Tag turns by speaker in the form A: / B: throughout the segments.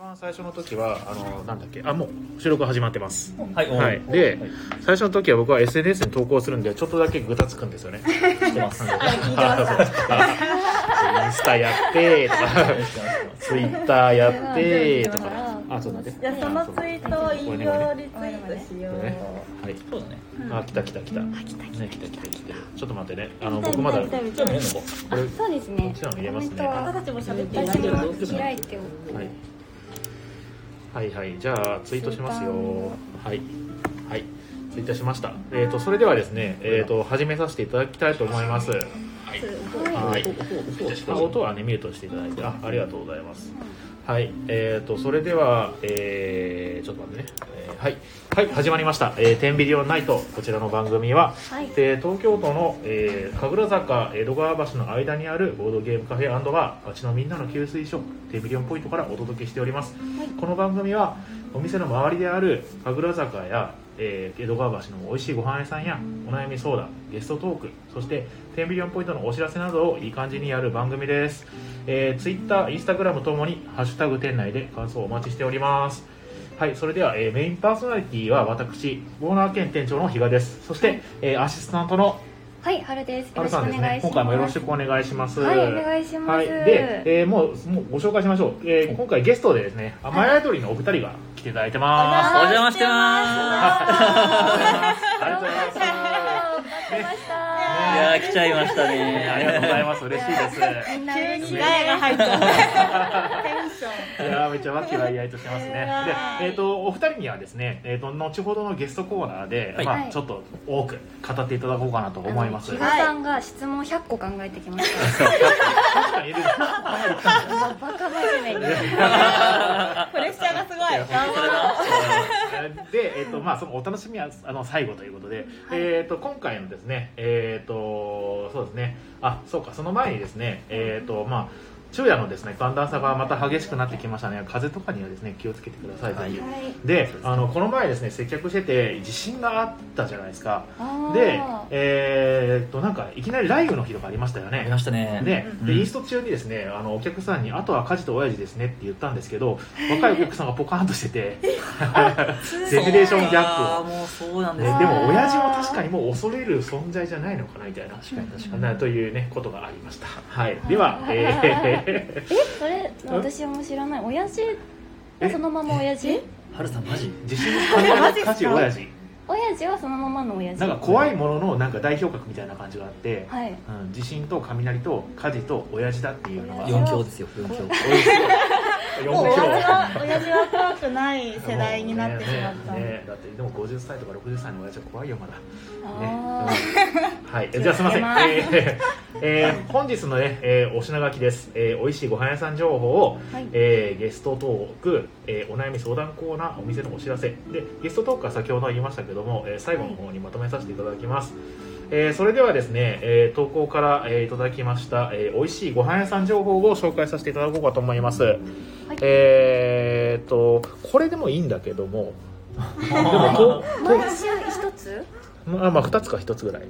A: 番最初の時はあのなんだっけあもう収録始まってます
B: はい、お
A: はいで最初の時は僕は SNS に投稿するんでちょっとだけぐたつくんですよね
B: 知ってます。知って
A: イン スタやってとか
B: ます知ってます
A: ツイッターやってとかあそうだね
C: じゃあそのツイートを引用リツイートしよう。
A: ねはい
B: そうだね。
A: あ来た来た来たね来た来た来たちょっと待ってねあの僕まだこ
B: じゃあ、見えんの
A: れ
B: か。
D: あそうです
A: こ
D: ね
A: っちなの入れますね
D: コメントは
C: 私も喋っていない
D: 私
C: けど。
D: も開いておく
A: はい、はいはいじゃあツイートしますよはいはいツイートしましたえっ、とそれではですねえっ、と始めさせていただきたいと思いますはいあ音はねミュートしていただいてあありがとうございますはいえっ、とそれではえー、ちょっと待ってね、えーはいはい始まりました「えー、テンビリオンナイト」こちらの番組は、
D: はい
A: で東京都の、えー神楽坂江戸川橋の間にあるボードゲームカフェバー町のみんなの給水所テビリオンポイントからお届けしております、この番組はお店の周りである神楽坂や、えー江戸川橋の美味しいご飯屋さんやお悩み相談ゲストトークそしてテンビリオンポイントのお知らせなどをいい感じにやる番組です、えー、Twitter、Instagram ともに「ハッシュタグ店内」で感想をお待ちしておりますはい、それでは、えーメインパーソナリティは私、オーナー兼店長の比嘉です。そして、えーアシスタントの
D: はい春です
A: ハ
D: よ
A: ル
D: ろしく
A: さ
D: お
A: ん
D: 願
A: で
D: い
A: すね。
D: します
A: 今回もよろしくお願いします。
D: はいお願いします
A: はい、で、えーもう、もうご紹介しましょう。えー今回ゲストでですね、甘えアイドリーのお二人が来ていただいてます。
B: お邪魔してま
A: ありがとうございます。
D: 待ってまし
B: す。
D: た
B: いやー、来ちゃいました
A: ねありがとうござい
B: ね。
A: ます。嬉しいです。
D: みんな
C: 急
D: 嬉しい
C: に苗が入った。テンション。
A: いやーめっちゃ和気あいあいとしてますね。で
C: う わー、
A: えっ、とお二人にはですね、えっ、と後ほどのゲストコーナーで、
B: はい
A: まあちょっと多く語っていただこうかなと思います。
D: 比嘉さんが質問100個考えてきました
A: 確かにいる
D: バカ真面目に
C: プレッシャーがすごい。
A: で、えっとまあ、そのお楽しみはあの最後ということで、えっと今回のですね、えっとそうですねあそうかその前にですね、えっとまあ、昼夜のですね寒暖差がまた激しくなってきましたね風邪とかにはですね気をつけてください、
B: はい
A: ぜひ
D: はい
A: であのこの前ですね接客してて地震があったじゃないですか
D: あー
A: で、えっとなんかいきなり雷雨の日とかありましたよ
B: あ
A: ね
B: りましたね。
A: ね
B: うん
A: でインスト中にですねあのお客さんに「あとは家事と親父ですね」って言ったんですけど若いお客さんがポカーンとしてて ジェネレーションギャップを。
B: プ。もうそうなんです
A: ね
B: ね。
A: でも親父も確かにもう恐れる存在じゃないのかなみたいな
B: 確かに確かに。
A: なというねことがありました、はい、では、え
D: えそれ私も知らない親父
A: え
D: そのまま親父
B: はるさん、マジ
A: ー、地震関連の家事親父
D: 親父はそのままの親
A: な
D: 父
A: んか怖いもののなんか代表格みたいな感じがあって、
D: はい
A: うん、地震と雷と火事と親父だっていうのが
B: 四強ですよ、四強。
A: 四
C: もう親
A: 強
C: 父は親父は怖くない世代になってしまった。
A: ねねねだってでも50歳とか60歳の親父は怖いよまだ
D: あ
A: はい、えじゃあすみません、
C: 気をつ
A: えーえー本日のね、えーお品書きです、えー、美味しいご飯屋さん情報を、
D: はい
A: えーゲストトーク、えーお悩み相談コーナーお店のお知らせでゲストトークは先ほど言いましたけども、えー最後の方にまとめさせていただきます、えーそれではですね、えー投稿から、えーいただきました、えー、美味しいご飯屋さん情報を紹介させていただこうかと思います、えーっとこれでもいいんだけども
B: でも、
D: ー毎週一つ
A: まあまあ2つか1つぐらい
D: い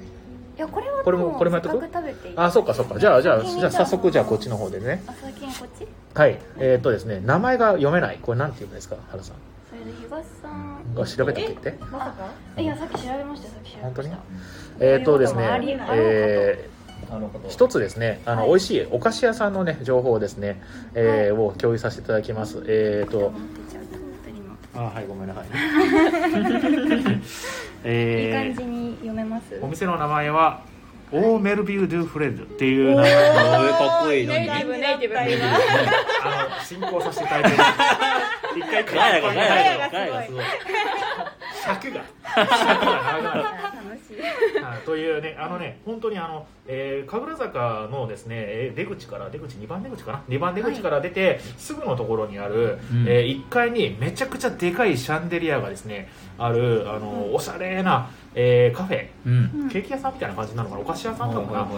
D: やこれは
A: これもこれもやっとく
D: せっかく食べていい
A: あ、そうかそうか。じゃあ、じゃあ、
D: 先に
A: じゃあ早速、じゃあこっちの方でね。
D: あ最近こっち
A: はい。えっ、とですね、名前が読めない。これなんて言うんですか、原さん。
D: それで東さん
A: が調べたって言って。
D: まさかいやさっき調べましたさっき調べま
A: 本
D: し
A: 当
D: た
A: にえっ、とですね
D: ありえ、ない
A: え
B: あのこと
A: ー、一つですね、あの、
D: はい
A: 美味しいお菓子屋さんのね、情報をですね、えーを共有させていただきます。えっ、と、
D: 持ってちゃうと本当にも
A: あ、はい、ごめん なさい。
D: いい感
A: え
D: じに読めます
A: ー、お店の名前は、オーメルビュー・ドゥ・フレンズっていう名前の
B: あかっこいい。
C: ネイテ
B: 何
C: ィブネイティブ。
A: あの進行させていただい てます。一回
B: ガヤがガヤが
C: ガ
B: ガ
C: ヤ
B: ヤ
C: が
B: が
C: す
B: す
C: ご
B: ごい。
A: 尺が尺が長い。
D: 楽しい
A: はいというね、 あのね、本当にあの、えー、神楽坂のですね、えー出口から、出口、2番出口かな、2番出口から出て、すぐのところにある、
B: うん
A: え1階にめちゃくちゃでかいシャンデリアがですね、ある、あの、おしゃれな、えーカフェ、
B: うん。
A: ケーキ屋さんみたいな感じなのかな、お菓子屋さんなのかな。
D: はい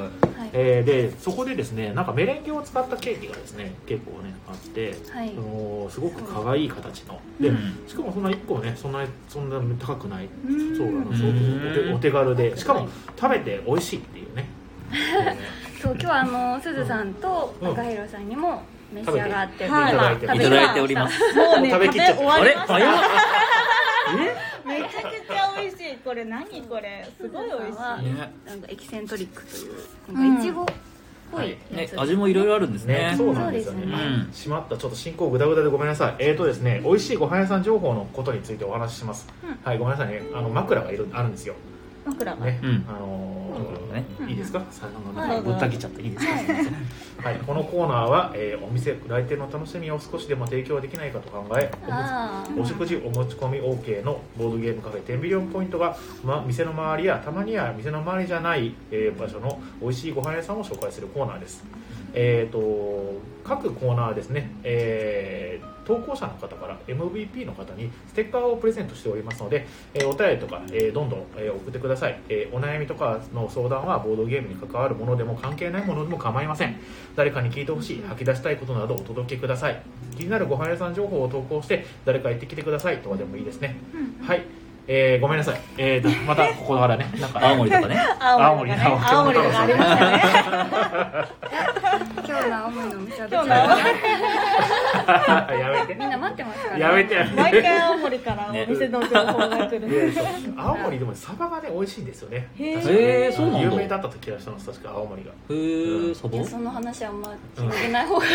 A: えーでそこでですねなんかメレンゲを使ったケーキがですね結構ねあって、
D: はい
A: あのーすごく可愛い形ので、
B: うん
A: しかもそんな1個ねそんなそんな高くないそうなのすご
B: う
A: く
B: ん
A: お手お手軽でしかも食べて美味しいっていうね
D: そう今日はあのすずさんと
A: うん
D: 赤弘さんにも召し上がって
C: はい
A: いただいて
D: 今
B: いただいております。
C: もうね
A: 食
C: 食
A: べ
C: べ
A: き
C: 終
A: っちゃった
C: わりました
B: あれ早っ
C: めちゃくちゃ美味しいこれ何これすごい美味し
D: はい
C: い
B: ね
D: なんかエキセントリックというなんかいちごっぽいや
B: ね
D: つ、
B: 味もいろいろあるんです
A: ね
B: ね。、
A: そうなんですよね
D: そうです
B: ねうん
A: しまったちょっと進行グダグダでごめんなさいえーとですね美味しいご飯屋さん情報のことについてお話しします、
C: うん
A: はいごめんなさいねあの枕がいるあるんですよ、
C: 枕が
A: ね
B: うん
A: あのー
B: ね
A: いいですか、さ
C: はい
B: ぶった切っちゃっていいです か。
A: はい、このコーナーは、えーお店来店の楽しみを少しでも提供できないかと考え
D: あ
A: お食事お持ち込み OK のボードゲームカフェテンビリオンポイントが、ま、店の周りやたまには店の周りじゃない、えー場所の美味しいご飯屋さんを紹介するコーナーです、えー、と各コーナーはですね、えー投稿者の方から MVP の方にステッカーをプレゼントしておりますので、えーお便りとか、えーどんどん、えー送ってください、えーお悩みとかの相談はボードゲームに関わるものでも関係ないものでも構いません誰かに聞いてほしい吐き出したいことなどをお届けください気になるご飯屋さん情報を投稿して誰か行ってきてくださいとかでもいいですね、はい、えーごめんなさい、えーと、またここから ねなんか
B: 青森とかね。
C: 青森がね
A: 青
C: 青
A: 森
C: 森
A: の
C: がありましたね
D: 今日の青森のお店はど
C: 今日
D: ち
C: の
D: ら
A: やめ
C: 青森
D: ですか
A: て
D: みんな待ってますから
A: やめてやめ
C: 毎
A: て
C: 回青森からお店の情報が来る、
A: 青森でもサバがね美味しいんですよね
C: へー
A: 確かに
B: へーそうなんだ
A: 有名だったと気がしたの確か青森が
B: へえ、そ
D: い
B: ぼ
D: や。その話はあんま広げない方がいい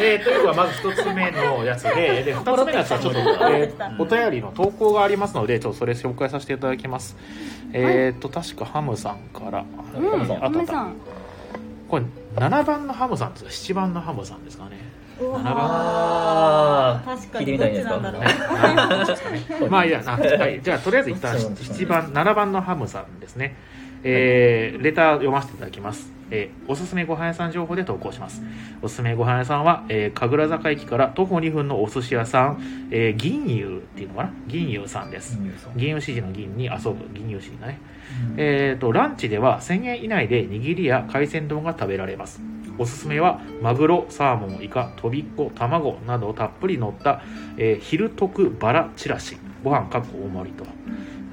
A: えー、というのがまず一つ目のやつでで二つ目のやつはちょっと、えーお便りの投稿がありますのでちょっとそれ紹介させていただきますえっ、ー、と確かハムさんから、ハムさんあったあ
D: 梅
A: った
D: さん
A: これ7番のハムさんですか7番のハムさんですかね
C: うわー
B: あー
C: 確か
B: 聞いて
C: に
B: み
C: ど
B: た
C: っ
B: いで
C: ち
B: す
C: な
B: か
C: んだろう
A: まあいいやな、はい、じゃあとりあえず一旦7番7番のハムさんですね、えーレター読ませていただきます、えーおすすめご飯屋さん情報で投稿しますおすすめご飯屋さんは、えー神楽坂駅から徒歩2分のお寿司屋さん、えー銀遊っていうのかな銀遊さんです銀遊指示の銀に遊ぶ銀遊指示だねえー、とランチでは1000円以内で握りや海鮮丼が食べられますおすすめはマグロサーモンイカとびっこ卵などたっぷり乗った、えー昼特バラチラシご飯かっこ大盛りと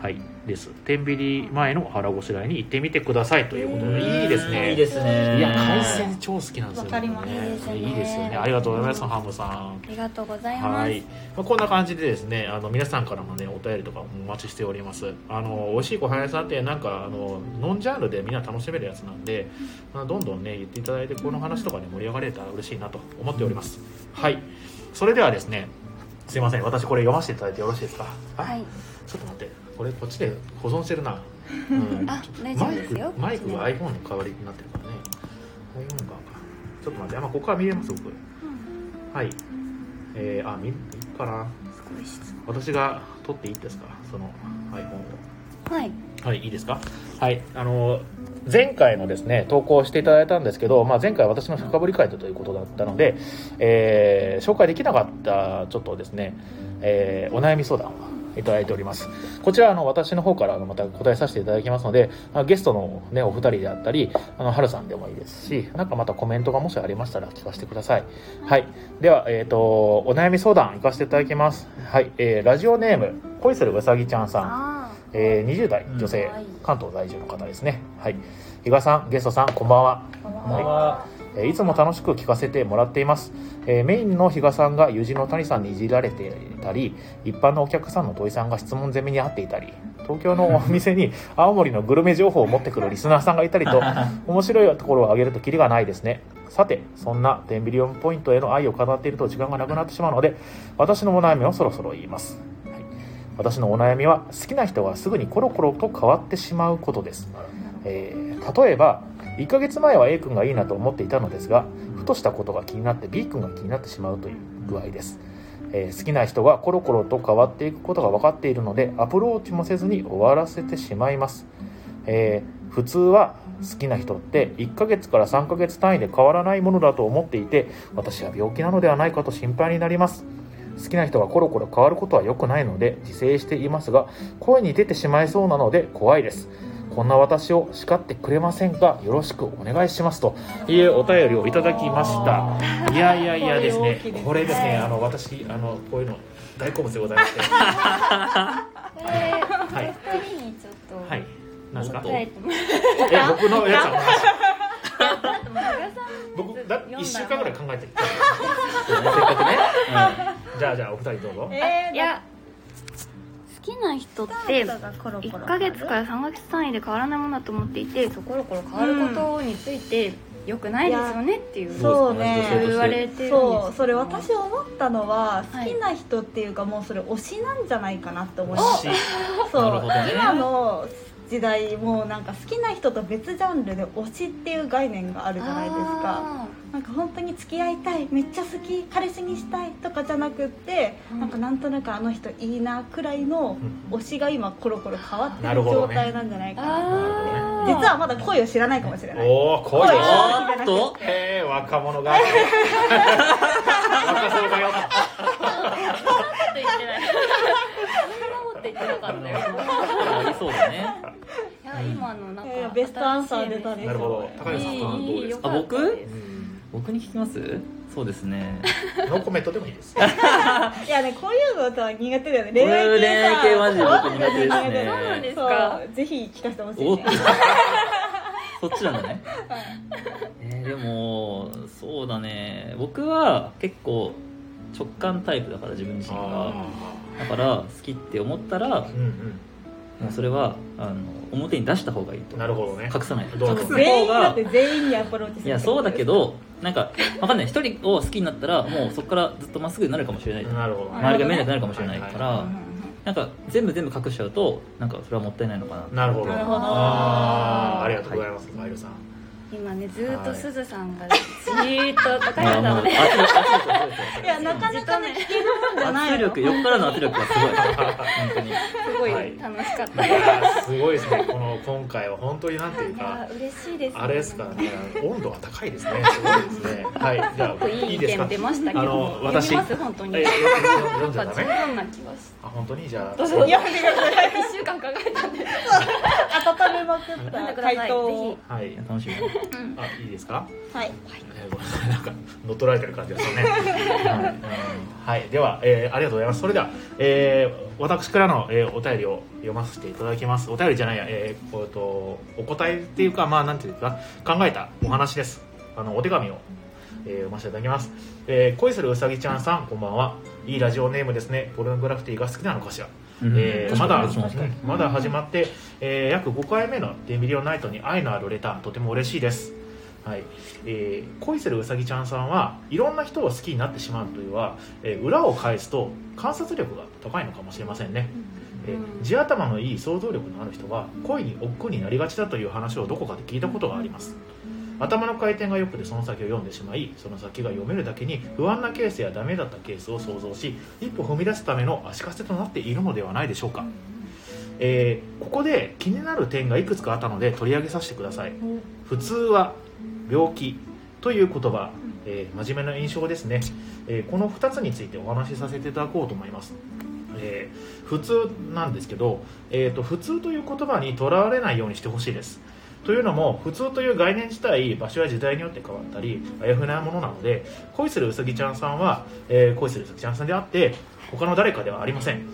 A: はいです天秤り前の腹ごしらえに行ってみてくださいということでいいですね
B: いいですね。
A: いや海鮮超好きなんですよ
C: わかります
A: ね
D: いいですね
A: いいですよねありがとうございますハムさん
D: ありがとうございま
A: は
D: す
A: い、まあ、こんな感じでですねあの皆さんからのねお便りとかもお待ちしておりますあの美味しいご飯屋さんってなんかあのノンジャンルでみんな楽しめるやつなんで、まあ、どんどんね言っていただいてこの話とかに盛り上がれたら嬉しいなと思っておりますはいそれではですねすいません私これ読ませていただいてよろしいですか
D: は
A: あ
D: い
A: ちょっと待ってこれこっちで保存してるな、うん
D: あ大丈夫
A: マイ
D: です
A: ク
D: よ
A: マイクが iPhone の代わりになってるからね iPhone かちょっと待ってあ、まあ、ここから見れます僕、はいえー、あ見るいいかな
D: すごい質
A: 私が撮っていいですかその iPhone
D: 問はい
A: をはいいいですかはいあの前回のですね投稿していただいたんですけど、まあ、前回私の深掘り会ということだったので、えー紹介できなかったちょっとですね、えーお悩み相談をいただいておりますこちらあの私の方からあのまた答えさせていただきますのであゲストの、ね、お二人であったりあの春さんでもいいですしなんかまたコメントがもしありましたら聞かせてくださいはいでは、えー、とお悩み相談いかせていただきますはい、えーラジオネーム恋するうさぎちゃんさん
D: あ
A: えー20代女性、
D: うんはい
A: 関東在住の方ですねはい比嘉さんゲストさんこんばんははいえーいつも楽しく聞かせてもらっています、えーメインの比嘉さんが友人の谷さんにいじられていたり一般のお客さんの土井さんが質問攻めに合っていたり東京のお店に青森のグルメ情報を持ってくるリスナーさんがいたりと面白いところを挙げるとキリがないですねさてそんなテンビリオンポイントへの愛を語っていると時間がなくなってしまうので私のお悩みをそろそろ言います、はい私のお悩みは好きな人がすぐにコロコロと変わってしまうことです、えー例えば1ヶ月前は A 君がいいなと思っていたのですがふとしたことが気になって B 君が気になってしまうという具合です、えー好きな人がコロコロと変わっていくことが分かっているのでアプローチもせずに終わらせてしまいます、えー普通は好きな人って1ヶ月から3ヶ月単位で変わらないものだと思っていて私は病気なのではないかと心配になります好きな人がコロコロ変わることは良くないので自制していますが声に出てしまいそうなので怖いですこんな私を叱ってくれませんかよろしくお願いしますというお便りをいただきま したいやいやいやですね
C: これ大きいですね
A: これですねあの私あのこういうの大好物でございまして はい
D: これお二人にちょっと
A: はい なんですか
B: もっと
D: 答えてもらっ
A: え僕のやつは
D: たもう比嘉さん
A: 僕僕だ
D: 読んだ
A: 1週間ぐらい考えてきた
B: せっかくね、
A: じゃあじゃあお二人どうぞ
C: えー、
D: いや好きな人って1ヶ月から3ヶ月単位で変わらないものだと思っていてそうコロコロ変わることについて良くないですよねっていう
B: うん、
D: そう
C: そうね
B: どうですか同じ女性として
D: 言われるんで
C: そ
D: す
C: うそれ私思ったのは好
D: はい
C: きな人っていうかもうそれ推しなんじゃないかなって思いま
B: 惜
C: す
B: しい
C: そう、
B: なるほどね
C: 今の時代もうなんか好きな人と別ジャンルで推しっていう概念があるじゃないですか
D: あ
C: なんか本当に付き合いたいめっちゃ好き彼氏にしたいとかじゃなくって、
D: うん
C: なんかなんとなくあの人いいなくらいの推しが今コロコロ変わって
A: な
C: る
A: るほど
C: 状
A: ね
C: 態なんじゃない
D: ー
C: かな
D: あー
C: 実はまだ恋を知らないかもしれない
A: おお濃いよ
B: あーっと
A: へえ若者が若そうだよ
D: 言ってない。そんなこと言ってなかったよ。
B: ありそうだね
D: いや今のなん
C: いや
D: か
C: ベストアンサー出たね
A: なるほど高橋さんはどうですか
B: あ僕
A: うん
B: 僕に聞きますそうですね
A: ノーコメントでもいいです
C: いやねこういうのとは苦手だよね
B: こう
C: 恋愛
B: いう
C: 系
B: 恋愛系マジで僕苦手です
C: そう
B: ね
D: なんです
C: そ
D: か
C: うぜひ聞かせてほしい
B: おっ
C: ね
B: とそっちなんだね、えーでもそうだね僕は結構直感タイプだから自分自身がだから好きって思ったら
A: うんうん
B: もうそれはあの表に出した方がいいと
A: なるほどね
B: 隠さないと
A: どう
B: 隠
A: ぞ
B: す
C: 全
B: 方
C: 員だっ
B: が
C: て全員にアプローチする
B: いやそうだけどなんかわかんない一人を好きになったらもうそこからずっとまっすぐになるかもしれない
A: なるほど
B: 周りが見えなくなるかもしれないか
A: は
B: らなんか全部全部隠しちゃうとなんかそれはもったいないのかな
A: なるほど
C: なるほど
A: あーありがとうございますマイルさん
D: 今ねずーっとすずさんがじーっと高橋
B: い
D: さ
B: や
D: ん
B: もう
D: の
B: 圧力圧
D: ね
B: 力圧力
C: いやなかなかね聞けるもんじゃない
B: 圧
C: の
B: 力横からの圧力がすごい 本当に
D: すごい楽しかった。
A: いやーすごいですねこの今回は本当になんていう
D: い
A: か
D: や嬉しいです、
A: あれですからね、温度が高いですね。すごいですね。はい、じゃあ、
D: いい
A: い
D: 意
A: いですか。
D: 見出ましたけど、
A: あの私
D: 読みます本当に。
A: え、
D: やっ
A: 読んじ
D: ぱ
A: ゃダ
D: 十
A: メ。
D: 分な気がし
A: あ、本当に、じゃあ。
D: どうぞ
A: 次
C: やめてください
D: て。一週間考えたんで。
C: 温めまくっ
D: 読んで
C: た
D: ください
C: 回答を
D: ぜ
A: はい、
B: 楽しみだね
A: あ、いいですか。
C: はい
A: えーごめんなさいなんか、乗っ取られてる感じですよね。
B: はい
A: はい、では、えーありがとうございます。それでは、えー私からの、えーお便りを読ませていただきます。お便りじゃないや、えーえーと、お答えっていうか、まあ、なんていうか、考えたお話です。あの、お手紙を、えー読ませていただきます。えー恋するうさぎちゃんさん、こんばんは。いいラジオネームですね。ポルノグラフィティが好きなのかしら。
B: うん
A: えーまだ、
B: 確かに確かに
A: うんまだ始まって、えー約5回目の「デミリオンナイト」に愛のあるレターとても嬉しいです、はいえー恋するうさぎちゃんさんはいろんな人を好きになってしまうというは、えー裏を返すと観察力が高いのかもしれませんね、えー
D: うん
A: 地頭のいい想像力のある人は恋に億劫になりがちだという話をどこかで聞いたことがあります頭の回転がよくてその先を読んでしまいその先が読めるだけに不安なケースやダメだったケースを想像し一歩踏み出すための足かせとなっているのではないでしょうか、えーここで気になる点がいくつかあったので取り上げさせてください普通は病気という言葉、えー真面目な印象ですね、えーこの2つについてお話しさせていただこうと思います、えー普通なんですけど、えー、と普通という言葉にとらわれないようにしてほしいですというのも普通という概念自体場所や時代によって変わったりあやふやなものなので恋するうさぎちゃんさんは、えー恋するうさぎちゃんさんであって他の誰かではありません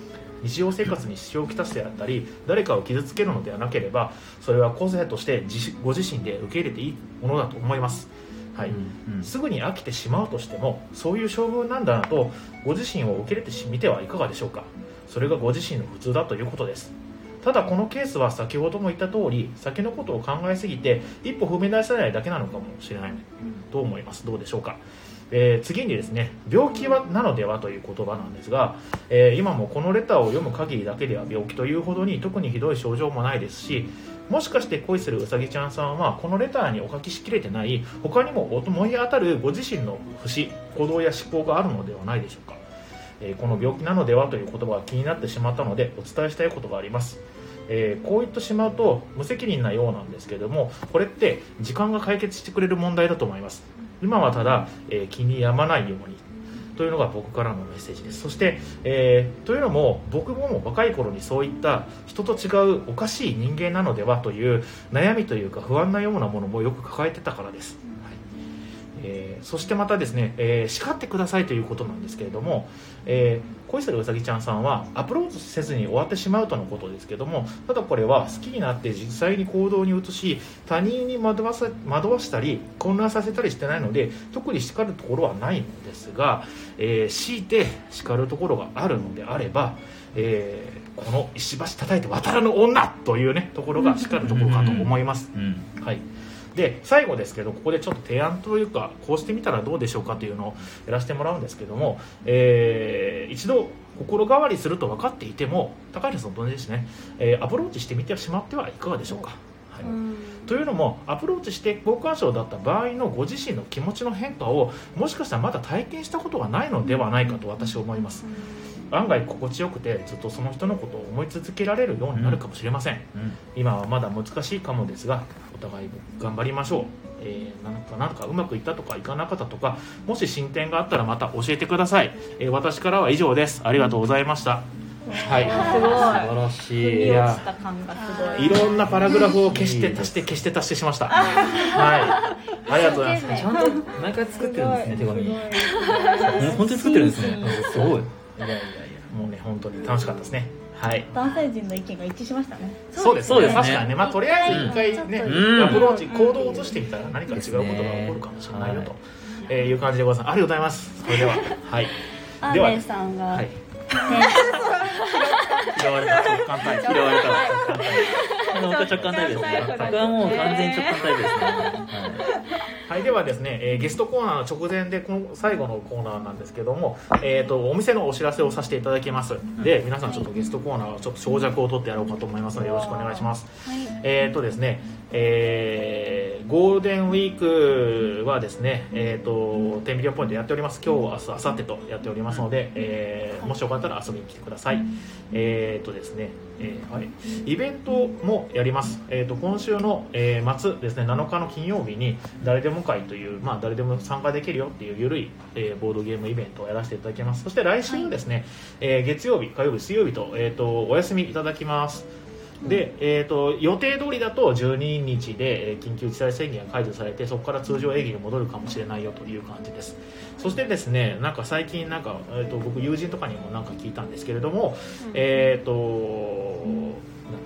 A: 日常生活に支障をきたすであったり誰かを傷つけるのではなければそれは個性として自ご自身で受け入れていいものだと思います、はい
B: うんうん
A: すぐに飽きてしまうとしてもそういう性分なんだなとご自身を受け入れてみてはいかがでしょうかそれがご自身の普通だということですただこのケースは先ほども言った通り先のことを考えすぎて一歩踏み出せないだけなのかもしれないと思いますどうでしょうか、えー次にですね病気はなのではという言葉なんですが、えー今もこのレターを読む限りだけでは病気というほどに特にひどい症状もないですしもしかして恋するうさぎちゃんさんはこのレターにお書きしきれてない他にも思い当たるご自身の節行動や思考があるのではないでしょうか、えーこの病気なのではという言葉が気になってしまったのでお伝えしたいことがありますえーこう言ってしまうと無責任なようなんですけどもこれって時間が解決してくれる問題だと思います今はただ、えー気に病まないようにというのが僕からのメッセージですそして、えーというのも僕も若い頃にそういった人と違うおかしい人間なのではという悩みというか不安なようなものもよく抱えてたからです、はいええーそしてまたですね、えー叱ってくださいということなんですけれども、えー恋するうさぎちゃんさんはアプローチせずに終わってしまうとのことですけどもただこれは好きになって実際に行動に移し他人に惑わさ惑わしたり混乱させたりしてないので特に叱るところはないのですが、えー強いて叱るところがあるのであれば、えーこの石橋叩いて渡らぬ女というねところが叱るところかと思います。
B: うん
A: はい、で最後ですけどここでちょっと提案というかこうしてみたらどうでしょうかというのをやらせてもらうんですけども、えー一度心変わりすると分かっていても高平さんと同じですね、えーアプローチしてみてしまってはいかがでしょうか、はいというのもアプローチして好感触だった場合のご自身の気持ちの変化をもしかしたらまだ体験したことがないのではないかと私は思います案外心地よくてずっとその人のことを思い続けられるようになるかもしれません、
B: うん
A: 今はまだ難しいかもですがお互い頑張りましょう、えーなんかなんかうまくいったとかいかなかったとかもし進展があったらまた教えてください、えー私からは以上ですありがとうございました、
C: すごい
A: は
B: 素晴らしい
A: い
C: 腑に
A: や
C: 落ちた感がすご
A: い
C: い
A: いろんなパラグラフを消し
B: い
A: て
B: いです
A: 足して消して足してしましたはいありがとうございます
B: ちゃんと毎回作ってるんですね手紙もう本当に作ってるんですね
C: 真摯
B: すごい
A: いやいやいやもうね本当に楽しかったですねはい
C: 男性陣の意見が一致しましたね
A: そうですね
B: そうですね
A: 確かにね、まあ、とりあえず一回ね、
B: うん
A: アプローチ行動を移してみたら何か違うことが起こるかもしれないよと、えーいう感じでございますありがとうございますそれでははい
D: ア
A: で
D: ー
A: は
D: レイさんが、
A: はい
D: ね
A: 嫌われた直感タイプ
B: 嫌われた
A: 直感タイ
B: 僕は直感タイプですね
A: 直感タイプだね
B: 僕はもう完全に直感タイプですね
A: プはいではですね、えーゲストコーナーの直前でこの最後のコーナーなんですけども、えー、とお店のお知らせをさせていただきますで皆さんちょっとゲストコーナーをちょっと長尺を取ってやろうかと思いますのでよろしくお願いします
D: はい
A: えーとですね、えーゴールデンウィークはですね、えー、と天秤料ポイントやっております今日明日明後日とやっておりますので、えーもしよかったら遊びに来てくださいえー、とですね、えーはい、イベントもやります、えー、と今週の、えー末ですね7日の金曜日に誰でも会という、まあ、誰でも参加できるよっていう緩い、えーボードゲームイベントをやらせていただきますそして来週のですね、えー月曜日火曜日水曜日と,、えー、とお休みいただきますで、えー、と予定通りだと12日でえー緊急事態宣言が解除されてそこから通常営業に戻るかもしれないよという感じですそしてですねなんか最近なんか、えー、と僕友人とかにもなんか聞いたんですけれども、えっ、となんだっ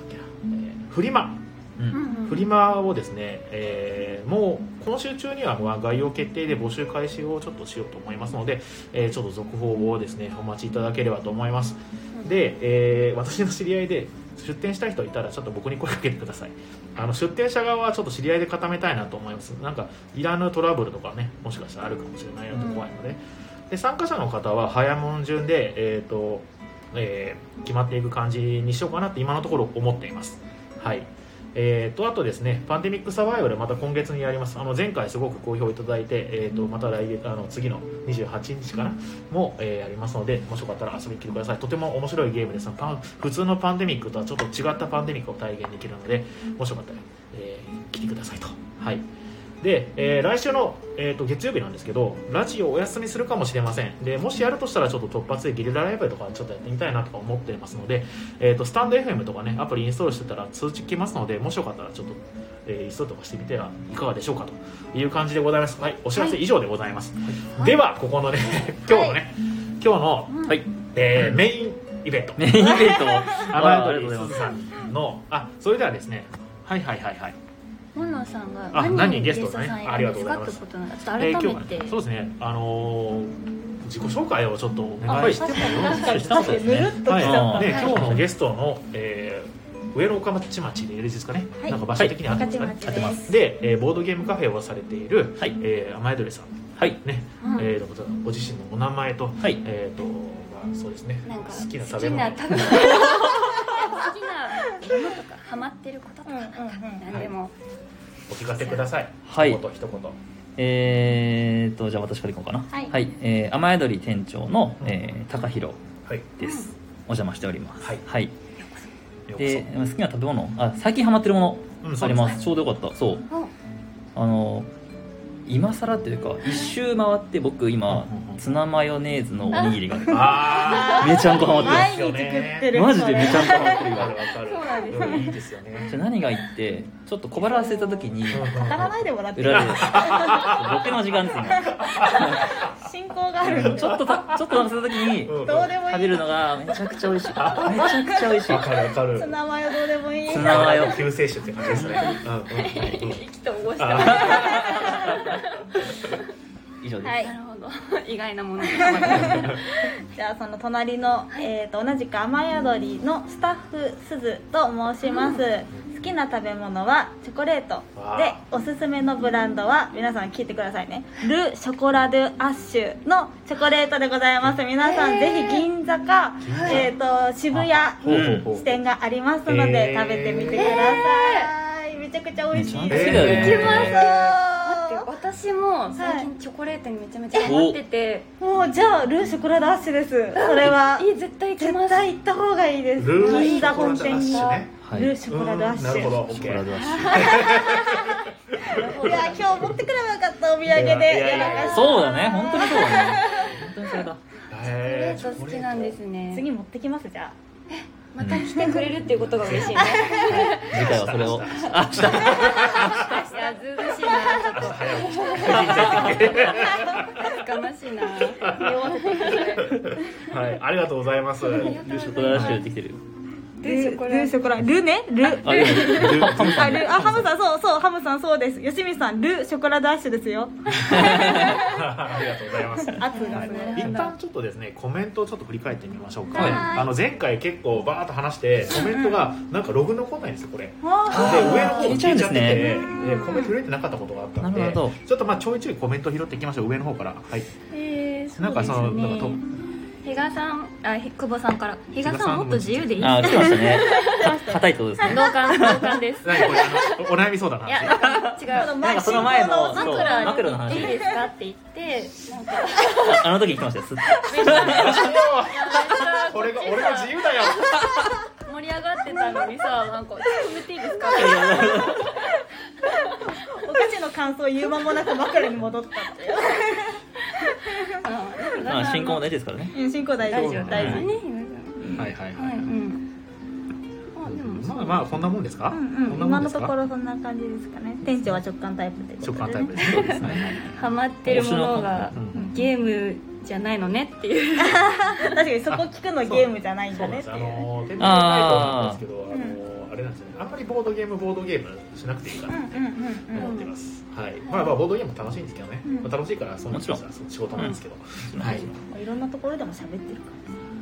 A: けな、えーフリマ
B: うんうん
A: フリマをですね、えーもう今週中にはまあ概要決定で募集開始をちょっとしようと思いますので、えーちょっと続報をですねお待ちいただければと思いますで、えー私の知り合いで出店したい人いたらちょっと僕に声かけてくださいあの出店者側はちょっと知り合いで固めたいなと思いますなんかいらぬトラブルとかねもしかしたらあるかもしれないよと怖いので,、で参加者の方は早もん順でえっ、とえー決まっていく感じにしようかなって今のところ思っています。はいえー、とあとですね、パンデミックサバイバル、また今月にやります、あの前回すごく好評いただいて、えー、とまた来月あの次の28日かな、も、えーやりますので、もしよかったら遊びに来てください、とても面白いゲームですパン、普通のパンデミックとはちょっと違ったパンデミックを体現できるので、もしよかったら、えー来てくださいと。はいで、えー来週の、えー、と月曜日なんですけどラジオお休みするかもしれませんでもしやるとしたらちょっと突発でゲリラライブとかちょっとやってみたいなとか思ってますので、えー、とスタンド FM とかねアプリインストールしてたら通知来ますのでもしよかったらちょっと、えーインストールとかしてみてはいかがでしょうかという感じでございますはいお知らせ以上でございます、ではここのね今日のね、今日の、
B: はい
A: えーメインイベント
B: メインイベントも
A: ア
B: あ
A: マ
B: あり
A: エドリす
B: がとうございます
A: ずさんのあそれではですねはいはいはいはい
D: モンナさんが
A: あ
D: 何
A: 何
D: 人
A: ゲ
D: ゲ
A: スト
D: スト
A: だ
D: さ
A: ね
D: んやるんですかってことなんですちょっ
A: えー
D: と改め
A: 今日
D: て、
A: はねそうですねあのー自己紹介をちょっとお願いしてもよろしい
B: か
A: で
B: に
A: すか
B: 確かに
C: ぬるっときちゃった
A: で
B: は
A: 今日のゲストの、えー上野岡町町でよろしいですかね、
C: はい
A: なんか場所的にあってますかね、
C: はい岡地町で
A: で、えーボードゲームカフェをされている、
B: はい
A: えー、甘えどれさん
B: はい
A: ね、
D: うん
A: えーどうぞご自身のお名前と、
B: はい
A: えっ、と、まあ、そうですね
D: なんか
A: 好きな食べ物
D: 好きな食べ物好きなものとかハマってることとかなんか
C: うんうんうん
D: 何でも、
A: お聞かせください、
B: はい
A: 一言一言
B: えーっとじゃあ私から行こうかな
D: はい
B: えー雨宿り店長の
A: うん
B: えー高弘
A: はい
B: ですお邪魔しております
A: はい
B: はい
A: ようこ
B: で好きな食べ物あ最近ハマってるも
A: うん
B: の
A: そう
B: あ
A: で
B: り
A: すね
B: ますちょうどよかったそう
D: うん
B: あの今更というか一周回って僕今
A: うんうん
B: ツナマヨネーズのおにぎりが
A: あ
B: めちゃんこハマって
C: 毎
A: す
C: 日
A: よ
C: 食
A: ね
C: ってる
B: マジで めちゃんこハマって
A: ー
B: る
A: わか
B: か
A: るわかる
D: そうなんです
A: でもいいですよ ね
B: ら何が言ってちょっと小腹空いた時に
C: 当たらないでもらってい い
B: 裏で僕の時間ですね
C: 進行があるんで
B: ちょっとたちょっとお腹空いた時に
A: うんうん
C: どうでもいい
B: 食べるのがめちゃくちゃ美 味しいめちゃくちゃ美味しい
A: わかるわかる
C: ツナマヨどうでもいい
B: ツナマヨ
A: 救世主って感じですねうんうんうんうん
D: きと応募し
A: あ
B: 以上です、
D: はいなるほど 意外なものにハマってます
C: じゃあその隣の、えー、と同じく雨宿りのスタッフすずと申します、好きな食べ物はチョコレート
A: わあ
C: でおすすめのブランドは皆さん聞いてくださいねル・ショコラ・ドゥ・アッシュのチョコレートでございます皆さん、ぜひ銀座か、えー、と渋谷
A: ほうほうほう
C: 支店がありますので、
A: へー
C: 食べてみてください、めちゃくちゃ美
B: め
C: 味し
B: ちゃ
C: い
B: んこ
C: です、
B: だよね、
A: えーいけます
D: 待って私も最近チョコレートにめちゃめちゃハマってて、
C: もうじゃあル・ショコラ・ドゥ・アッシュですそれは
D: え絶対行きま
C: 絶
D: す
C: 対行った方がいいです
A: ルー
C: 銀座
A: ショコラ
C: 本
A: ダッシュね
C: 店の
B: はい
C: ルーショコラダッシ
A: なるほ
C: ュ、
A: どオッ
B: ショコ
A: ケ
B: ラ
A: ー
B: ドアッシ
C: いや今日持ってくればよかったお土産で
A: いやいや
C: や
A: い
C: ら
A: や
C: か
B: ュ
C: し
B: そうだね本当にそうだね本当にそれだ
A: へー
D: チョコレート好きなんですね
C: 次持ってきますじゃ
D: また来てくれるっていうことが嬉しいね
B: 次回はそれを
A: 明日
D: いやずうずうしいなちょっ
A: 早起き
D: と恥ずかましいな
C: あ匂わせてくださ
A: は
C: い
A: いありがとうございます
B: ルーショコラダッシュ出てきてるよ
C: ルルショコラルねル
B: あでも
C: あルあハムさんそうそうハムさんそうです吉見さんルショコラダッシュですよ
A: ありがとうございます
C: 圧がすごい
A: 一旦ちょっとですねコメントをちょっと振り返ってみましょうか、
B: はい
A: あの前回結構バーッと話してコメントがなんかログ残んないんですよこれで
C: あ
A: 上の方
B: 消
A: に
B: えち
A: 消え
B: ゃう
A: ち
B: んで
A: ゃって
B: すね
A: てでコメント拾えてなかったことがあったん
B: な
A: で
B: るほど
A: ちょっとまあちょいちょいコメント拾っていきましょう上の方からはい
D: えー、そうですね
A: なんかそのなんかと
D: 比嘉さんあひ久保さんから比嘉
A: 比嘉
D: さ
A: さん
D: んもっと自由でいい
B: あ
D: 同
B: 来てましたねか硬いってことですね
D: 感同感です
A: 何これあのおお悩み相談の
D: い
A: 話
D: や違う
B: なんかその前のそう
D: 枕
B: マクロの話
D: いいですかって言ってなんか
B: ああの時言ってましたよすっ
A: これが俺が自由だよ
D: 盛り上がってたのにさなんか止めていいですかって
C: お菓子の感想言う間もなく枕に戻ったっていう
D: うん
B: まあ進行も大事ですからね
C: うん進行大
D: 大
C: 丈
D: 丈
C: 夫
D: 夫
C: 大
D: 大
C: 丈夫
D: 丈夫ね今
A: はいはい
D: は
A: はいい、
D: うんあでも
A: まあまあこんなもんですか、
C: うんう
A: こ
C: ん、
A: んなも
C: 今
A: んで
C: の
A: すか
C: ところそんな感じですかね店長は直感タイプで
A: 直感タイプ
C: で
A: ですそうですね
D: ハマってるもの
A: 推しの子
D: が
A: うん
D: ゲームじゃないのねっていう
C: 確かにそこ聞くの ゲームじゃないん
A: そ
C: だ
A: うなん
C: ね
A: で
C: っ
A: す。
C: てい
A: あ
C: う
A: のテレビなんですけど、あのあれなんですよね。あんまりボードゲームボードゲームしなくていいか
C: うん
A: な
C: うんうんうん
A: 思ってます。はい。まあまあボードゲームも楽しいんですけどね
C: うん。
A: まあ楽しいからその
B: もちろん
A: そう仕事なんですけど。はい。
C: まあいろんなところでも喋ってるか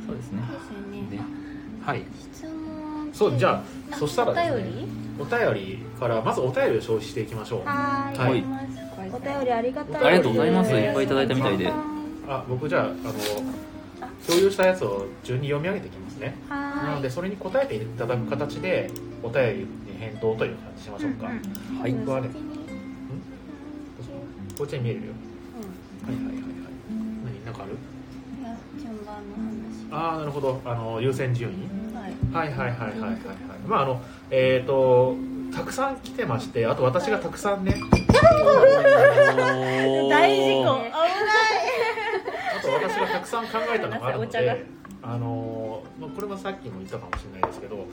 B: そうですね
A: ねはい。
D: 質問
A: そうじゃあそしたらですね
D: お便り
A: お便りからまずお便りを消費していきましょう。
C: らは
A: はい
C: お便りありがたいです
A: ありがとうございますいっぱ
B: いいただいたみたいで
A: あ、僕じゃああの共有したやつを順に読み上げていきますね。なの
C: は
A: でそれに答えていただく形でお便りに返答という感じしましょうか。
C: うんうん
B: はい
A: 僕はね。こっちに見えるよ。はいはいはいはい。何なんかある？
D: いや順番の話
A: ああなるほどあの優先順位
D: はい
A: はいはいはいはいはいはいまああのえっ、とたくさん来てましてあと私がたくさん ね
C: い大事故
D: ね
A: あと私がたくさん考えたのがあるの
D: ごめんなさい
A: であのーまあこれもさっきも言ったかもしれないですけど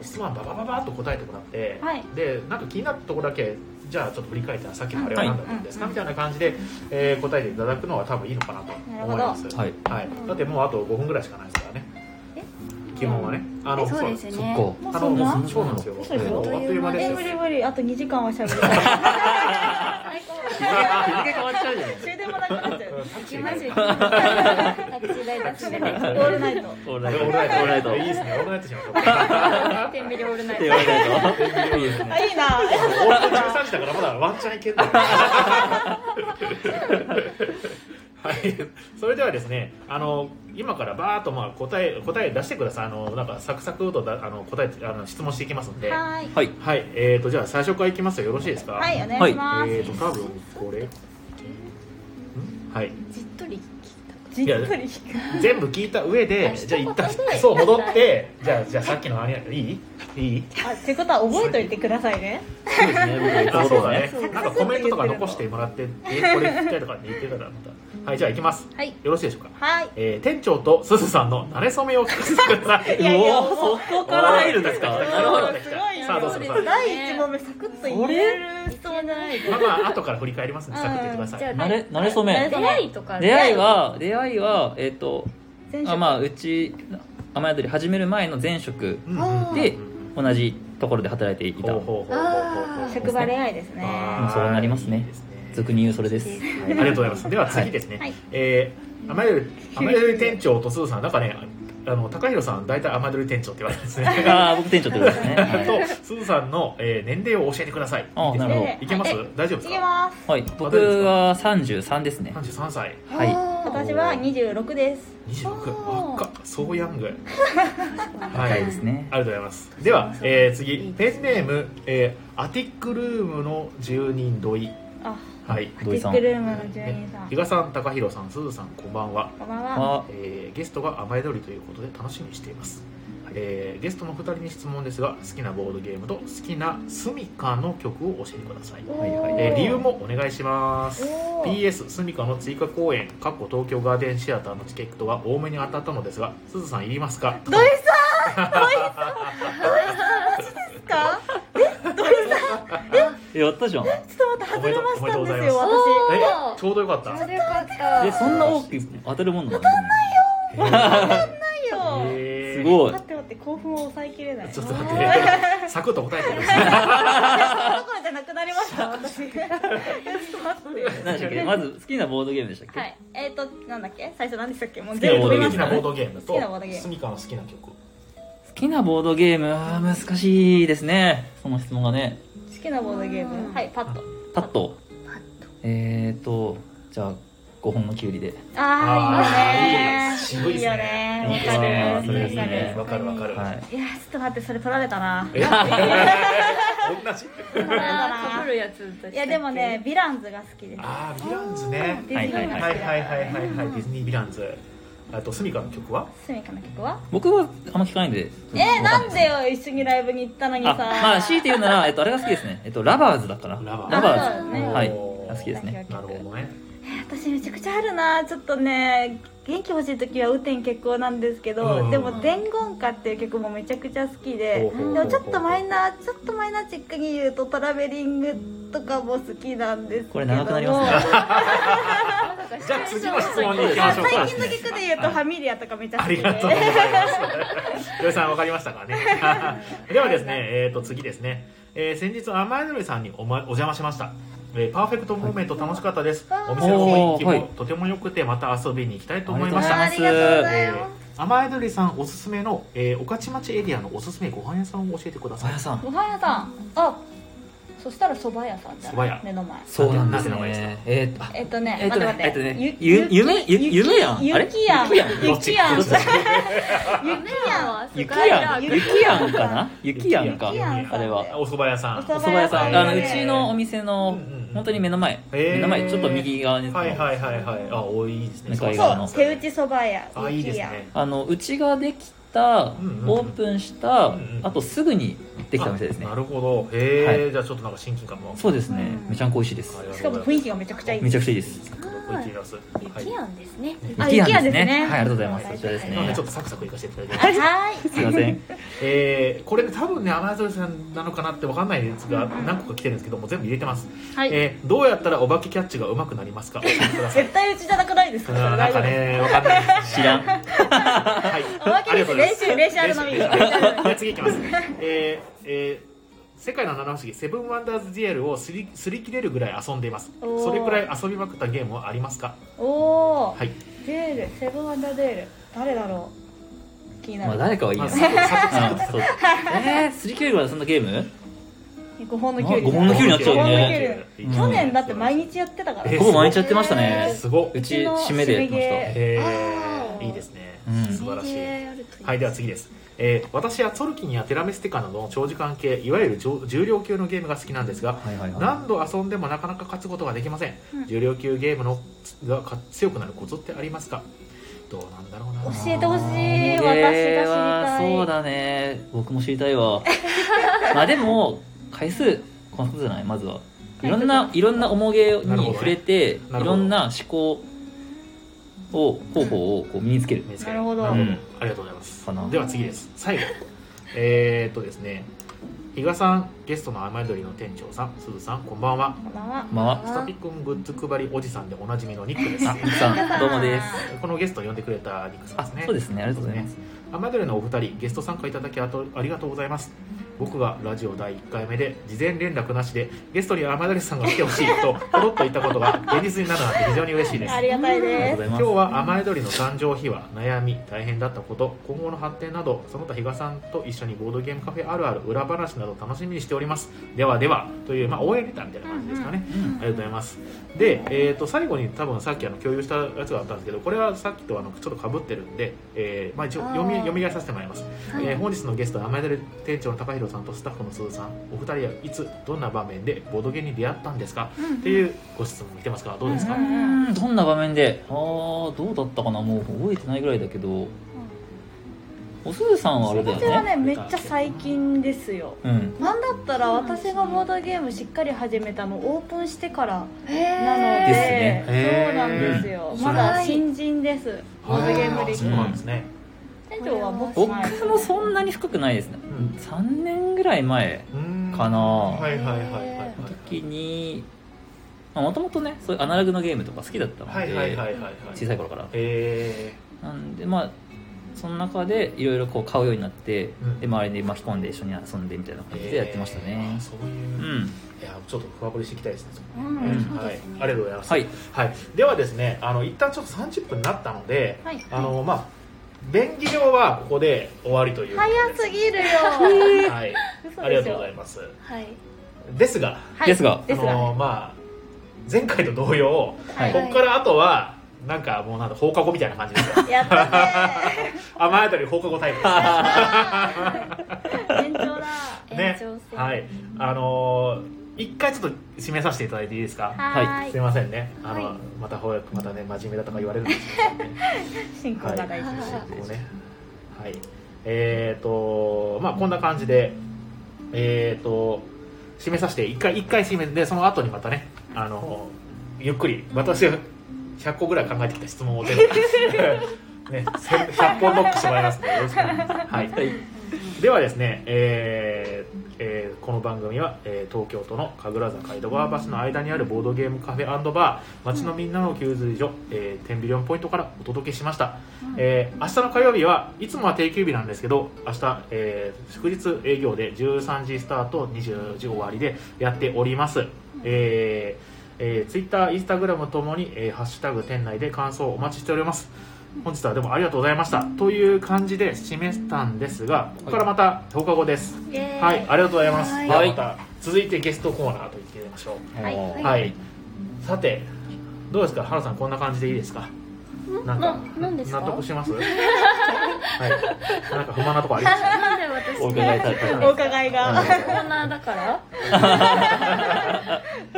A: 質問ババババッと答えてもらって、
C: はい
A: でなんか気になったところだけじゃあちょっと振り返ってさっきのあれは
B: はい
A: 何だったんですか、みたいな感じで、えー答えていただくのは多分いいのかなと思います
C: な
B: はい
A: はい、だってもうあと5分ぐらいしかないですからね基本はねあ
D: えそうですよね
B: そ
C: もう
A: あ
C: そ
A: の
C: んな
A: もうそうなんですよ。
C: そうです
A: あ
C: よ
A: っという間です
C: え
A: よ
C: 無。理無理あと2時間は喋る最高
B: っか日付変わっちゃうじゃない
C: 終電もなくなっちゃう
D: 行きましょうタクシー代出すね
C: オールナイト
B: オ
A: オ
B: ー
A: ー
B: ル
A: ル
B: ナ
A: ナ
B: イ
A: イ
B: ト
A: ト、オールナイ
B: オールナイト
A: ト。
B: い
A: い
B: い
A: いで
B: で
A: すすね、オールナイトしましょうか。
D: 天秤オールナイ
B: オー
D: ト
B: ルナイトいいですね
C: あいいな
A: 俺も13時だからまだワンチャンいけるんだよはい、それではですね、あの今からバーっとまあ答え答え出してください。あのなんかサクサクとだあの答えてあの質問していきますんで。は
C: はい
B: はい
A: い、えっ、ー、とじゃあ最初からいきますよ。よろしいですか。
C: はいお願いします
A: えっ、ー、と多分これ。んはい。
D: じっとり聞い
C: じっくり聞く
A: 全部聞いた上で
D: あ
A: じゃあ一旦
D: 一言ぐらい
A: そう戻ってじゃあじゃあさっきのあれいいいい
C: あってことは覚えといてくださいね
B: そうですね僕言った
A: あ
B: こ
A: そ
B: と
A: うだ
B: を
A: ね
B: ね
C: そう
A: なんかコメントとか残してもらってえこれ聞きたいとかって言ってたらまたはいじゃあ行きます
D: はい
A: よろしいでしょうか
C: はい
A: えー店長とすずさんの馴れ初めを聞かせてください
C: いやいや
B: うおーそこから入るんですか
A: おー
B: なるほど
A: そうですかさあどうする
C: 第一問目サクッと言える質問じゃない
A: まあまあ後から振り返りますんでサクッと言ってください
B: 慣れ慣れ初
C: 慣れ
B: め
D: 出会いとか
B: 出会いは出会いはえっ、と
C: 前
B: あ
C: 職
B: まあうち雨宿り始める前の前職
A: うん
D: あー
B: で同じところで働いていた
A: ほうほうほうほうほう
D: あー
C: 職場恋愛ですね
A: あー
B: そうなりますね
A: いいです
B: 俗に言うそれです
A: はいありがとうございます。では次ですね。えー、アマドル、アマドル店長とすずさん、なんかね、あの、高弘さん、大体アマドル店長って言われてますね。
B: ああ僕店長ってことですねは
A: と、すずさんの、えー、年齢を教えてください。
B: あーなるほど
A: いけます大丈夫で
C: い
A: す
C: け
A: か
C: ます
B: い、はい、僕は33ですね
A: 33歳、
B: はい
C: 私は26です
A: 26、若っ、そうヤング。は
B: 若いですね
A: ありがとうございます。では、えー、次、ペンネーム、えー、アティックルームの住人土井。
C: あ
A: はい。
C: ティックルームの住人さん
A: 比嘉さん、高弘さん、すずさん、こんばんは。
C: こんばんは
B: あ
A: えーゲストが甘えどりということで楽しみにしています、えーゲストの2人に質問ですが好きなボードゲームと好きなスミカの曲を教えてください、
B: はいはい
A: えー理由もお願いします
C: おー
A: PS スミカの追加公演かっこ東京ガーデンシアターのチケットが多めに当たったのですがすずさんいりますか
C: 土井ですか
B: やったじゃんえ
C: ちょっと待って外れましたんですよ
A: お
C: 私
A: え
D: おー
A: ちょうどよかった
D: それよかった
B: そんな大きく当たるもんなの
C: ないよ
A: えー
B: すごい
C: 待って待って興奮を抑えきれない
A: ちょっ
C: と
A: と待 ってサクッと答えてください
C: ころじゃなくなりました私ちょっと待って
B: 何でしたっけまず好きなボードゲームでしたっけ、
C: はいえっ、ー、となんだっけ最初何でしたっけもう
B: きな
C: 全部
B: ボード
C: 飛
B: ゲ
C: び
B: ー
C: ま
B: ム
A: 好き
C: した
A: なボードゲーム
C: 好きなボードゲ
A: と
C: ーム
A: スミカの好きな曲
B: 好きなボードゲームあー難しいですねその質問がね
C: 好きなボードゲームはいパッと
B: パッとえーとじゃあ5本のキュウリで
C: あ
A: あー
C: あいいよね
A: 渋いですね
C: いいよ
B: あ
C: ね
A: いいで
B: ー
C: わ
A: す
B: い
C: か
B: い
C: る
B: ね
C: わかる
A: わかるわかる、
B: はい
C: いやーちょっと待ってそれ取られたな
A: え同じ
C: あー被
D: るやつ
C: いやでもねヴィランズが好きです
A: ああヴィランズね
C: ディズニーの
A: はい
C: 好
A: はいはい
C: きだ
A: はいはいはいディズニーヴィランズあとスミカの曲は
C: スミカの曲は
B: 僕はあんま聞かないんで
C: えー、なんでよ一緒にライブに行ったのに
B: あ
C: さ
B: まあ強いて言うなら、えっと、あれが好きですね、えっと、ラバーズだから
A: ラバーズ
C: あそう
B: ズ
C: だね
B: はい
A: おー
B: 好きですね
A: なるほどね
C: 私めちゃくちゃあるなちょっとね元気欲しい時は雨天結構なんですけど、
A: うん
C: でも「伝言歌」っていう曲もめちゃくちゃ好きで、
A: ほうほうほう
C: でもちょっとマイナーちょっとマイナーチックに言うとトラベリングとかも好きなんですけども
B: これ長くなりますね
A: じゃあ次の質問に行きま
C: あ
A: しょうか
C: 最近の曲で言うと「ファミリア」とかめちゃ好
A: あ
C: き
A: り
C: で
A: がとうございます。よいさん、わかりましたかね。 ではですね、えっ、と、次ですね。えー先日、甘えのりさんにお,、ま、お邪魔しました。えーパーフェクトモーメント楽しかったです。お店の雰囲気
B: おー
A: も
B: は
A: とても良くて、また遊びに行きたいと思いまし
B: ありがと
A: た。
B: うございます
C: ありがとうござい
A: え
C: ます、
A: ー、甘えのりさんおすすめの、えー、御徒町エリアのおすすめご飯屋さんを教えてくだ
B: さ
A: さい
B: や。さん
C: ご飯屋さんあそしたら蕎麦屋さんじゃ
A: 蕎麦屋
C: ん目の前
B: そうなんで
A: な
B: す
A: んで名前で
B: ねえっとあ
C: えっとね、
B: えっとね
C: 待って待って、
B: えっとねゆ夢ゆ夢やんあれ
C: ゆきや
B: ゆ
C: ん、
B: きやん
C: ゆきや
B: どっ
C: ん、ゆ
B: ちどっち
C: きやん、
B: 雪やん雪やんかな雪やんか
A: 雪やん
B: あれは
A: お蕎麦屋さん。
B: お蕎麦屋さんあの
A: へ
B: う
A: ー
B: ちのお店の本当に目の前
A: へー
B: 目の前ちょっと右側に
A: はいはいはいはい。あ、多いですね。
B: 向かい側
C: そ
B: の
C: う、手打ちそば屋、
A: あ、いいです
C: やん
A: ね。
B: あのうちができたオ
A: うんうんうん
B: ープンした
A: うんうん
B: あとすぐにできた店ですね
A: あなるほど。へえ、
B: は
A: じゃあちょっとなんか親近感も。
B: そうですね
C: うん
B: めちゃんこ美味しいです
A: ありが
C: し
A: と
C: か
A: うご
C: も
A: ざ
C: 雰
A: います
C: 囲気がめちゃくちゃいい。
B: めちゃくちゃいいです
A: 行ってみます。はい。
D: 雪やんですね
C: あ
B: 雪やんです
C: 雪やんですね
B: ねはいありがとうございますこちらです
A: なので
B: ね
A: ちょっとサクサクいかせていただきます。
C: はい。
B: すいません
A: えー、これね多分ね甘やぞりさんなのかなってわかんないやつが何個か来てるんですけども全部入れてます。
C: はい
A: えーどうやったらお化けキャッチが上手くなり ますか。教えてください。
C: 絶対うちじゃなくないです
A: う
C: か。
A: ん
C: それ
A: なん
C: 大丈
A: か
C: 夫です
A: ねわかんないですね。
B: 知らん
A: はい。
C: おまけ
A: ありがと
C: で
A: うご
C: す
A: ざいま
C: 練
A: す
C: 習練習あるのみ。
A: 練習 じゃあ次いきます。えー、えー世界の七不思議セブンワンダーズデュエルをすりすり切れるぐらい遊んでいます
C: おー
A: それくらい遊びまくったゲームはありますか
C: おおー
A: は。い
C: デールセブンアンダーデール誰だろう。気に
B: ま
C: な
B: あ
C: る。
B: 誰かはいい な
A: まあサクサクサク
B: あそうえー、すり切れるからそんなゲーム
C: 五本のキュウリ。
B: 五本のキュウリになっちゃう
A: ね
C: 五本のキュウリ去年だって毎日やってたから。
A: え
B: ほぼ毎日やってましたね
A: すごっ
B: うち締めでやってまし
A: へ
C: あ
A: え
C: ー
A: いいですね
B: うん
A: 素晴らしい
D: やるとい
A: はいでは次です、えー私はソルキンやテラメステカなどの長時間系いわゆる重重量級のゲームが好きなんですが
B: はいはいはい
A: 何度遊んでもなかなか勝つことができません、
C: うん
A: 重量級ゲームのが勝強くなるコツってありますかどうなんだろうな
C: 教えてほしい
B: あー
C: 私が知りたい
B: これはそうだね僕も知りたいわ まあでも回数このことじゃないまずはいろんないろんな重げ
A: なるほど
B: に
A: ね
B: 触れて、
A: なるほど
B: いろんな思考を方法をこう身につける
A: 見つけ
C: なるほど
B: うん
A: ありがとうございます
B: かな
A: では次です最後 えーっとですね比嘉さんゲストの雨どりの店長さんすずさんこんばんは
C: こんばんは
B: こんばんは
A: スタピくんグッズ配りおじさんでおなじみのニックです
B: あ奥さんどうもです
A: このゲストを呼んでくれたニックさん
B: あ
A: ですね
B: そうですねありがとうございます
A: 雨どりのお二人ゲスト参加いただきあとありがとうございます僕がラジオ第1回目で事前連絡なしでゲストに雨どりさんが来てほしい とポロッと言ったことが現実になるなんて非常に嬉しいです
C: ありがたい
B: ありが
C: で
B: とう
C: す
B: ござい
A: 今日
B: ます
A: は甘えどりの誕生秘話悩み大変だったこと今後の発展などその他比嘉さんと一緒にボードゲームカフェあるある裏話など楽しみにしておりますではではという、まあ、応援レターみたいな感じですかね、
B: うん
A: ありがとうございますで、えー、と最後に多分さっきあの共有したやつがあったんですけどこれはさっきとあのちょっとかぶってるんで、えーまあ、一応
C: あー
A: 読み読み上げさせてもらいます、
D: はい
A: えー本日のゲストは甘えどり店長の高弘さんとスタッフの鈴さんお二人はいつどんな場面でボードゲームに出会ったんですか、っていうご質問来てますからどうですか、
C: う
B: うんんどんな場面でああどうだったかなもう覚えてないぐらいだけどおすずさんはあれだよ
C: 私は
B: ね
C: ねめっちゃ最近ですよ
B: うん
C: なんだったら私がボードゲームしっかり始めたのオープンしてからなの
B: です
C: で
D: へ
B: ね
A: へー
C: そうなんですよ
D: うん
C: まだ新人ですボードゲーム歴
A: そうなんですね、
C: 店長はもっと
B: 僕
C: 前
B: もそんなに深くないですね、
A: うん
B: 3年ぐらい前
A: か
B: かな
A: はいはいはいはい
B: の時にもともとねそういうアナログのゲームとか好きだったので、
A: はいはいはいはいはい
B: 小さい頃から
A: え
B: なんでまあその中でいろいろこう買うようになって、
A: うん
B: で周りに巻き込んで一緒に遊んでみたいな
A: ー
B: 感じでやってましたね
A: あ、そういう、
B: う
A: い
B: ん
A: やちょっと深掘りしていきたいですね
D: う
B: うんん
D: そう
A: は
D: で
A: い
D: すね
A: ありがとうございます
B: はい、
A: はいではですねあの一旦ちょっと30分になったので
C: はい
A: あのまあ便宜上はここで終わりという
C: 早すぎるよ
A: ぎはいありがとうございます
D: はい
A: ですが
C: はい
B: ですが
C: です
A: あ
C: が
A: のまあ前回と同様
B: はい
A: ここからあとはなんかもうなんか放課後みたいな感じですよ
C: やったね
A: 甘えたり放課後タイムです
C: 延長だ
A: ね
D: 延長戦
A: はいあのー一回ちょっと締めさせていただいていいですか、
C: はー
A: すいませんねあの、
D: はい
A: また翻訳またね真面目だとか言われるんです
C: い進行が大事
D: はい
A: けどこうねはいえーとまあこんな感じでえーと締めさせて一回一回締めでその後にまたねあのゆっくり私が100個ぐらい考えてきた質問を全部ね、100本ノックしてもらいますのでよろしくお願いします、はい
B: はい
A: ではですね、えーえーこの番組は、えー東京都の神楽坂江戸川橋の間にあるボードゲームカフェバー街のみんなの給水所、えー、テンビリオンポイントからお届けしました、えー明日の火曜日はいつもは定休日なんですけど明日、えー祝日営業で13時スタート20時終わりでやっております、えーえー、ツイッター、インスタグラムともに、えーハッシュタグ店内で感想をお待ちしております。本日はでもありがとうございました。という感じで締めたんですが、ここからまた10日後です。
C: イエーイ
A: はい、ありがとうございます。
D: はい
A: ではまた続いてゲストコーナーと言ってみましょ
C: はい
A: うん。
B: は
A: はいい。さて、どうですか、原さんこんな感じでいいですか。なんか
D: ななんですか
A: 納得します。はい。なんか不満なとこあり ますか。
D: なんで私
B: お伺いされた
C: お伺いが
D: コーナーだから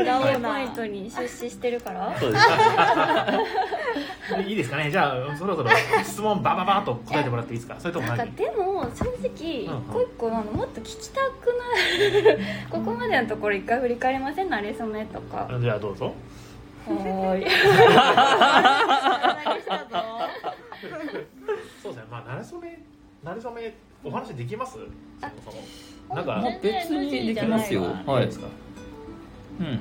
D: 裏オーナーポイントに出資してるから
B: そうです
A: いいですかね。じゃあそろそろ質問バババッと答えてもらっていいですか。それとも
D: なんか
A: 何？
D: でも正直一
A: うんうん
D: 個一個なのもっと聞きたくないここまでのところ一回振り返りませんナレーションねとか
A: じゃあどうぞ。
D: はーい
A: そうですね。まあ慣れ初め慣れ初めお話できます。そもそもなん
B: まあ
A: か
B: 別にできますよはいい
A: ですか。
B: うん
A: 慣れ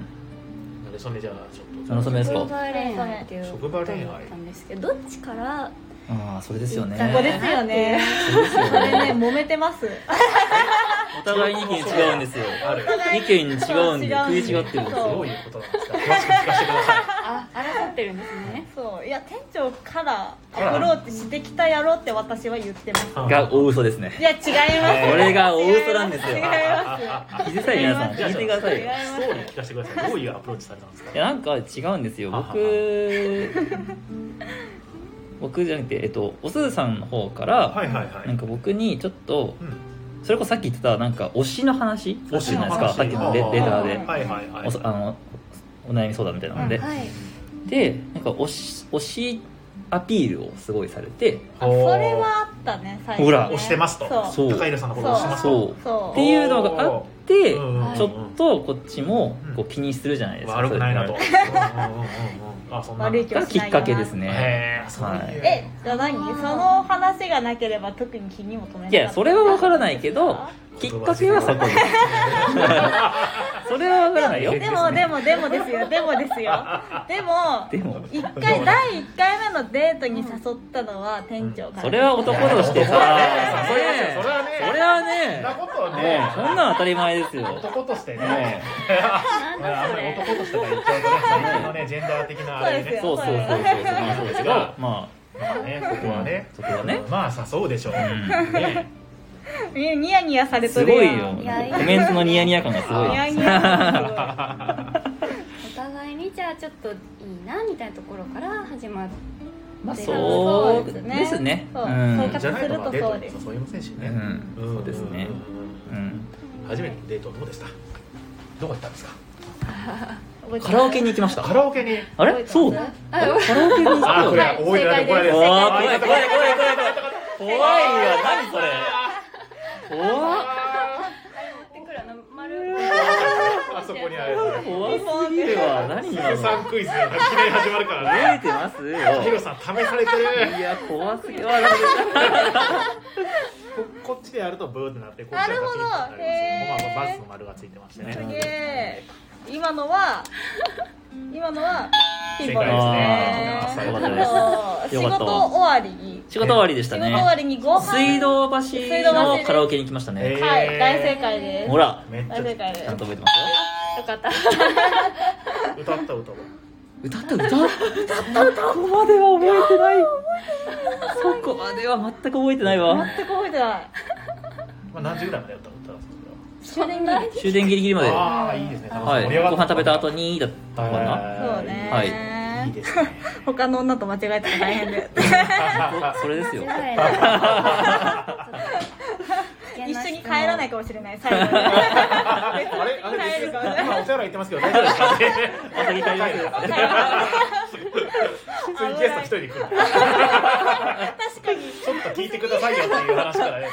A: 初めじゃあちょっと。
B: 馴れ初めですか
D: 職場恋愛っていう
A: 職
D: こ
A: 場
D: と
A: 恋愛
D: だったんですけどどっちから
B: ああそれですよね
C: ここですよね
B: そうですよ
C: これ
B: ね
C: ね揉めてます
B: お互い意見違うんですよ
A: ある。
B: 意見違うんで
C: 違うん
B: 食い
C: で
B: 違ってるんです
A: どうい
B: よ
A: うことなんですか。詳しく聞かせてください。
D: あ争ってるんですね
C: そういや店長からアプローチしてきたやろって私は言ってます
B: が大嘘です
C: い
B: ね
C: や違います
B: これが大嘘なんですよ
C: 違います違いま
B: 聞いてください皆さん聞いてくださいよ
A: ストーリー聞かせてください。どういうアプローチされたんですか
B: い。やなんか違うんですよ
A: ははは
B: 僕僕じゃなくて、えっと、おすずさんの方から、
A: はいはいはい
B: なんか僕にちょっと、
A: うん
B: それこそさっき言ってたなんか推しの話
A: 推しの話
B: あったじゃないですかさっきのレレターで、
A: はいはいはい
B: おそあのお悩み相談みたいなので、
D: はい
B: でなんか推し推しアピールをすごいされて
C: あそれはあったね最初ね
B: ほら
A: 押してますと
C: そう
B: そう
A: 高平さんのこと押してますと
B: そう
C: そう
B: っていうのがあって、
A: うんうんうんうん
B: ちょっとこっちもこう気にするじゃないですか、
A: 悪くないなと
B: そう
A: うんうんうんうんあそんな
C: 悪い気
B: うの
C: は
B: が
C: し
B: き
C: ない
B: っ
C: よ
B: か
C: な
B: けですね
A: へえそういう
C: えじゃあ何
D: あー
C: その話がなければ特に気にも留めなかった
B: いやそれは分からないけどきっかけはそ こですそれは分からないよ
C: でもでもでもですよでもで すよでも
B: でも
C: 一回第1回目のデートに誘ったのは店長から
B: それは男としてさ
A: それはね
B: それはね
A: それはね
B: それは
A: そ
B: ね
A: んなことは
B: もうそん
A: ね
B: なん当たり前ですよ
A: 男としてね
B: ね
A: あんまり男としてとか言っちゃうとね最近のねジェンダー的なあれでね
B: そうそうそうそうまあそうですけどま
A: まあねここはね
B: そこはね
A: まあ誘うでしょう
B: あ、うん
A: ね
C: えニヤニヤされと
B: す
C: る
B: ごい
C: やん
B: よ
D: いやいや
B: コメントのニヤニヤ感がすごい
C: ニヤニヤさ
D: お互いにじゃあちょっといいなみたいなところから始まって
B: まあ
D: そう
B: そうですね
C: そう
B: う
C: そ
B: ん
C: うか
A: じゃないとまあデートに誘いませんし
B: う
A: ね
B: ん
A: ん
B: そうですね
A: う
B: うんん
A: 初めてのデートどうでしたどこ行ったんですか
C: れと
B: カ
C: る
B: ラオケに行きました
A: カラオケに
B: あれそう
C: 覚えて
B: カラオケに行った
A: あ
B: よ
A: これは覚えてないこれです
B: わあ怖い怖い怖い怖い怖い怖いわ何それ怖っ
D: くるあの丸
A: あそこにあれ
B: 怖すぎるわ何今の
A: さんクイズがいきなり始まるから
B: 覚え
A: ね
B: てます
A: ヒロ
B: よ
A: さん試されてる
B: いや怖すぎるわなんか
A: ここっちでやるとブーってなってこっちで
C: なるほど
A: な
C: へー
A: まあバツの丸がついてましてね
B: す
C: す
B: げ
C: げえ今 のは今のはピンポンですね
A: 正解
B: ですね
C: あと仕
B: よかった
C: 事終わりに
B: 仕事終わりでし
C: 仕
B: た
C: 事
B: ね
C: 終わりにご飯
B: 水道橋のカラオケに行きました
A: え
B: ね
C: はい大正解です
B: ほら
A: めっち
C: 大正
A: ゃ
C: 解で
B: ち
C: す
B: ゃん
C: よ
B: と覚えてますよ
C: かった
A: 歌った歌は
B: 歌った歌ったそこまでは覚えてないそこまでは全く覚えてないわ
C: 全く覚えてない
A: まあ何時ぐらいまで歌ったんですか
C: 終電ギリ
B: 終電ギリギリまでは
A: ああいいですね
B: いご飯食べた後にだったのかな
C: そうね、
B: はい
A: いいですね
C: 他の女と間違えたら大 変で
B: そそれですよ
C: 一緒に帰らないいかもし れない最後に
A: あれあれ
C: 帰るかもしれ
A: 今
C: ない
A: お手 洗い行ってますけど大丈夫ですかね
B: お先帰ります
A: 普通にゲスト一人で来る
C: 確かに
A: ちょっと聞いてくださいよっていう話からね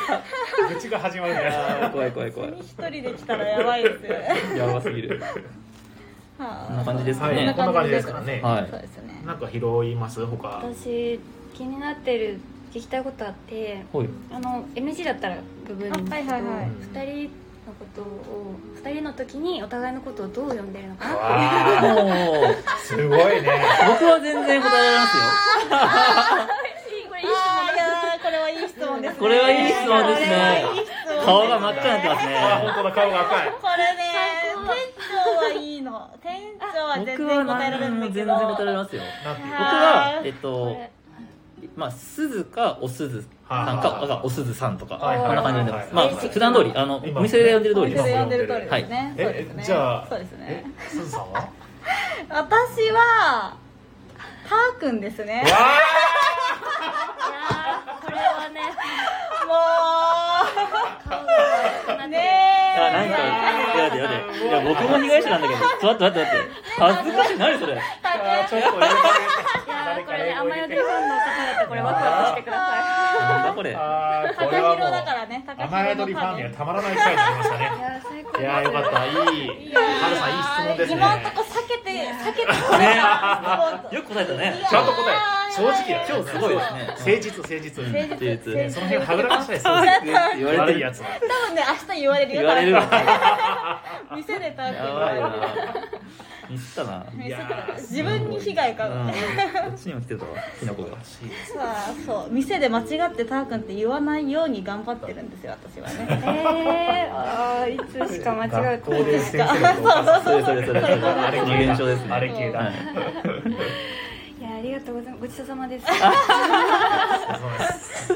A: 愚痴が始まるんで
B: あー怖い怖い怖い
C: 一人で来たらやばいですよ
B: やばすぎる
C: はあ
B: こんな感じですか
A: はい
B: ね
A: こんな感じですからね
B: はい
C: そうですね
A: なんか拾います他
D: 私気になってる聞きたいことあって
B: ほい
D: あの NG だったら部分なんですけど、
C: あはいはいはい
D: 2人のことを2人の時にお互いのことをどう呼んでるのかな
A: わあ
B: もう
A: すごいね
B: 僕は全然答えられますよ
D: これ
C: あーいやーこれはいい質問ですね
B: これはいい質問ですね
C: これはいい質問ですね
B: 顔が真っ赤になってま
A: あ
B: すね
A: 本当だ顔が赤い
C: これね店長はいいの店長は全
B: 僕
C: 然
B: は
C: 答えられ
B: 何
C: る
B: も
C: んだけ
B: 全然
C: ど
B: 答えられますよ
A: なんていう
B: 僕
A: か
B: はえっ
D: これ
B: とまあ鈴かお鈴さん
A: は
B: か
A: い
B: あお鈴さんとか
A: はい
C: はい
B: こんな感じで呼んでますま
A: は
B: あ
A: い
B: 普段通りあの
A: 今
B: お店で呼んでる通
C: お
B: り
C: 店
B: です
C: で呼んでる通りですねそうで
A: え
C: すね
A: じゃあ
C: そうですね
A: えすずさんはわ
C: 私はたーくんですね
D: はね
C: も
D: 顔が
C: う
D: な
C: ね
B: い
C: え
B: や、なんか、いや、いや、いや、いや僕も被害者なんだけど、ちょっと待って、待って、待って、恥ずかしい、何それ。
A: あーちょっと入れてあげて誰
D: これね甘
A: か
D: よ
A: 英語入れ
D: で
A: て
D: ファンの方々これワクワクしてくださ
B: なんだこれ。
A: あーこれ
C: 高
A: は
C: 広だから
A: も
C: ね高
A: う甘やどりファンにはたまらない回になりましたね
D: いいや最高
A: いやーよかったいいハルさんいい質問ですね
C: 今んとこ避けて避けてこれが
B: よく答えたね。
A: ちゃんと答え正直だ
B: 今日すごいですね。
A: 誠実誠実
B: うん誠実
A: ねその辺はぐらかしたいです
B: そう
A: よ
B: ですねって言われ
A: 悪
B: て
A: い
B: る
A: や。つは
C: 多分ね明日言われるよ
B: 言われるわ。
C: 店でたーくん
B: や
C: 言
B: ばい
C: われる
B: な。ミスったな。
C: 見せてた自分に被害か
B: うん
C: も
B: こっちにも来てたわ、きのこが。
C: さあそう店で間違ってたーくんって言わないように頑張ってるんですよ私はね
D: えー、あーいつしか間違う
A: 学
D: と
A: 校
D: 思って
A: で先生 のことを
B: それそれそれそれ。
A: あれ
B: あの現象ですね。
A: あれ系だ
B: はい
D: いやありががとうございます。ごちそうさまです。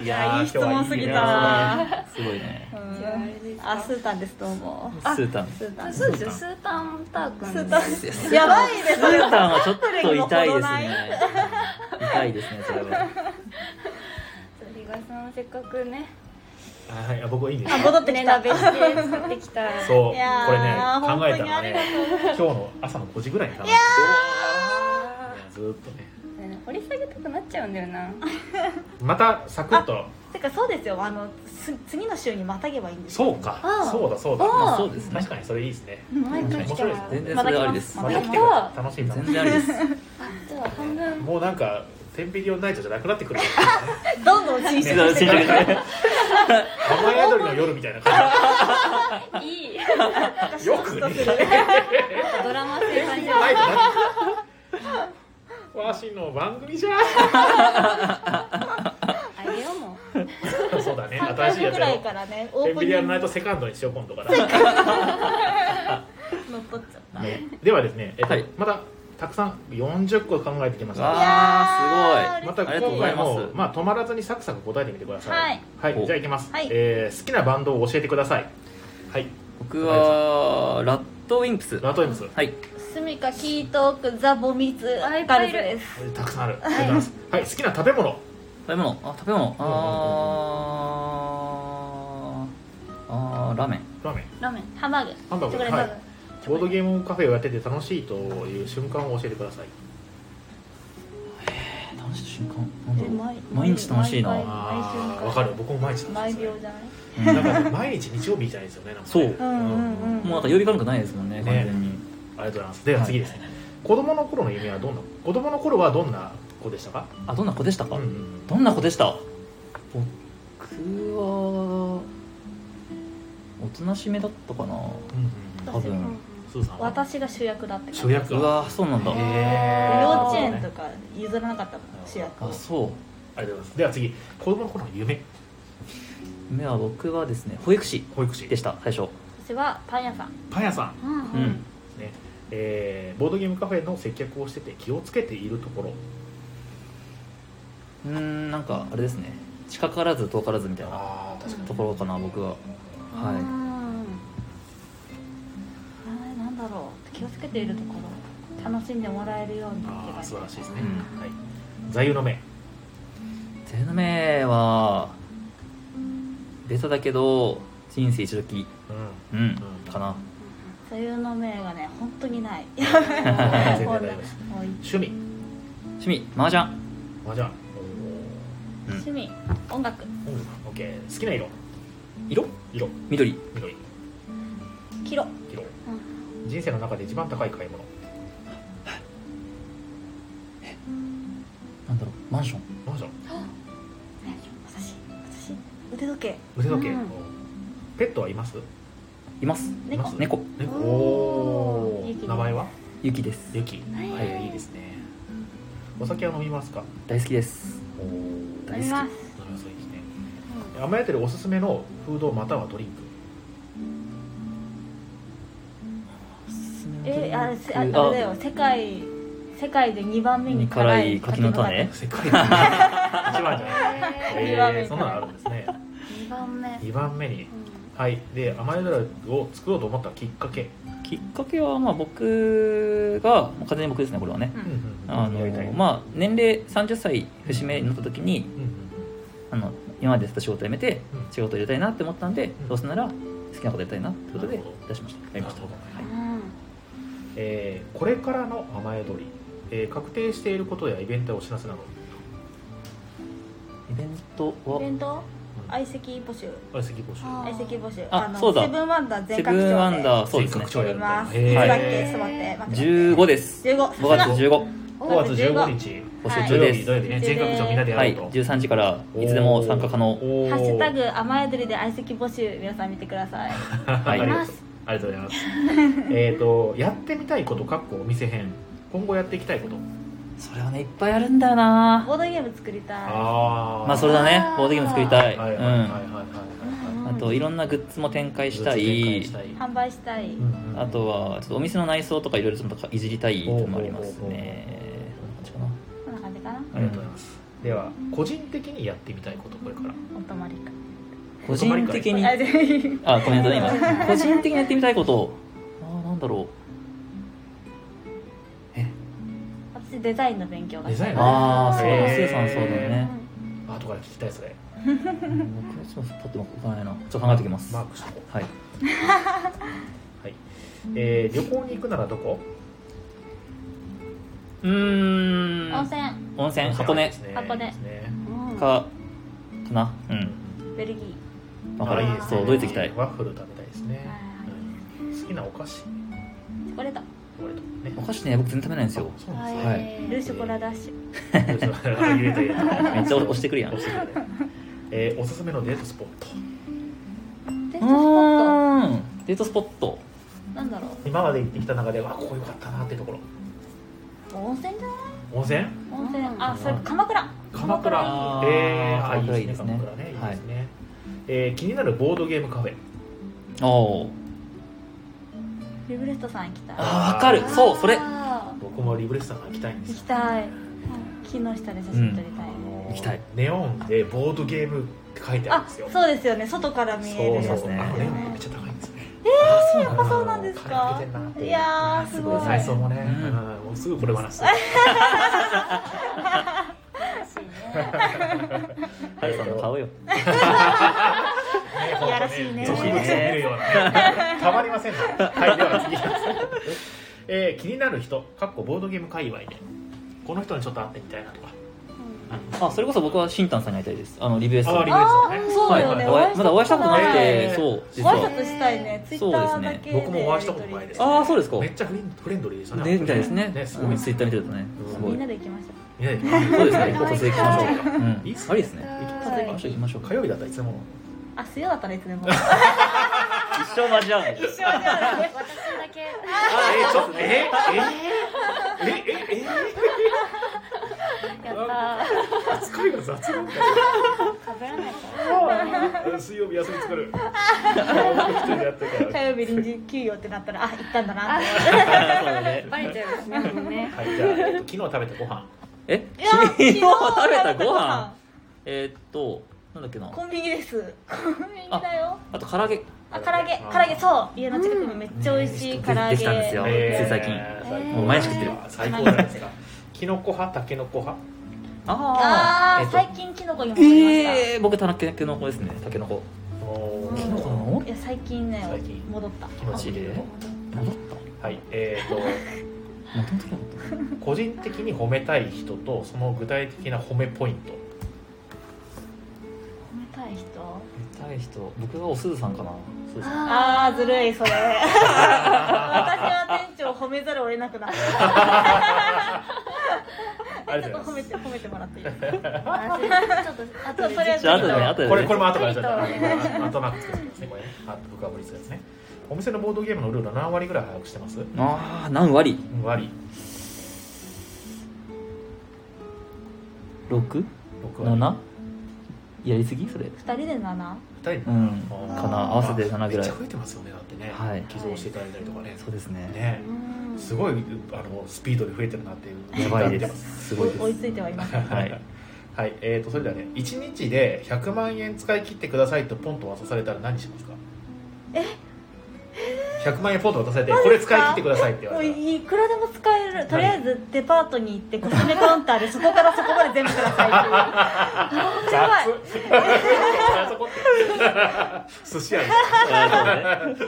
B: い
C: いやいい質問すぎた
B: やすごいね
C: うん
D: じゃああれですか
C: あスータンですどうも
B: スータン
C: スータン
D: そうですよ。スータンター君。
C: スータ
D: ン。
C: ンやばいです
B: スータンはちょっ
C: スータン
B: と
C: にも
B: 痛いで
C: 程
B: す
C: ない
B: ね痛いですねそれ は
D: リガさんせっかくね。
A: あはいあ僕はいいんです
C: あ戻ってき
D: ね
C: た
D: 鍋して作ってきた。
A: そうこ
C: い
A: れ
C: やー
A: ね
C: 本
A: 考
C: 当
A: えた
C: に
A: の
C: あ
A: は
C: り
A: ね
C: が
A: 今日の朝の5時ぐらいに頼んでずーっとね
D: 掘り下げたくなっちゃうんだよな。
A: またサクッと
C: てかそうですよあのす次の週にまたげばいいんです
A: そ
C: よ
A: うか
D: あー
A: そうだそうだ
D: あー
B: まあそうですね
A: 確かにそれいいですね
D: 毎回来たら。
B: 全然それありです
C: ま
A: ま
C: た
A: た
C: 来
A: 来
C: ます
A: てくれた楽しい楽
B: 全
A: し
B: 然あり です
D: じゃあ半分
A: い。もうなんか天秤用ナイトじゃなくなってくる
C: どんどん進出してくれる
A: 甘え宿りの夜みたいな感
D: いい。
A: じよくね
D: ドラマ性感じ
A: ナイトなわしの番組じゃ
D: あげようも。
A: ん そうだね
C: 3
A: 新
C: 回
A: しいや
C: 目
A: つ
C: ぐ
A: や
C: ら
A: ろ
C: いうからねオ
A: テ
C: ー
A: ン
C: プ
A: ビ
C: ニ
A: リア
C: ン
A: ン
C: グ
A: ナイ
C: 乗っ
A: トセカンドにしよう今度から
C: 取っちゃった
A: ね ではですね、えっと
B: はい
A: またたくさん40個考えてきました
B: わ
C: やー
B: あ
A: また
B: ありがとう
A: 今
B: ござ
A: 回
B: います
A: も、まあ、止まらずにサクサク答えてみてください
B: い
A: じゃあいきます、
C: はい
A: えー好きなバンドを教えてくださいはい
B: 僕はラッドウィンプス
A: ラ
B: は
A: トイムス
B: い
C: スミカキートークザボミツ
D: あいっ
C: ガ
D: ぱ
C: ル
D: いい
C: ズ
D: る
C: です
A: たくさんあるありがとうございますはい好きな食べ物
B: 食べ物あ食べ物あーあーラーメン
A: ラーメン
D: ラーメン。
C: ハンバーグ
A: ハンバーグ
C: チョコレートハンバーグ
A: ボードゲームカフェをやってて楽しいという瞬間を教えてください
B: え楽しい瞬間なんだろ
C: え毎
B: う毎日楽しいな
C: 毎
B: う
C: 回
A: あーわかる僕も毎日なん
C: 毎
A: ですよ
C: 秒じゃない
B: ん
A: なんかね毎日日曜日じゃないですよねなんかね
B: そう
C: うんうんうん
B: もうなんか呼び感がないですもんね完
A: ね
B: 全に
A: ありがとうございますでは次ですね、子供の頃の夢はどんな子供の頃はどんな子でしたか、
B: あどんな子でしたか
A: うんうん
B: どんな子でした僕はおとなしめだったか
A: う
B: な
A: んうん
B: 多
C: う
B: 分
A: うんスーさんは
C: 私が主役だって
A: 主役
B: うわーそうなんだ
A: へ
C: 幼
A: え
C: 稚園とか譲らなかったもん主役
B: あそう
A: ありがとうございますでは次子供の頃の夢
B: 夢は僕はですね保育士
A: 保育士
B: でした最初
C: 私はパン屋さん
A: パン屋さん、
D: うん
B: う
D: うん
B: ん。
A: ねえーボードゲームカフェの接客をしてて気をつけているところ
B: うーんなんかあれですね近からず遠からずみたいな
A: ああ確か
B: ところかな僕はは
C: えーなんだろう気をつけているところ楽しんでもらえるようにって
A: ああ
C: 感じ
A: 素晴らしいですね、
B: うん
A: はい、座右の銘
B: い手の目はベタだけど人生一時
A: う
B: うん、
A: うん
B: かな
C: 座右の銘がね本当にない
A: 全然
C: もう
A: 大
C: ね
A: 丈夫です
C: もうん
A: 趣味
B: 趣味麻雀
A: あじゃあ
C: 趣味
A: 音
C: 音楽
A: 楽オッケー好きな色
B: 色
A: 色
B: 緑
A: 緑
C: キロ
A: 色、人生の中で一番高い買い物
B: なんだろうマンション
A: マンション
C: 私私腕時計
A: 腕時計、
D: うん
A: ペットはいます
B: います
A: いま
C: 猫
A: す
B: 猫
A: 猫
C: お
A: お
C: ー
A: ー
C: ゆき
A: 名前は
B: ゆきです
A: ゆき
D: はい
A: はいいいですねお酒は飲みますか
B: 大好きです
A: おお飲
B: 大
C: 飲みま
B: 好
C: す
A: みますいいですね甘えてるおすすめのフードまたはドリンク
B: き
C: えあせああれ
B: あ
C: だよ世界世界で2番目に辛
B: 辛
C: い
B: い柿の種
A: 世界で一番じゃない
D: え
C: 二番目
A: えー、そんなのあるんですね
D: ー二番目。
A: 2番目にはいで甘えだらを作ろうと思ったきっかけ、
B: きっかけはまあ僕がもう完全に僕ですねこれはね、
A: うんうんうん
B: あ
A: やりたい
B: のまあ年齢30歳節目になった時に
A: うんうん
B: あの今までやってた仕事を辞めて
A: うん
B: 仕事を入れたいなって思ったんで、
A: ん
B: どうせなら好きなことやりたいなってことで
A: なるほど
B: 出しましたやりました
A: なるほど
B: はい
A: えーこれからの甘えどり、えー確定していることやイベントやお知らせなど
B: イベント
C: イ
B: は
C: ベント
A: うん
C: 相席募集
A: 相席募集
D: あー
C: 相席募集
B: あそうだ
C: セブンワンダー
B: セ
C: 全
B: ブ
C: 拡張で
B: ンアンダーそうです
A: 全
B: ね
A: 拡張
C: や
A: や
C: り
A: る
C: ます
A: へー
C: ちょっと待っ
B: へ
C: て
D: ー
C: ちょっと待って待って
B: 15です
C: 15
B: 5月15
A: 5月15
C: 5月
A: 日
B: 募
C: は
A: 土
B: 集
C: い
B: 中
A: 曜
B: で
A: 日
B: す
A: 土曜日ね
C: 中
A: 全
C: で
A: 拡張みんなでや
B: は
A: る
B: い
A: と、
B: 13時からいつでも参加可能
A: おー
C: ハッシュタグ甘えどりで相席募集皆さん見てください
A: はい
B: い
A: ありがとうありがとうございます えっとやってみたいことかっこお店編今後やっていきたいこと
B: それはねいっぱいあるんだよな
C: ボードゲーム作りた
A: あー
B: まあそれだね
D: あー
B: ボードゲーム作りた
A: はいいはいはいうはいはい
B: ん
A: はい
B: あといろんなグッズも展開した
A: 展開
B: い
A: したい
C: い販売したい
A: うんうん
B: あとはちょっとお店の内装とかいろいろちょっといじりたいのもありますねこんな感じかな
C: こんな感じかな
A: ありがとうございます、では個人的にやってみたいことこれから
C: お泊まりか
B: 個人的に
C: あじゃあ
B: あコメントだ今個人的にやってみたいことあーなんだろ
C: 私デザインの勉強が
A: デザイン
B: う
A: の
B: ああそうだ
A: へー
B: せいさんそうだね
A: 後から聞きたいそれ
B: 僕はちょっとパッと浮かばないなちょっと考えてきます
A: マー
B: は
A: クしとこ、
B: いう
A: はいえー、旅行に行くならどこ
B: うーん
C: 温泉
B: 温泉箱
A: 温
B: 根
A: ですね
C: 箱根
A: いいですね
D: うん
B: かかなうん
C: ベルギー
B: だから
A: あいいですね
B: そうドイツ行きたい
A: ワッフル食べたいですね
C: はい
A: うん好きなお菓子
C: チョコレート
A: 俺とかね
B: お菓子ね僕全然食べないんですよ
A: そうなん
D: は
A: で
D: い、
A: すね
B: はい
C: ルーショコラダッシュ
A: そうそう言えた言えた
B: めっちゃ押してくるやん
A: 押してくれえーおすすめのデートスポット
C: デー
B: う
C: トスポッ
B: ーんデートスポット
C: トなんだろ
A: 今まで行ってきた中でわここ良かったなってところ
C: う温泉じゃない
A: 温泉
C: 温泉
D: うん
C: あそれ鎌倉
A: 鎌倉
B: 鎌倉
A: えーあ
B: 鎌倉
A: いいですね
B: いい
A: 鎌
B: ですね
A: 倉ねいいですね、えー気になるボードゲームカフェ
B: おお
C: リブレストさん行きたい
B: あーわかるそうそれ
C: あ
A: 僕もリブレスさんが行きたいんで
C: ー行
A: す
C: き
A: よ
C: たい木の下で写真撮りたい、
A: 行
B: 行きたい
A: ネオンでボードゲームって書いてあるん
C: あ
A: ですよ
C: そうですよね外から見える
A: そう
B: で
A: そ
B: す
A: う、
B: ね
A: あのネオンってめっちゃ高いんですね
B: え
C: やっぱそうなんですか
A: 金かけてんなって
C: いやーすごい
A: 内装もね、
B: う
A: う
B: ん
A: んもうすぐこれ話す
B: ハルさんの顔よ
C: い やらしいね
A: 女子物を見るようなねたまりませんね はいでは次行きますえー気になる人かっこボードゲーム界隈でこの人にちょっと会ってみたいなとか
B: あそれこそ僕はシンタンさんに会いたいですあのリベース
A: あ
B: さ
A: ー
B: ん
A: リベースさんね
C: そうだよね、
B: はいはいまだお会いしたことなく
A: い
B: て、
A: えー
B: そう実
C: ご挨
B: は
C: 拶したいね、ツイ
B: そ
C: ッ
B: う
C: タ
B: です
C: ー
B: ね
C: だけで
A: 僕もお会いしたことないです、
B: あーそうですか
A: めっちゃフリンフレンドリーでしたね
B: ねみたいですね
A: ねす
B: す
A: ごい
B: ご
A: で
B: い
A: す
B: ツイッター見てるとねすご
C: み
B: い
C: んなで行きましょ
A: ね
B: そうです ね
D: 可
B: 突
D: 愛い
B: 撃しま しょうかうん
A: いいっすね
B: ありですね
C: はい
B: 行きましょう行きましょう
A: 火曜日だったらいつでも
C: うあ、水曜だったらいつで も
B: 一生交わる
C: 一緒じゃない
D: 私だけ
A: えー、ちょっとえー、えー、えー、えー、えー、
D: やった
A: 扱いが雑なんだよ
D: ー被らないか
A: 水曜日休み作る一人でやってるか
C: 火
A: ら
C: 曜日臨時休業ってなったら、あ、行ったんだなって
B: そうだね
D: らバレちゃいますね ね
A: はいじゃあ、えっと昨日食べたご飯
B: え
C: いや
B: 昨日食べた
C: 昨日食べた
B: ご
C: ご
B: 飯
C: 飯
B: えーっとなんだっけな
C: コンビニですコンビニだよ
B: あと唐揚げ
C: あ、唐揚げ、唐揚げ、そう家の近くのめっちゃ美味しい唐揚
B: で
C: げ
B: きたんですよつい最近
A: 最高
B: もう毎日食ってる
A: 最高じゃないですかキノコ派タケノコ派
C: あ
B: え
C: ー、
B: ーっと
C: 最近キノコにもりました、
B: えー、僕たけのこですねたけのこ
A: おー
C: キノコ
B: なの
C: いや、最近ね
A: 最近
C: 戻った
A: 気持ちいいね
B: 戻った
A: はいえっ、ー、
B: もともとなかっ
A: と個人的に褒めたい人とその具体的な褒めポイント
C: 褒めたい人
B: た見たい人僕はおすずさんかなすずさん
C: あー、ずるいそれ私は店長を褒めざるを得なくなった
A: あり
C: ち
A: が
C: ょっ
A: と
C: と
A: うございま
C: 褒め
A: す
C: て、褒めてもらっていい
D: 私ちょっとあとで
B: じゃあ後でね後でね
A: これこれも後からじゃ
C: あ
A: あ
C: りが
A: なんとなくつけてますねこれねあと深掘りするやつねお店のボードゲームのルールは何割ぐらい把握してます
B: ああ何割
A: 割6
B: ?67?
A: 割
B: やりすぎそれ
C: 二人で7
A: 二人
B: う
A: か
B: んかな合わせて7
A: め
B: ぐ
A: っ
B: らい
A: ちゃ増えてますよねだってね、
B: はい
A: 寄贈していただいたりとかね
B: そうですね
A: ね
D: うん
A: すごいあのスピードで増えてるなっていう
B: やばいですすごい
C: 追い
B: です
C: ついてはいます
B: はい
A: はいえー、とそれではね1日で100万円使い切ってくださいとポンと渡されたら何しますかえ100万円ポンと渡されてこれ使い切ってくださいって言
C: も
A: わ
C: う
A: れたら
C: いくらでも使えるとりあえずデパートに行ってコスメカウンターでそこからそこまで全部くだ さいっていう
A: 雑あそこって寿司屋み
B: あ
C: やってみて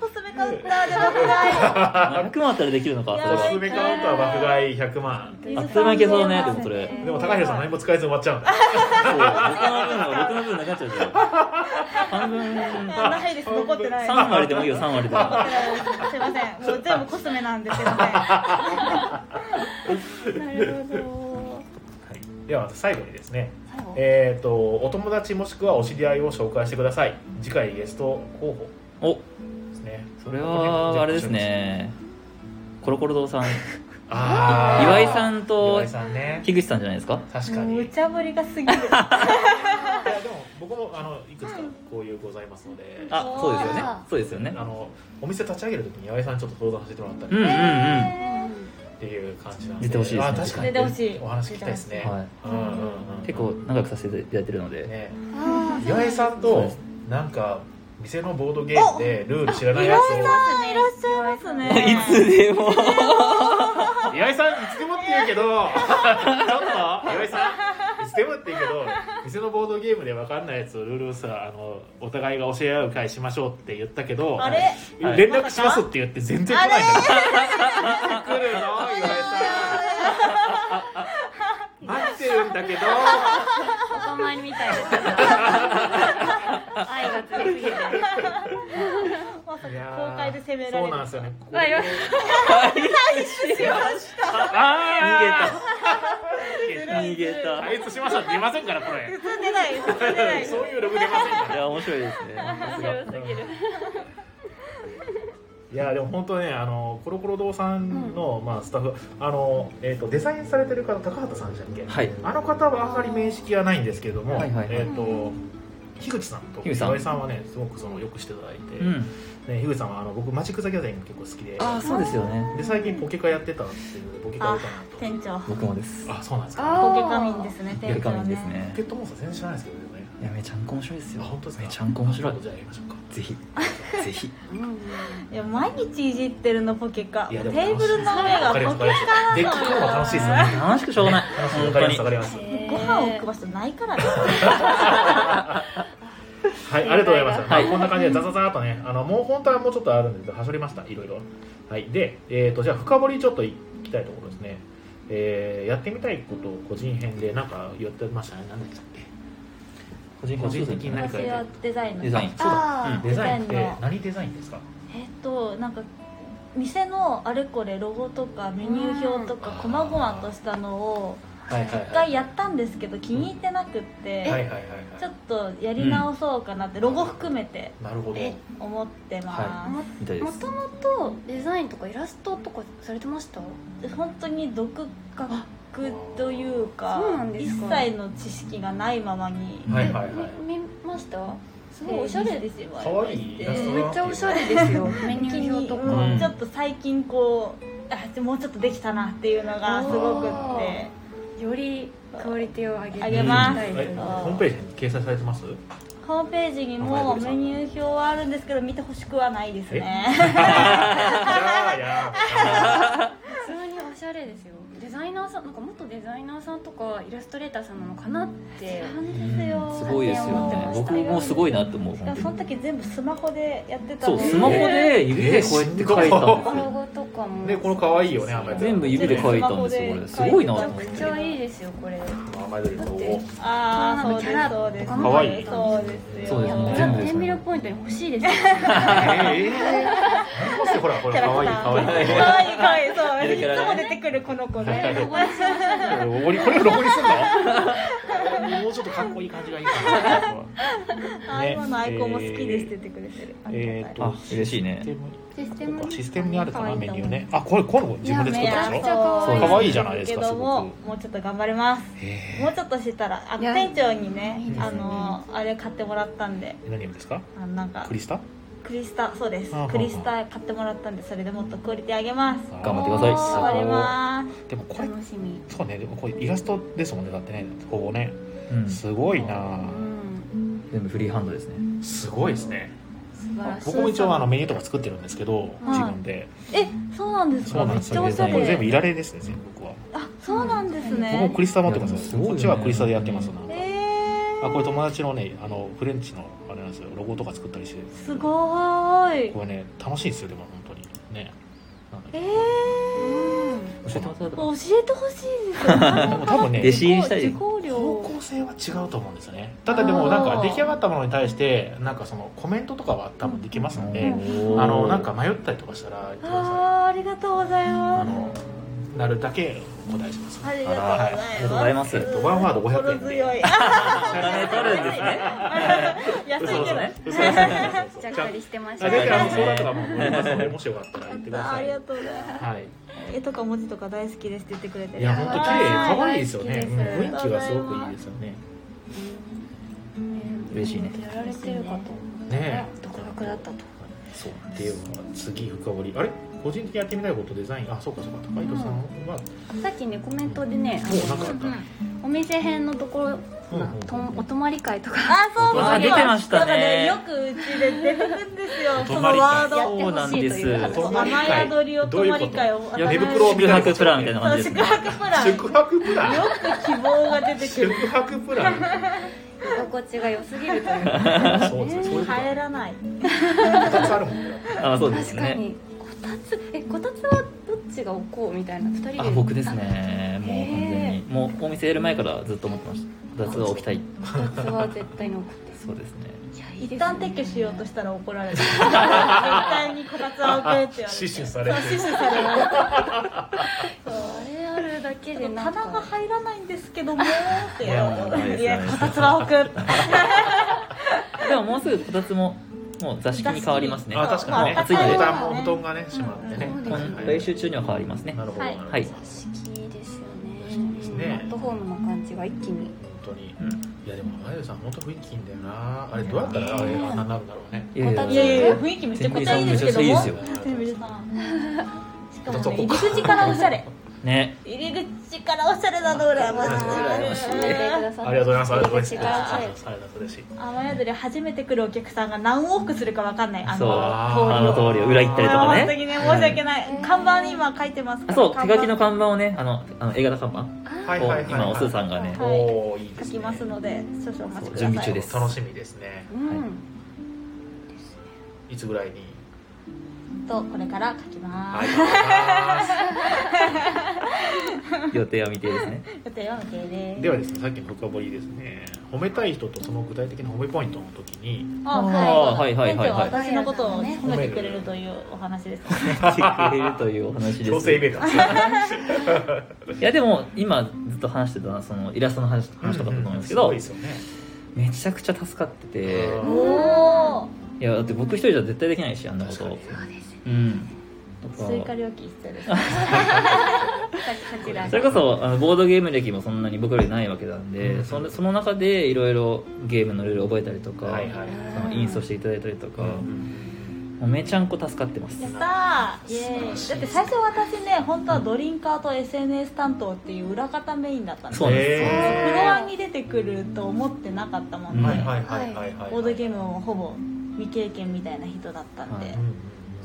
C: コスメカウンターで爆買
B: ーそうね100万あったらできるのかそ
A: たいな
B: れ
A: コ
B: は
A: スメカウンター爆買い100万
C: い
B: あっという間にいけそうねでもそれ
A: でも高平さん何も使えず終わっちゃうんだ
B: そう僕の分は僕の分なくなっちゃうじゃん半分
C: ないです残ってない
B: 3割でもいいよ3割でも
C: すいませんもう全部コスメなんですいませんなるほど
A: はい、では最後にですね
D: 最後
A: えー、とお友達もしくはお知り合いを紹介してください次回ゲスト候補
B: お
A: ですね
B: それはあれですねコロコロ堂さん
A: あー
B: 岩井さんと
A: 岩井さんね
B: 樋口さんじゃないですか
A: 確か
C: も
A: に
C: う
A: い
C: 無茶ぶりがす ぎる
A: やでも僕もあのいくつかこういうございますのであ
B: あそうですよねそうですよね
A: のお店立ち上げるときに岩井さんちょっと相談させてもらった
B: うん
A: り、
B: うんうん
C: えー
A: っていう感じなんで
B: 出てほしいですね
A: あ確かに
C: 出てほしい
A: お話聞きたいですね、
B: は
A: うんうんうん
B: い、結構長くさせていただいてるので、
A: ね
D: あー
A: 岩井さんとなんか店のボードゲームでルール知らないやつ
C: あいらっしゃいますね
B: いつでも
A: を岩井さんいつでもって言うけどちょっと岩井さんいつでもって言うけど店のボードゲームで分かんないやつをルールさあのお互いが教え合う会しましょうって言ったけど
C: あれ
B: はい
A: 連絡しますって言って全然来ないんだよ来るの岩井さん 待ってるんだけど
D: お泊まりみたいです。愛が強すぎて。
C: まさか
A: いやー
C: 公開で攻められる
A: そうなんですよねここ
D: わいわ
A: あ
B: 逃げた逃げ
A: あ
B: た
A: あいつしました出ませんからこれ
C: 進んでない進んでない
A: そういうログ出ませんか
B: い
A: ら
B: や面白いですねさすが
A: いやでも本当ねあのコロコロ堂さんの、まあスタッフあのえっ、とデザインされてる方高畑さんでしたっけ？
B: はい
A: あの方はあんまり面識はないんですけれども、
B: はいはいはい
A: えっ、と樋口さんと
B: 樋口さん
A: 岩井さんはねすごくそのよくしていただいて、
B: うん
A: ね樋口さんはあの僕マジックザギャザリング結構好きで、
B: ああそうですよね
A: で最近ポケカやってたんですのでポケカやるかなと。
C: 店長ポ
B: 僕もです
A: あそうなんです
D: あ
A: か。
C: ケカミンですね
B: やる
C: 店長
B: かみんです
C: ね
A: ポ
B: ね
A: ケットモンスター全然知らないですけどね。
B: いやめちゃんこ面白いです
A: いや
B: よ
A: 本当ですか。
B: めちゃんこ面白い
A: 今度じゃあやりましょうか。
B: ぜひぜひ
C: いや毎日いじってるのポケカ
A: い
C: テ
A: やで
C: ー
A: も楽しい
C: ブルの上がポケカなの
A: でっ
C: よ
A: かい方が楽しいですよね。
B: 楽しくしょうがない
A: わ
B: 本
A: か
B: 当
A: りま
B: に
A: すわかります。
C: ご飯を置く場所ないからね
A: はい、ありがとうございました。
B: はい
A: まあこんな感じでザザザーっとね、あのもう本当はもうちょっとあるんですけど、はしょりました。いろいろ。はい、で、えっ、とじゃあ深掘りちょっといきたいところですね。えーやってみたいことを個人編でなんか言ってましたね。なんでしたっけ？
B: 個人
A: 個人的に何
C: 私
A: かや
C: は
A: りた
C: デザインの
B: デザイン
A: そうだ
C: あー
A: い。デザインっ
C: デザイン
A: て
C: の
A: 何デザインですか？
C: えっとなんか店のあれこれロゴとかメニュー表とか細々としたのを
A: はいはい
C: 一回やったんですけど気に入ってなくっ
A: はいはい
C: て
A: はい
C: ちょ
A: は
C: っとやり直そうかなってロゴ含めて
A: い。なるほど。
D: え
C: 思ってま
D: も
B: みたいで
D: も
B: す
D: ともとデザインとかイラストとかされてました
C: す本当に独学というか
D: そうなんですか
C: 一切の知識がないままに
A: はいはいはい。
D: み見ましたすごいおしゃれです
C: すよ
A: 可愛いイラスト
D: めっちゃおしゃれですよメニ
C: 気
D: ュー
C: に
D: 表とか、
A: うん
C: ちょっと最近こうあもうちょっとできたなっていうのがすごくって
D: よりクオリティを上げて
C: 上げます
D: いき
A: は
D: たいで
A: い
D: す
A: ホームページに掲載されてます？
C: ホームページにもメニュー表はあるんですけど見てほしくはないです
A: じ
C: ね
A: ゃあやー。
D: 普通におしゃれですよデザイナーさんなんか元デザイナーさんとかイラストレーターさんなのかなって
C: なんですよ
B: すごいですよね僕もすごいなと思う
C: だから
B: 本
C: そ
B: 当
C: の
B: に
C: 時全部スマホでやってた
B: そ
C: の
B: う
C: で
B: スマホで指でこうやって書いたんです
D: ロ
B: よ
D: ゴとかも
A: ねこれ可愛いよねあんまり
B: 全部指で書いたんですよこれすごいなと思っ
D: め
B: て
D: っちゃいいですよこれ
A: あ前鳥のロゴ。
C: ああそうですそうです
A: 可愛い
C: そうです
B: そうですね
D: い
B: 全
D: や
B: 部ですね
D: テンビラポイントに欲しいですよ
A: ええー。ほらほ
C: キャ
A: ら
C: ラ
A: 可
C: ク
A: 愛い
C: ター
A: 可愛い。
C: 可愛い可愛いそう
B: いるキャ
C: いつ
B: ラ
C: も
B: が
C: 出てくるこの子ね
D: ここにしよう
A: ロゴにこれをロゴにすんの？もうちょっとかっこいい感じがいいかな。
C: あー今のアイコンも好きですって言ってくれてるあり
A: え
C: がた
A: ー
C: い
A: と
B: あ嬉しいね
A: シ
D: シ
A: ス
D: ス
A: テ
D: テ
A: ム
D: ム
A: そっ
D: に
A: かシステムにあるか
D: 可
A: な
D: 愛い
A: メ
D: と
A: ニ
D: 思
A: ュ
D: う
A: ーね。あこれこの自分で作ったでし
C: いや
A: ょ？
C: めちゃくちゃ可愛い
A: 可愛いじゃないです
C: け
A: か
C: ど
A: すご
C: も
A: く。
C: もうちょっと頑張ります
A: え
C: もうちょっとしたらあ
D: いや
C: 店長にね
D: いいですね
C: あのあれ買ってもらったんで
A: ー何ですか？
C: あなんか
A: クリスタ？
C: クリスタそうです
A: ああ
C: クリスタ買ってもらったんでそれでもっとクオリティ上げます
B: 頑張ってください
C: 頑張ります
A: でもこれ
D: 楽しみ
A: そうねでもこれイラストですもんねだってねここね
B: うん
A: すごいな
D: う。ん
B: 全部フリーハンドですね
A: すごいですね。
D: 素晴らしい
A: 僕も一応あのメニューとか作ってるんですけど自分で。
C: えそうなんです
A: そうな
C: か
A: ん
C: めっ
A: です
C: ちゃ
A: よ。
C: おしゃ
A: これ全部
C: れ
A: いられですね全部僕は。
C: あそうなんです
A: 僕も
C: ね
A: クリスタ持ってますよ
B: いやでもすごいよ
A: こ
B: ね
A: っちはクリスタでやってますなんか、
C: えー
A: あこれ友達のねあのフレンチのあれなんですよロゴとか作ったりして
C: すごーい
A: これね楽しいですよでも本当にねなんだっけ
C: え
D: うん
B: 教えてもらっ
C: ー
B: た
C: 教
B: ら
C: えてほしい ですよ
A: でも多分ね
B: 弟子入りしたい
C: 自己料
A: 方向性は違うと思うんですよねただでもなんか
C: あー
A: 出来上がったものに対してなんかそのコメントとかは多分できますので、
B: おー
A: あのなんか迷ったりとかしたら言ってください
C: あーありがとうござい
A: あ
C: ます
A: のなるだけお答えします、
C: あり
B: あらありがとうございます
A: えっとワンワード500円
C: 心
A: で
C: 強い。
B: お金取るんですね
C: 安いけどね。
A: 嘘嘘嘘 嘘
D: じゃっかりしてまし
A: あ
D: た
A: 全然あの相談とかも乗りますのでもしよかったら言ってくだ
C: あ
A: さ
C: りが
A: い。
C: とうございます。
A: はい。
C: 絵とか文字とか大好きですって言ってくれて
A: い
C: る。
A: や本当綺麗可愛いですよね。
D: 大
A: う
D: 好
A: ん
D: きです
A: 雰囲気がすごくいいですよね。
B: 嬉しいね
D: やられてるかと思ったら
A: ねえ
D: 独学だったと
A: そうでは次深掘りあれ個人的にやってみたいことデザインあそうかそうか高井戸さんは、
D: さっきねコメントでねあ
A: もうなんかあった、
D: お店編のとこ
A: う
D: ろ、
A: ん
D: まあとお泊まり会とか
C: あそうそう
A: あ出
B: てましたね
C: なんかねよくうちで出てくるんですよ
A: お
C: そ
A: 泊
C: の
A: まり会
C: ワー
D: やっ
C: ド
D: てほしいとい
B: お
D: う
A: 泊
D: 話
A: まり
C: 雨
A: 会
C: 宿りお泊
A: ど
C: まり会を
A: ういうこと
C: 私
A: いや寝袋を見
B: 宿
A: たい
B: 泊プランみたいな感じ
C: そ
B: で
C: う
B: す
C: 宿
B: ね
C: 泊プランよ
A: 宿泊プラン
C: く希望が出てくる
A: 宿泊プラン
D: 居心地が良すぎるという
A: そうですねそういうことだ
C: 帰らない
A: 二つあるもんね
B: あそうです
D: 確か
B: ね
D: にこたつえこたつはどっちが置こうみたいな二人で
B: あ僕ですねもう完全
D: へ
B: にもうお店やる前からずっと思ってました雑が置きたい
D: あこたつは絶対に置くって
B: そうですね
D: いやいいですね
C: 一旦撤去しようとしたら 怒られる絶対にこたつは置けって言われて
A: 死守されて
C: そう死守される
D: そうあれあるだけでなん
C: 棚が
D: か
C: 入らないんですけどもーって
B: いやもうダメです
C: いや
B: ダメです
C: こたつは置く
B: でももうすぐこたつももう座敷に変わりますね
A: あ確かにね
B: もう暑いの
A: 布
B: で
A: 団も布団がねしまってね、
D: うん
B: こ
A: はい
B: ん
A: はい
B: 来週中には変わりますね
A: なるほどなるほど、
B: はい
D: 敷居ですよ
A: 敷居ですね
D: ねアットホームな感じが一気に
A: 本当に
B: うん
A: いやでも前田さん本当雰囲気いいんだよなあれどうやったらあれあんなになるんだろうね
B: いやいや
D: こた
C: い
D: つ
C: やいやいや
B: い
C: 雰囲気めちゃ
B: 天
C: く
B: 秤
C: ちゃ
B: さ
C: い
B: ん
C: い
B: も
C: で
B: め
C: す
B: ちゃ
C: け
B: くち
C: ど
B: ゃいいですよ
C: も天秤さんしかもね入り口からおしゃれ
B: ね
C: 入り口からおしゃれなの羨ましい
B: 羨ましい
D: 見てくださって
A: ありがとうございますありがとうございます
D: 違う違う
A: ありがとうございます嬉しい
C: 雨宿り初めて来るお客さんが何往復するかわかんないあ
B: そう
C: の
B: あの通りを裏行ったりとか
C: 本当
B: ね
C: にね申し訳ない看板に今書いてますか
B: あ
C: ら
B: そう
C: 看
B: 手
C: 板
B: 書きの看板をねあのあの映画の看板
A: はいはいはい
B: を
A: はい
B: 今おすーさんがね
C: はい
A: おおいいですね
C: 書きますので少々お待ちくださ
B: 準
C: い
B: 備中です
A: 楽しみですね
D: うん
A: いつぐらいに
C: とこれから書きま
A: はい
C: す
B: 予定は未定ですね
C: 予定は未定です
A: ではですねさっきの深掘りですね褒めたい人とその具体的な褒めポイントの時に
C: あ
B: あー
C: はい
B: はいはい
C: 店長
B: はい
C: 私のことを褒めてくれるというお話ですね
B: してくれるというお話です
A: 強制イベントです
B: いやでも今ずっと話してたそのイラストの話話とかだと思うんですけど、
A: ごいですよね
B: めちゃくちゃ助かってて
A: うん
C: おお
B: いやだって僕一人じゃ絶対できないしあんなこ
A: 確か
B: と
A: に
B: うんだか
C: 追加
B: ら
C: 料金必要ですこちら
B: それこそあのボードゲーム歴もそんなに僕よりないわけなんで、
A: うん
B: そのその中でいろいろゲームのルール覚えたりとか、
A: はいはい
B: そのインストしていただいたりとか、
A: うん
B: もうめちゃんこ助かってます
C: やったーイエ
A: 素晴ら
C: ー
A: し
C: イ
A: い
C: だって最初私ね本当はドリンカーと SNS 担当っていう裏方メインだったんです
B: そうなんですよ、
A: へ
C: フロアに出てくると思ってなかったもん
B: う
C: で、
B: ん
A: はいはいはいはいはい
C: ボードゲームもほぼ未経験みたいな人だったんで、
B: はい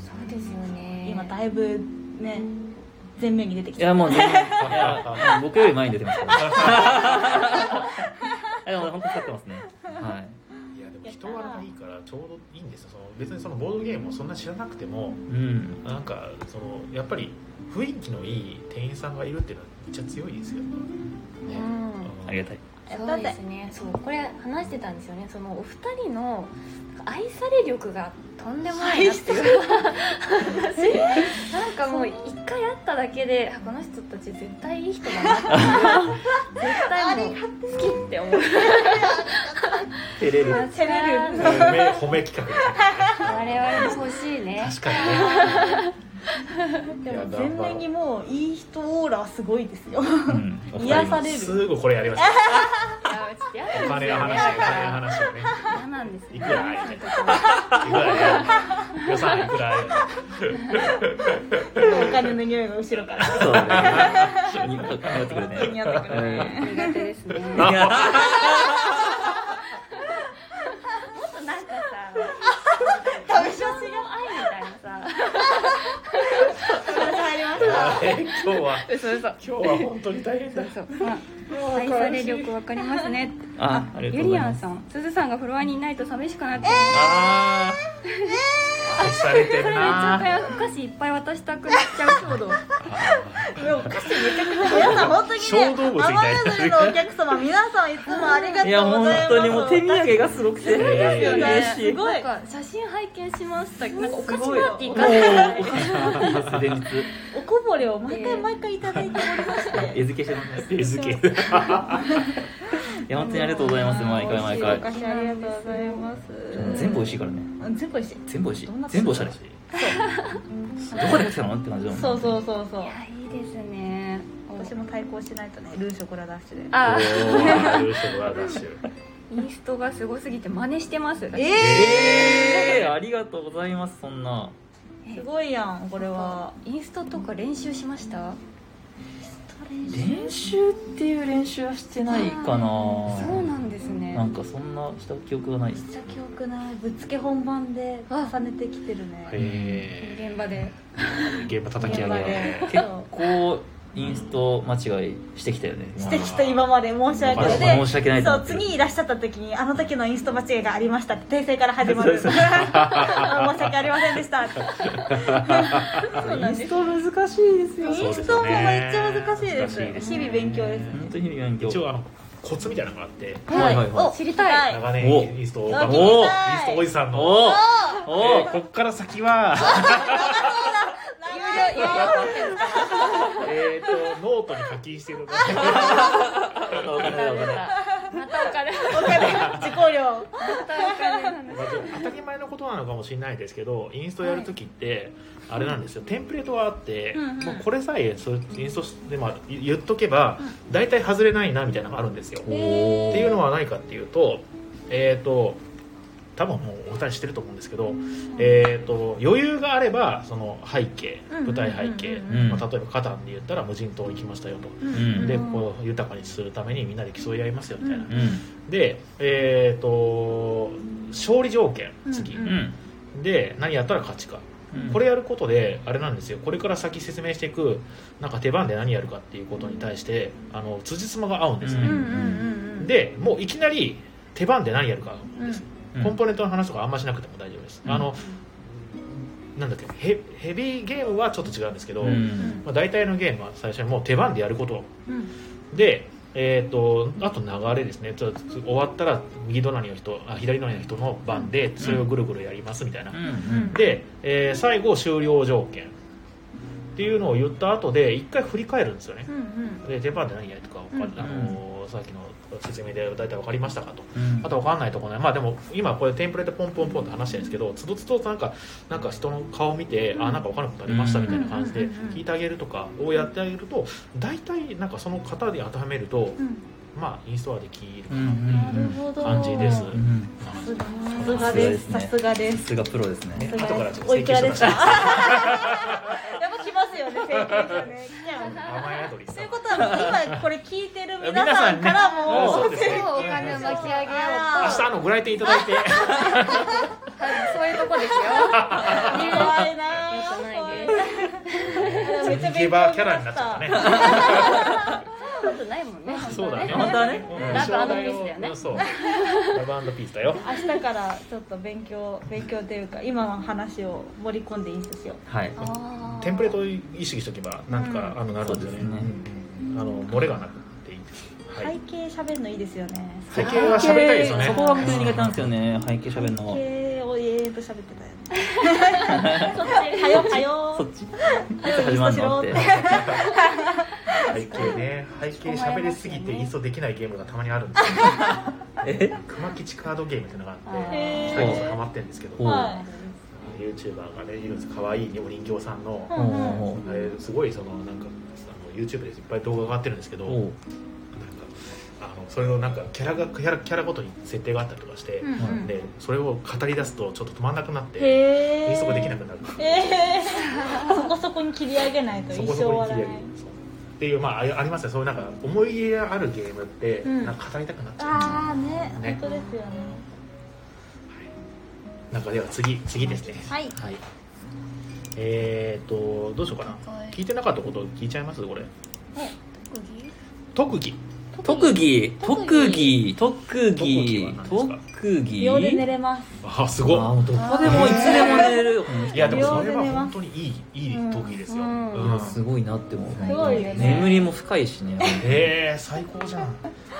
D: そうですよね
C: 今だいぶね前面に出てき
B: い
C: て
B: やもう全然いや 僕より前に出てます からいやもう本当に使ってますねは
A: や
B: い
A: でも人柄がいいからちょうどいいんですよその別にそのボードゲームをそんな知らなくても
B: いうん
A: なんかそのやっぱり雰囲気のいい店員さんがいるっていうのはめっちゃ強いですよね、
D: う
A: ね
D: ん
B: ありがたい
D: そうですねそうこれ話してたんですよねそのお二人の愛され力がとんでもないなっていう話 なんかもう一回会っただけであこの人たち絶対いい人だ なっていう絶対もう好きって思う
B: 照れる
C: 照れる
A: 褒め褒め企画ですね
D: 我々も欲しいね
A: 確かにね
C: で
A: いや頑
C: も
A: 張ろ
C: 前
A: う
C: 面にもういい人オーラはすごいです よ
B: うんお二人
C: 癒される
A: すぐこれやりまし
D: あちょっと嫌
A: たお
D: な
A: 金
D: んですよ
A: の話
D: ね
A: お金 の話をね
D: 嫌なんですよ
A: いくらあれねいくらやる予算いくらある
C: お金の匂いが後ろから
B: そうね頑張ってくれね
C: 似合ってくるね
D: 苦手ですね
B: いや
D: なんかさ
C: 試し
D: 私の
C: 押
D: 愛
C: し
D: み
C: が
D: たいなさ
C: 入りました
A: え今日は
D: 嘘嘘
A: 今日は本当に大変だ
D: そうそうまあ愛され力わかりますね
B: あありがとう
D: ゆ
B: ござ
D: り
B: い
D: や
B: ま
D: ん
B: す
D: さんすずさんがフロアにいないと寂しくなって
B: あ
A: 愛されてる
D: めっち
A: な
D: ゃお菓子いっぱい渡したくなっちゃう衝
C: で
D: 動
C: もお菓子めちゃくちゃ皆さん本当に
A: 小動物
C: ね
A: みたい
C: 雨宿りのお客様皆さんいつもありが
B: ーいや
C: とうご
B: 本
C: ざいます
B: 当にもう手土産がすごくて
A: ですよ
C: ね
B: 嬉しい
C: すごい
D: なんか写真拝見しましたなんかお菓子パーティー
B: も
D: か
B: う
D: な
B: お菓子パーティーです連日
C: おこぼれを毎回毎回いただいておりまして
B: 餌付けしてます
A: 餌付け
B: いや本当にありがとうございます毎回毎
C: お
B: 回
C: 菓子ありがとうございます
B: 全部美味しいからね
C: うん全部美味しい
B: 全部美味しい
C: どんな
B: 全部おしゃれどこで来たのって感じだもん
C: そうそうそうそう
D: いいですね
C: 私も対抗しないとねルーショコラダッシュで
D: あ
A: おー優勝はダッシュ
D: インストがすごすぎて真似してます
C: え
B: えー、ありがとうございますそんな
D: え
C: すごいやんこれは
D: インストとか練習しました
B: 練習っていう練習はしてないかな
D: そうなんですね
B: なんかそんなした記憶がないです
C: めっちゃ記憶ないぶっつけ本番で重ねてきてるね、
A: え
D: 現場で
A: ー、現場叩き上げ
C: 現場で
A: ね
B: 結構インスト間違いしてきたよね
C: してきた今まで申し訳ない
A: まあ
B: 申し訳ないと
C: そ
B: 思っ
C: う
B: てる
C: 次いらっしゃった時にあの時のインスト間違いがありましたって訂正から始まる 申
B: そう
C: し訳ありませんでしたそうなんです
B: インスト難しいですよ
A: そう
C: イン
A: ですね
C: ストもめっちゃ難しいです
A: 難しいですね
C: 日々勉強です
B: 本当に日々勉強
A: 一応あのコツみたいなのがあって
B: はいはいはい
C: お
D: 知りたい
A: 長年インストを頑張った
B: お
A: インストおじさんの
B: おー
A: え
B: お
A: ー
B: ー
A: こっから先は
C: 長い
D: 有料有料コンテンツ
A: えっとノートに課金してるので
B: お金だお金だ
D: またお金
C: お金受講料
D: またお金
A: まあちょっと当たり前のことなのかもしれないですけどインストやるときってあれなんですよ、テンプレートがあって、
C: うんうん
A: もうこれさえそれインストで、まあ、言言っとけば大体外れないなみたいなのがあるんですよ、っ
B: おー
A: ていうのは何かっていうとえっ、と多分もうお二人知ってると思うんですけど、えー、と余裕があればその背景
C: うんうんうんう
A: 舞
C: ん
A: 台背景、
B: うん
A: まあ、例えばカタンで言ったら無人島行きましたよと、
B: ん
A: で
C: う
A: こう豊かにするためにみんなで競い合いますよみたいな、
C: う
B: う
A: でえっ、と勝利条件次、
C: うん
B: んうん
A: で何やったら勝ちか、
B: うん
A: これやることであれなんですよこれから先説明していくなんか手番で何やるかっていうことに対してあの辻褄が合うんです
C: う
A: ね
C: んう、んうんうん
A: でもういきなり手番で何やるかです、
B: うん
A: コンポーネントの話とかあんましなくても大丈夫です、
B: うん
A: あのなんだっけヘヘビーゲームはちょっと違うんですけど、
B: うん
A: まあ、大体のゲームは最初にもう手番でやること
C: うん
A: でえー、とあと流れですねちょっと終わったら右隣の人あ左隣の人の番でそれをぐるぐるやりますみたいな、
B: うん
A: で、えー最後終了条件っていうのを言った後で一回振り返るんですよね
C: うんうん
A: で手番で何やるとかわかん、
C: うん
A: あのーさっきの説明で大体分かりましたかと
B: うん
A: あと分かんないとこないまあでも今これテンプレートポンポンポンって話してるんですけどつどつどなんかなんか人の顔見て、あなんか分かることありましたみたいな感じで
C: うんうんうんうん
A: 聞いてあげるとかをやってあげると大体なんかその型で当てはめると
C: うん
A: まあインストアできるか
B: う
A: な、
B: ん
C: なるほど
A: 感じです
B: うん
A: まあ
C: さすがですさすがで
B: さ
C: す
B: すがプロですね
A: す後からちょっと
C: おい
A: 請求
C: くら
A: 書
C: で
A: 出
C: し
A: したて
C: やっぱ来ますよね請求書ね来ちゃう
A: 甘いアドリス
C: ということは今これ聞いてる皆さんか
A: 皆
C: ら
A: さんね
C: も
A: そうですね
D: をお金を巻き上げよう
A: 明日あのご来店いただいて
D: とはいそういうとこですよ
C: 怖いな
D: よくないね
C: ぁめっちゃ
A: 逃げ
C: 勉強
A: 場
C: に
A: キャラにな
C: なっ
A: っちゃ
C: た
A: ったね
D: そんなことないもんね
A: そうだね。
B: 本当はね
D: ラブピースだよね
A: うんそう。ラブピースだよ。
C: 明日からちょっと勉強勉強というか今の話を盛り込んでインストしよ
B: はい
A: テンプレートを意識しとけばなんかあのなるんですよね
B: そうですね。
A: うんあの漏れがなくていいです。
C: う
A: はい。
C: 背景喋るのいいですよね
A: 背景は喋りたいですよね。
B: そこは本当に苦手なんですよね背景喋る
C: 背
B: の
C: 景を永遠と喋って たよねはよは
B: そっ
C: よ
B: ちいつ始まるのって
A: 背景ね。背景喋りすぎてインストできないゲームがたまにあるんですよ。
B: え
A: 熊吉カードゲームっていうのがあっ
C: へ
A: て、
C: ー
A: 最近それハマってるんですけど、
B: ほう
A: YouTuber
C: は
A: がねいるんです。可愛いお人形さんの
C: う
A: あ
C: んうん
B: お
A: れすごいそのなんかあの YouTube でいっぱい動画が上がってるんですけど。
B: おう
A: なんかあのそれのなんかキャラがキャラキャラごとに設定があったりとかして、
C: うんうん
A: でそれを語り出すとちょっと止まんなくなって、
C: へ
A: イ
C: え
A: ンストができなくなるから、
C: えー、そこそこに切り上げないと
A: そ
C: 一
A: こ
C: 生
A: そ
C: 終
A: こ
C: わ
A: に切
C: ら
A: り
C: な
A: 上げ
C: い
A: るそうっていうまあありありますねそういうなんか思い入れあるゲームって、
C: うん
A: なんか語りたくなっちゃう、
C: ああね
A: ね
C: 本当ですよね
A: なんかでは次次ですね
C: はい
A: はいえー、っとどうしようかな聞いてなかったこと聞いちゃいますこれ特技
B: 特技特技特
A: 技
B: 技特技
C: 秒で寝れます
A: あす
B: あ
A: ご
B: もうどこでもいつでも寝れる
A: いいやでもそれは
C: 秒で寝ます
A: 本当にいいいい特技ですよ、
D: うん
A: う
B: いやすごいなって思う
C: すごいですね
B: 眠りも深いしね
A: えー、最高じゃん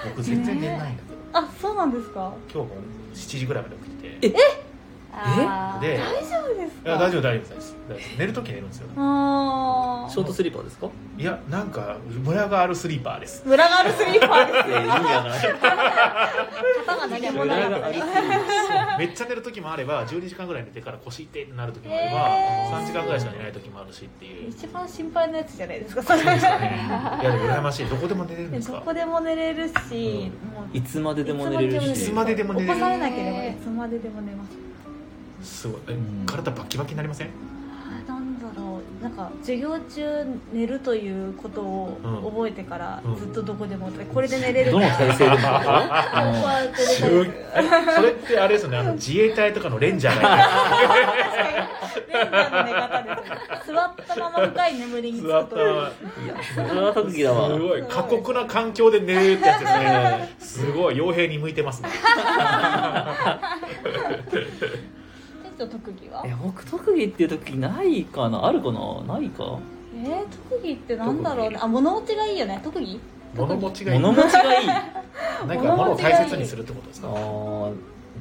A: 僕全然寝ないんだけど、
C: あそうなんですか
A: 今日も7時ぐらいまで起きてて
B: え
A: でい
C: 大丈夫ですか
A: や大丈夫大丈夫です大丈夫です寝るとき寝るんですよ
C: あ
B: ショ
C: ー
B: ートスリーパーですか
A: いやなんかムラがあるスリーパーです
C: ムラガールスリーパーです
B: いや意味わからない
C: 肩が何も
B: ム
C: な
B: ラ
C: か
B: が
C: った
B: あり
C: です
A: めっちゃ寝るときもあれば12時間ぐらい寝てから腰痛いってなるときもあれば、
C: えー
A: 3時間ぐらいしか寝ないときもあるしっていう
C: 一番心配なやつじゃないですかそれ
A: いやでも羨ましいどこでも寝れるんです
C: ど
A: か
C: こでも寝れるし、も
B: いつまででも寝れる
A: い
B: し
A: つまででも
C: う
A: 寝
C: 起
A: れ
C: こ
A: る
C: されなければいつまででも寝ます
A: すごいえ
B: うん
A: 体バッキバキになりません
C: なんだろうなんか授業中寝るということを
A: うん
C: 覚えてから
A: うん
C: ずっとどこでもこれで寝れる
B: ど
C: か
B: の
C: ら
B: 体勢でも
C: こうやって寝た
A: 中
C: り
A: え それってあれですよねあの自衛隊とかのレンジャーが
C: レンジャーの寝方ですね座ったまま深い眠りにつ
A: 座
C: く
A: った
C: という
A: ま
B: いやそれは特技だ
A: ま
B: わ
A: すごい過酷な環境で寝るってやつですねすごい傭兵に向いてますね
C: 店長特技は
B: え僕特技っていう特技ないかなあるかなないか
C: えー、特技ってなんだろうねあ物持ちがいいよね特技
A: 物持ちがいい
B: 物持ちが いいあ
A: 何か物を大切にするってことですか
B: あ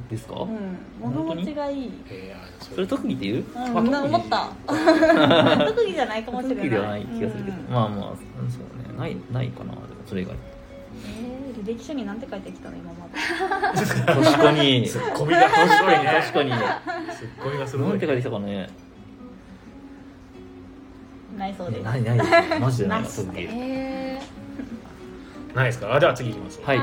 B: ですか、
C: うん物持ちがいい
A: えーあそう
B: それ特技で言う
C: うん、
A: まあ
C: な
A: 特技
C: 思った特技じゃないかもしれ
B: 特技
C: ない
B: ではない気がするけど、
C: うん
B: まあまあそうねないないかなでもそれ以外
C: えー、履歴書になんて書いてきたの今まで
B: 確かに
A: ツ
B: 確
A: ッコミがすごいね
B: かにな
A: ツッコミがすごい
B: んて書
A: ね
B: いてきたかね
C: ないそうです
B: ないないマジでない
C: な
B: な
C: し
B: 特技
D: え
A: ないですかあじゃあ次いきます
B: はい
A: え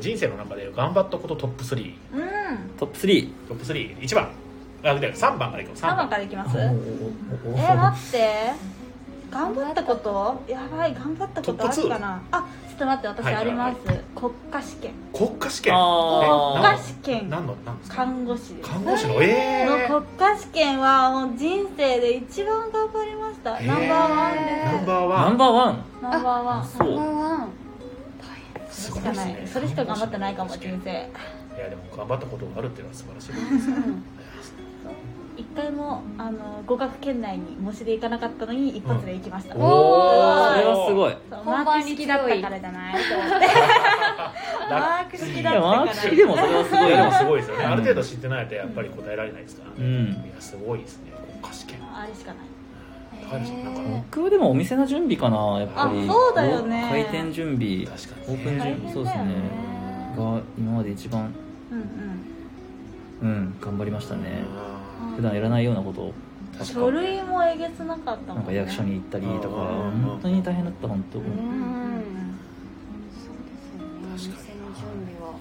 A: ー人生の中で頑張ったことトップ3
D: ー、うん
B: トップ3
A: トップ31番あで3番からいこう
C: 3
A: 3
C: 番
A: 番
C: からいきます
B: おおおお
C: えー、待って頑張ったことやばい頑張ったことあるかなあちょっと待って私
A: はいは
C: あ
A: い
C: ります、国家試験
A: 国家試験
B: あ
C: 国
B: ー
C: 家試験
A: 何の何ですか
C: 看護師です
A: 看護師のえー
C: の国家試験はもう人生で一番頑張りました
A: へー
C: ナンバーワンで
A: ナンバーワ
B: ナン
A: ン
B: バーワン
C: すナンバーワン
B: そ
D: ナンバ
B: う
D: ーワン
A: す
C: そ
A: ご
C: れ
A: い
C: しか
A: で
C: な
A: す
C: い
A: ね
C: それしか頑張ってないかも人生
A: いやでも頑張ったことがあるっていうのは素晴らしいことですね
C: 一回もあの合格圏内に模試で行かなかったのに一発で行きました、
B: お
D: ん
B: おそれはす ごい
C: そうマー
D: 本番
C: ク
D: に
C: 式
D: 強い
C: だったからじゃないと思ってマーク式
B: い
C: だ
B: やマー
C: った
B: ク
C: から
B: 式でもそれはすごい
A: でも
B: よ
A: すごいですよね
B: うん
A: ある程度知ってないとやっぱり答えられないですから
B: う
A: ね
B: ん
A: いやすごいですね国家試験
C: あれしかない
A: 高橋さんなんか
D: え
B: 僕はでもお店の準備かなやっぱり
C: あそうだよね
B: 開店準備
A: 確か
B: オ
A: に
B: ープン準
C: 大
B: 備
C: 変
B: そう
C: だ
B: です
C: よ
B: ね
C: ね
B: が今まで一番
C: うんうん
B: うん頑張りましたね
A: あ
B: 普段やらないようなことを
A: ー確か
C: 書類もえげつなかったもん、ね、
B: なんか役所に行ったり
A: う
B: とか
A: ん
B: 本当に大変だった本当
D: う
C: うんうん
D: ん
A: 確かに
D: そうですよね店の準備は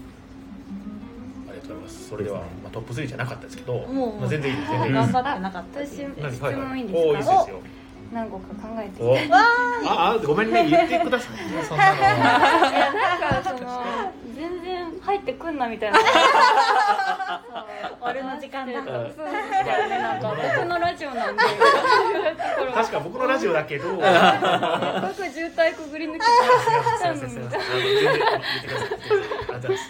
A: ありがとうございますそれでは、まあ、トップ3じゃなかったですけど、
C: うんもう
A: まあ、全然いいです全
C: も
A: 然
C: う
A: いい
C: 頑
A: です
C: 張ってなかったって
D: 私
C: いう
A: 何
D: 質問いいん
A: おーいい
D: で
A: ですす
D: か
A: よ
D: 何個か考えてき
A: お
D: て
A: ああごめんね言ってください ねそんなのはい
D: やなんかその全然入ってくんなみたいな
C: 俺の時間だ
D: そうそうなんか僕のラジオなんで
A: 確か僕のラジオだけ どい
D: 僕渋滞くぐり抜けて
A: やすいませんすいませんあの全然言ってくださいありがとうございます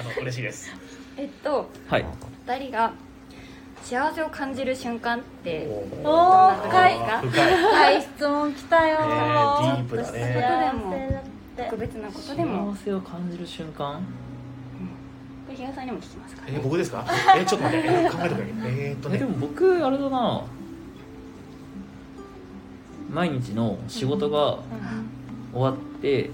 A: あの嬉しいです
D: えっと
B: はい
D: 二人が幸せを感じる瞬間って
A: お
C: お
A: ー
C: ー深い
A: あー
C: 深い質問来たよ
A: ねえディープだね
C: だ
D: 特
C: って
D: 別なことでも
B: 幸せを感じる瞬間
D: これ比嘉さんにも聞きますか
A: えー僕ですかえーちょっと待って、えー考えてくれえーっと
B: えで
A: ね
B: も僕あれだな毎日の仕事が
D: うんうん
B: 終わって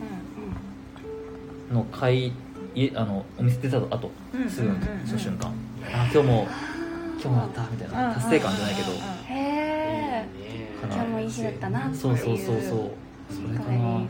B: の会家あのお店出た後
C: うん
B: すぐの
C: うんうんうん
B: その瞬間あ今日も今日もやったみたいな達成感じゃないけど
D: うんへえ
B: うん
D: 今日もいい日だったなっていう
B: そうそうそうそうそれかな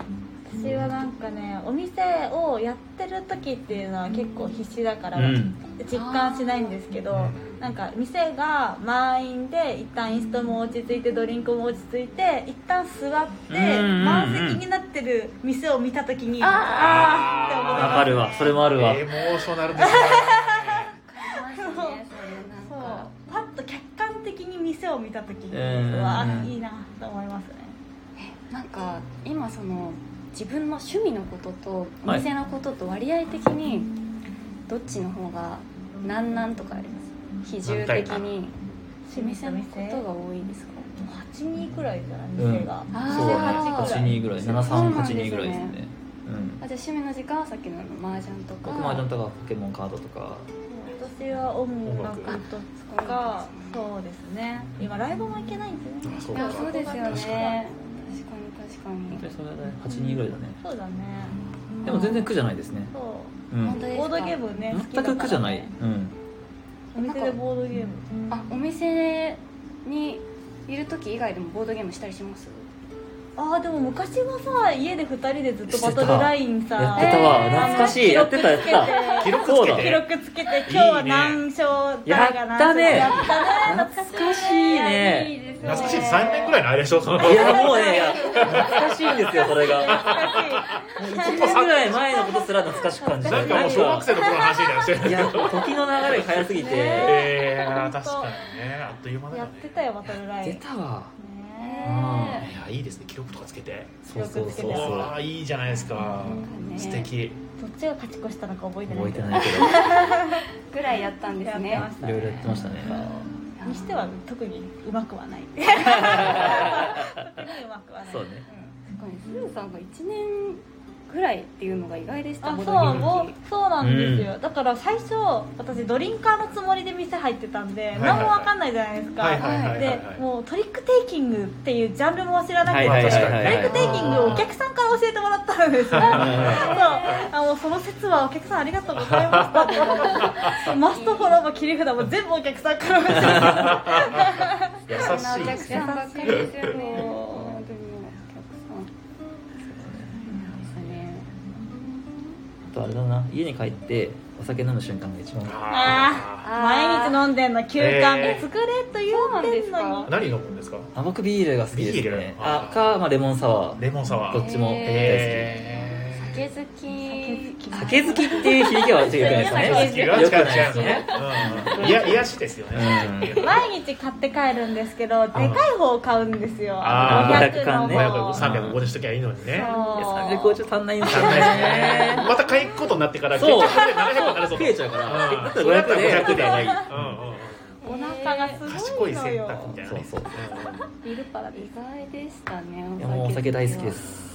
C: 私はなんかねお店をやってる時っていうのは結構必死だから、
B: うん
C: 実感しないんですけどなんか店が満員で一旦インストも落ち着いてドリンクも落ち着いて一旦座って
B: うんうんうん
C: 満席になってる店を見た時に
A: あー
C: ーって思います
B: わかるわそれもあ
A: エ
B: るわ
A: モーショナルです ね
D: そうそう
C: そ
D: そ
C: う
D: うなんか
C: パッと客観的に店を見た時に、
B: うんうん
C: うわいいなと思いますね
D: なんか今その自分の趣味のこととお
B: はい
D: 店のことと割合的にどっちの方が何なんとかあります比重的にお店のことが多いですか
C: 8人くらいじゃない店が、
D: ん
C: 八
D: あー
B: そう
D: そう
B: 8
C: 2
B: 2ぐらい
D: そうなんですね
B: 7382ぐらいですねうん
D: あじゃあ趣味の時間はさっきの麻雀とか
B: 僕もあれとかポケモンカードとか
C: 私は音楽
A: 音楽
C: と
D: そこ
C: か
D: が
C: そうですね今ライブも行けないんですね
A: あそう
D: い
A: か
D: やそうですよね
A: 確
D: 確
A: か
D: か
B: 本
D: に確か
B: 当
D: に
B: にそれだね82ぐらいだね
C: そうだね
B: でも全然苦じゃないですね
C: そう
D: 本当
B: ん
D: です
C: うボードゲームね好き
B: 全
C: だから
B: く
C: ね
B: 苦じゃないうん
C: お店でボードゲーム
D: あお店にいる時以外でもボードゲームしたりします
C: ああでも昔はさ家で2人でずっとバトルラインさ
B: やってたわ
D: えー
B: 懐かしいやってたやってた
A: 記録つけて
B: そうだ
C: 記録つけて今日は何勝誰が何
B: い
C: 勝
B: いね
C: やったね
B: 懐かしいね
D: です
A: 懐かしい3年ぐらいのあれでしょその
B: いやもうねいや懐かしいんですよそれが1
C: 懐かしい
B: 年ぐらい前のことすら懐かしく感じて
A: なんかもう小学生の頃の話になって
B: い
A: る
B: や時の流れが早すぎて
A: えー、確かにねあっという間だ
C: や
A: よ
C: っ
A: ね
C: てたよバトルライン
B: 出たわ
C: ね
B: うん
A: いやいいですね記録とかつけて
B: そうそうそうそう
A: ああいいじゃないですか
E: ね
A: 素敵
C: どっちが勝ち越したのか覚えてない
B: 覚えて
C: い
B: ないけ
E: ぐらいやったんですね
C: やってまし
B: ど
C: た
B: いろいろやってましたね
C: にしては特にうまく はない特にうまくはない
B: そうね
E: 確かにすずさんが1年ぐらいっていうのが意外でした
C: あ
E: ボ
C: そ
E: ドゲ
C: う
E: ーム
C: もうそうなんですよ、
B: う
C: だから最初私ドリンカーのつもりで店入ってたんで、
A: いはい
C: 何もわかんないじゃないですか、
A: はいはいはいはい
C: でもうトリックテイキングっていうジャンルも知らなくて、
B: はいはいはいはい
C: トリックテイキングをお客さんから教えてもらったんですよそうあもうその説はお客さんありがとうございましたって言 われてマストフォローも切り札も全部お客さんから教えてもらって
A: 優
E: そんなお
A: しい
E: 客さんばっかりですよね
C: 優し
E: 本
C: い
E: 当にお客さんそうね
B: あとあれだな家に帰ってお酒飲む瞬間が一番
C: あ
A: あ
C: 毎日飲んでんの休館
A: えー
C: で作れと言
E: そうな
C: うんて
E: で
C: ん
E: す
C: のに
E: か
A: 何飲むんですか
B: あ僕ビールが好きです
A: ビール
B: ねあ
A: あー
B: か、まあ、レモンサワー
A: レモンサワ
B: ど
A: ー
B: っちも大好き、
A: えー
E: 酒好き
B: 酒好きっていう響きは良くないですね
A: 違う違う違う違
B: 良くないで
A: う
B: すね
A: うんいや癒しですよね
B: う
C: 毎日買って帰るんですけどでかい方を買うんですよ
A: あ
B: ー
C: 500の
B: ね
A: 500
B: 500
A: 350しときゃいいのにね
C: そう
B: 350ちょっと足ん ないんです
A: 足
B: よ
A: んないです
B: ね
A: ねまた買いことになってから結
B: そう
A: 局ね700はなるぞ
B: 増えちゃうから
A: うん
B: だった
A: それだ
B: ら
A: ったら
B: 500
A: 500
B: で
A: ではいいうんうんうん
C: お腹がすご
A: 賢
C: い
A: い
C: の
A: 選
C: よ
A: 択みたいなね
B: そうそう
C: ビルパラで
E: 意
C: す
E: 外でしたね
B: いやもうお酒大好きです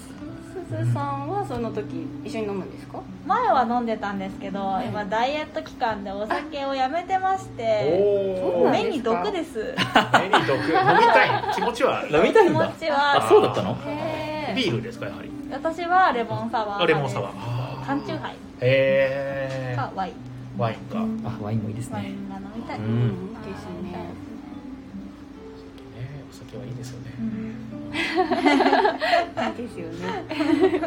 E: すずさんはその時一緒に飲むんですか
C: 前は飲んでたんですけど
E: い
C: 今ダイエット期間でお酒をやめてまして
A: お
E: そう
A: お
E: なん
A: 目
C: 目
A: に
E: だ
C: に毒です
A: 毒飲みたい気持ちは
B: 飲みたい
C: 気
B: ん
C: 持
B: だ
C: ち
B: あ
C: は
B: そうだったの
E: へ
A: ビールですかやはり
C: 私はレモンサワー
A: あレモンサワーあ
C: 缶チューハイ
A: ーへ
C: か
A: え
C: ワイン
A: ワインかね
B: あワインもいいです
C: ワイ
B: ね
C: ンが飲みたい、
B: う
E: うんん
C: あー
E: です
C: 飲みたい
E: ね
A: お酒はいいですよね
E: いいですよね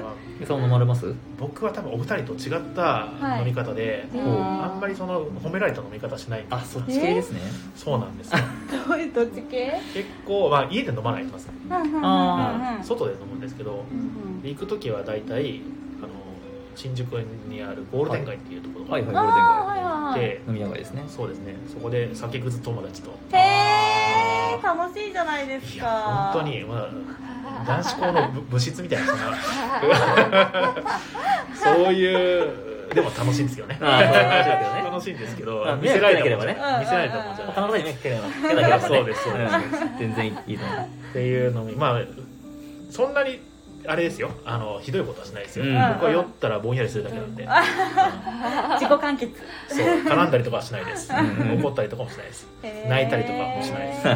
B: そう飲まれます
A: 僕は多分お二人と違った飲み方で
C: うん
B: お
A: あんまりその褒められた飲み方しない
B: あそっち系ですね
A: そうなんですよ
C: どういうどっち系
A: 結構まあ家で飲まないとます
B: あ
E: うん
A: 外で飲むんですけど
E: うん
A: で行く時は大体あの新宿にあるゴールデン街っていうところ
B: あ
A: が
B: は
A: あ
B: い
A: っ
B: は
A: て
B: いゴールデン街
C: ああはいはい
A: で
B: 飲み屋街ですね
A: そうですねそこで酒くず友達と
C: へえ楽しいじゃないです
A: い
C: か
A: や本当に、まあ、男子校 の部部室みたいなそういうでも楽しいんですよね
B: あー楽
A: 楽し
B: しいですよね
A: いんですけど
B: あ
A: 見せられたもんじゃ
C: うん
A: ない見せられたもんじゃ
B: 田
A: ない
B: 中さんに目つけれ
A: だ
B: ば
A: からそうですすそうです
B: 全然いいと思う
A: っていうのにまあそんなにあれですよあのひどいことはしないですよ、
B: うん
A: 僕は酔ったらぼんやりするだけなん で、
C: 自己完結
A: そう絡んだりとかはしないです、
B: うん
A: 怒ったりとかもしないです、 泣いたりとかもしないです
C: へ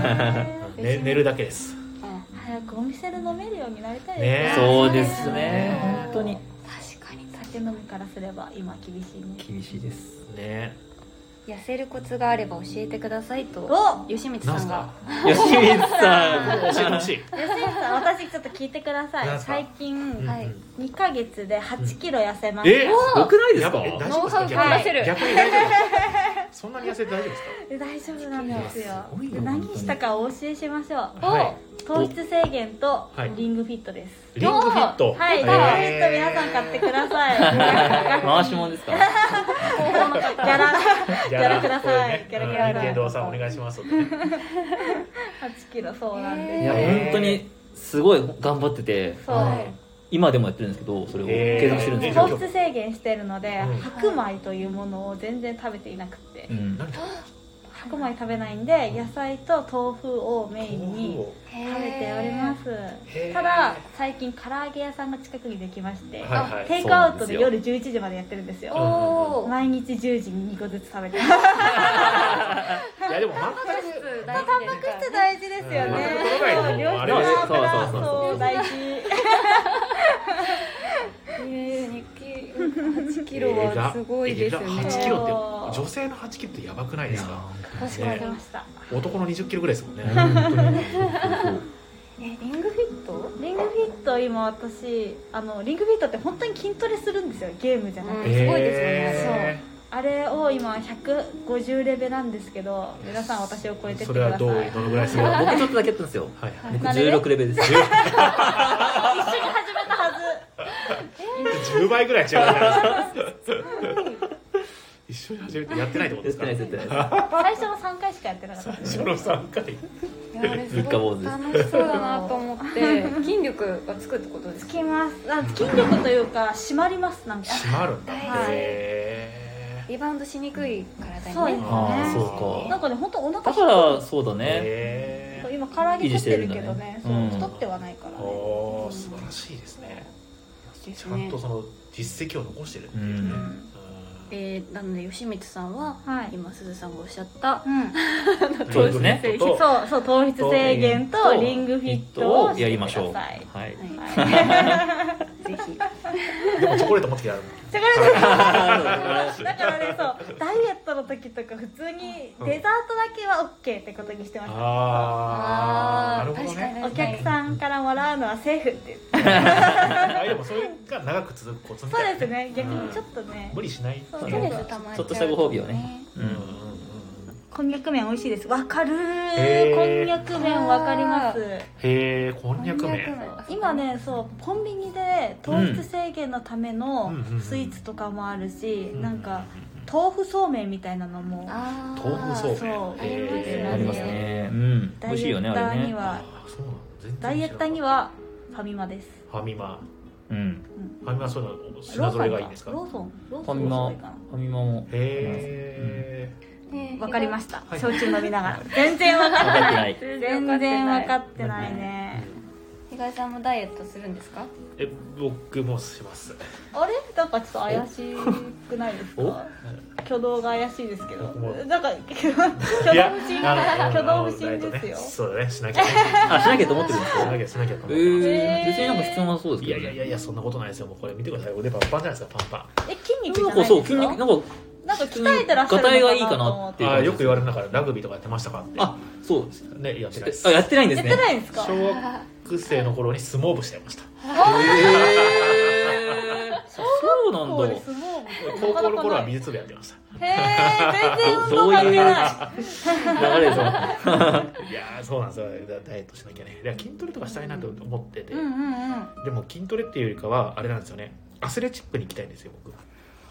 C: ー
A: ね、寝るだけです
E: あ
C: 早くお店で飲めるようになりたい
A: ね
C: です
B: そうですね本当に
E: 確かに
C: 酒飲みからすれば今厳しいね
B: 厳しいです
A: ね
E: 痩せるコツがあれば教えてくださいと
C: お
E: 吉光
A: なん
E: さ
A: す
E: ん
A: か
E: が
B: 吉光
A: 教
B: さん
A: えてほしい、
C: 吉井さん私ちょっと聞いてくだ
A: な
C: さ
A: ん
C: い
A: すか
C: 最近
A: うんうん
E: はい
C: 2ヶ月で8キロ痩せまし
A: え
C: た
B: よくないです
A: や
B: か
A: ばいえ大丈
E: ノ
A: 夫
E: ウ
A: です
E: ハ
A: か
E: ウ
A: 逆
E: が
A: に
E: 話せる
A: 逆に大丈夫ですかそんなに痩せて大丈夫です
C: え大丈夫なんです
B: いや
C: よ
B: すごいよ
C: 何したかお教えしましょう
A: かはい
C: 糖質制限と
A: はい
C: リングフィットです、
A: リンクフィット
C: はい、
A: え
C: リン
A: ー
C: グフィット皆さん買ってく ださい
B: 回しもんですか
C: ギャラ
A: ギ
C: ギャラください
A: ギ
C: ギ
A: ャ
C: ャ
A: ラ
C: ラ
A: ください
C: ください
A: 任天堂さんお願いします
C: 8キロそうなんです
B: いや
C: よ、
B: 本当にすごい頑張ってて
C: そう、
A: はい
B: 今でもやってるんですけどそれを
A: えー
B: 継続してるんですけ
C: 糖
B: ど、
C: 質制限してるので、
A: うん
C: 白米というものを全然食べていなくて、
B: うん、
A: 何か
C: 白米食べないんで野菜と豆腐をメインに
A: を
C: 食べております
A: へー
C: ただ最近唐揚げ屋さんが近くにできまして、
A: はいはい
C: テイクアウトで夜11時までやってるんですよ
E: おー
C: 毎日10時に2個ずつ食べて
A: い
C: る
A: やでも全
E: タンパク
A: く
E: 質大事ですからね
C: 大事ですよ
A: うん
C: ね。
A: そう
C: 両
A: あ
C: 手
A: れで
C: の
A: す
B: そうそうそう
C: そう大事。
E: えー日記8キロはすごいですね
A: えー8キロって女性の8キロってやばくないですか
E: 確
A: か
E: か
A: に
E: に
C: 出ました。
A: 男の20キロぐらいですもんね
B: 本当にそうそうそう
D: えリングフィット
C: リングフィット今私あのリングフィットって本当に筋トレするんですよゲームじゃなくて、
D: うんすごいですよ
A: え
D: ね
C: あれを今150レベなんですけど皆さん私を超え
A: ー
C: てっ
A: そ
C: てく
A: れは
C: ださい
A: どうどのぐらいすごいのはい
B: 僕ちょっとだけやったんですよ
A: はい
B: 僕
C: なるべく
B: 16レベルです
C: 一緒に始めたは
A: 10倍ぐらい違うじゃないですか一緒に始めてやってないってことで
B: やっ
A: す
B: て
A: か
B: ないですやってないです
C: ず最初の3回しかやってなかった
A: 初の3回
D: いやあれす
B: 三日坊
D: ご
B: 主
D: い
B: です
D: 楽しそうだなと思って筋力がつくってことで
C: つ
D: すか
C: きますあ筋力というか締まりますなんか
A: 閉まるんだ
D: はい
A: へ
D: リバウンドしにくい体
C: そうで
D: に
C: す
D: ね
B: ああ
A: ね
B: そう
C: なん
B: か
C: かね本当お
B: だ
C: 腹
B: からそうだ
A: ー
B: ね
A: へー
C: 今唐揚げ食ってるけど
B: 維持してる
C: ね
B: んだね
C: そう
B: うん
C: 太ってはないから、ね、
A: おー素晴らしいですね
E: です
A: ちゃん
E: ね
A: とその実績を残してるっていうね
B: う
A: うん
E: えー、なので吉光さんは、
C: はい
E: 今すずさんがおっしゃった
C: うん
B: そうですね
A: リングフィットと
C: そうそう糖質制限とリングフィットを
B: やりましょう
C: は
B: はい
C: い、
E: ぜひ
A: でもチョコレート持ってきたら
C: チョコレート
B: あ
C: だからねそうダイエットの時とか普通にデザートだけは OK ってことにしてました、
A: ああなるほどね
D: ー
C: お客さんからもらうのはセーフって言って
A: あでもそれが長く続くコツみ
C: そう
A: たいな
C: ですね逆
A: う
C: に
A: ん
C: ちょっとね
A: 無理しない
D: そうう
B: で
D: ス
B: す
D: ト
B: ね
D: レス溜まっちゃう
B: ちょっとしたご褒美をねう
A: うんうんうん
B: ん
C: こんにゃく麺美味しいですわかる
A: へ
C: ー
A: ー
C: こんにゃく麺わかります
A: へえこんにゃく
D: こんにゃ
A: 麺
D: く麺
C: 今ねそうコンビニで糖質制限のための
A: うん
C: スイーツとかもあるし、
A: うん
C: なんか豆腐そうめんみたいなのも
D: あー
A: 豆腐そう
C: そ
A: めん
C: う
A: へー
B: ありますねうん美
C: ダ
B: 味
C: イ
B: しい
C: エ
B: よね
C: ッ
B: あ
C: タ
B: れ
C: ーに
B: ね
C: は
A: あーそうなの全然知らな
C: ダイエ
A: か
C: ッ
A: った
C: ターにはファミマです
A: ファミマ
B: うん
A: ファミマはそういうの品ぞれがいいんですか
C: ローソンロー
B: フ
C: ソ
B: ァ
C: ン
B: ミマ
C: ローソン
B: フ
C: がいいか
B: ァ
C: な
B: ミマも
A: へ
D: ね
C: わかりました
A: はい
C: 焼酎飲みながら全然わかっ
B: 分かってて
C: ない
B: ない
C: 全然わか
D: っ
C: ってないね
D: 東さんもダイエットするんですか
A: ええ僕もします
C: あれなんかちょっと怪しくないです
A: お
C: か挙動が怪しいですけど
A: お
C: なんか 挙動
A: いや
C: 不審
A: あの
C: 挙動不
A: あの
C: 審
A: ダイエット
C: で
A: ね
C: すよ
A: そうだねしなきゃ
B: あしなきゃと思ってるんで
A: し
B: す
A: な
B: よ
A: きゃしなきゃと
B: え
A: 思ってます
B: ー別になんか質問はそうです
A: い
B: け
A: や
B: ど
A: いやいや
B: ね
A: いやそんなことないですよもうこれ見てください腕パンパンじゃないですかパン
C: え筋肉じゃ
B: なんか
C: ないで
B: そう
C: す
B: 筋肉な
C: か
B: んか
C: なんか鍛えてらっしゃるのかなと思って
B: ガタイがいいかなって
A: パ
B: い
A: ン
B: う
A: あーよく言われる中でラグビーとかやってましたかって
B: あそうです
A: ねやってないです
B: あやってないんです
C: や
B: ね
C: ってないんですか
A: 小学生の頃に相撲部してました
B: へーそうなん
C: そう
B: だ
C: ですもう
A: 高校の頃は美
C: へえ
A: 術部やってまし
C: 全然運
B: ど
C: 動
B: う
C: 関係
B: いう
C: ない
B: 流れですか
A: たいやーそうなんですよだダイエットしなきゃねいや筋トレとかしたいなと思ってて、
C: うんうんうん
A: でも筋トレっていうよりかはあれなんですよねアスレチックに行きたいんですよ僕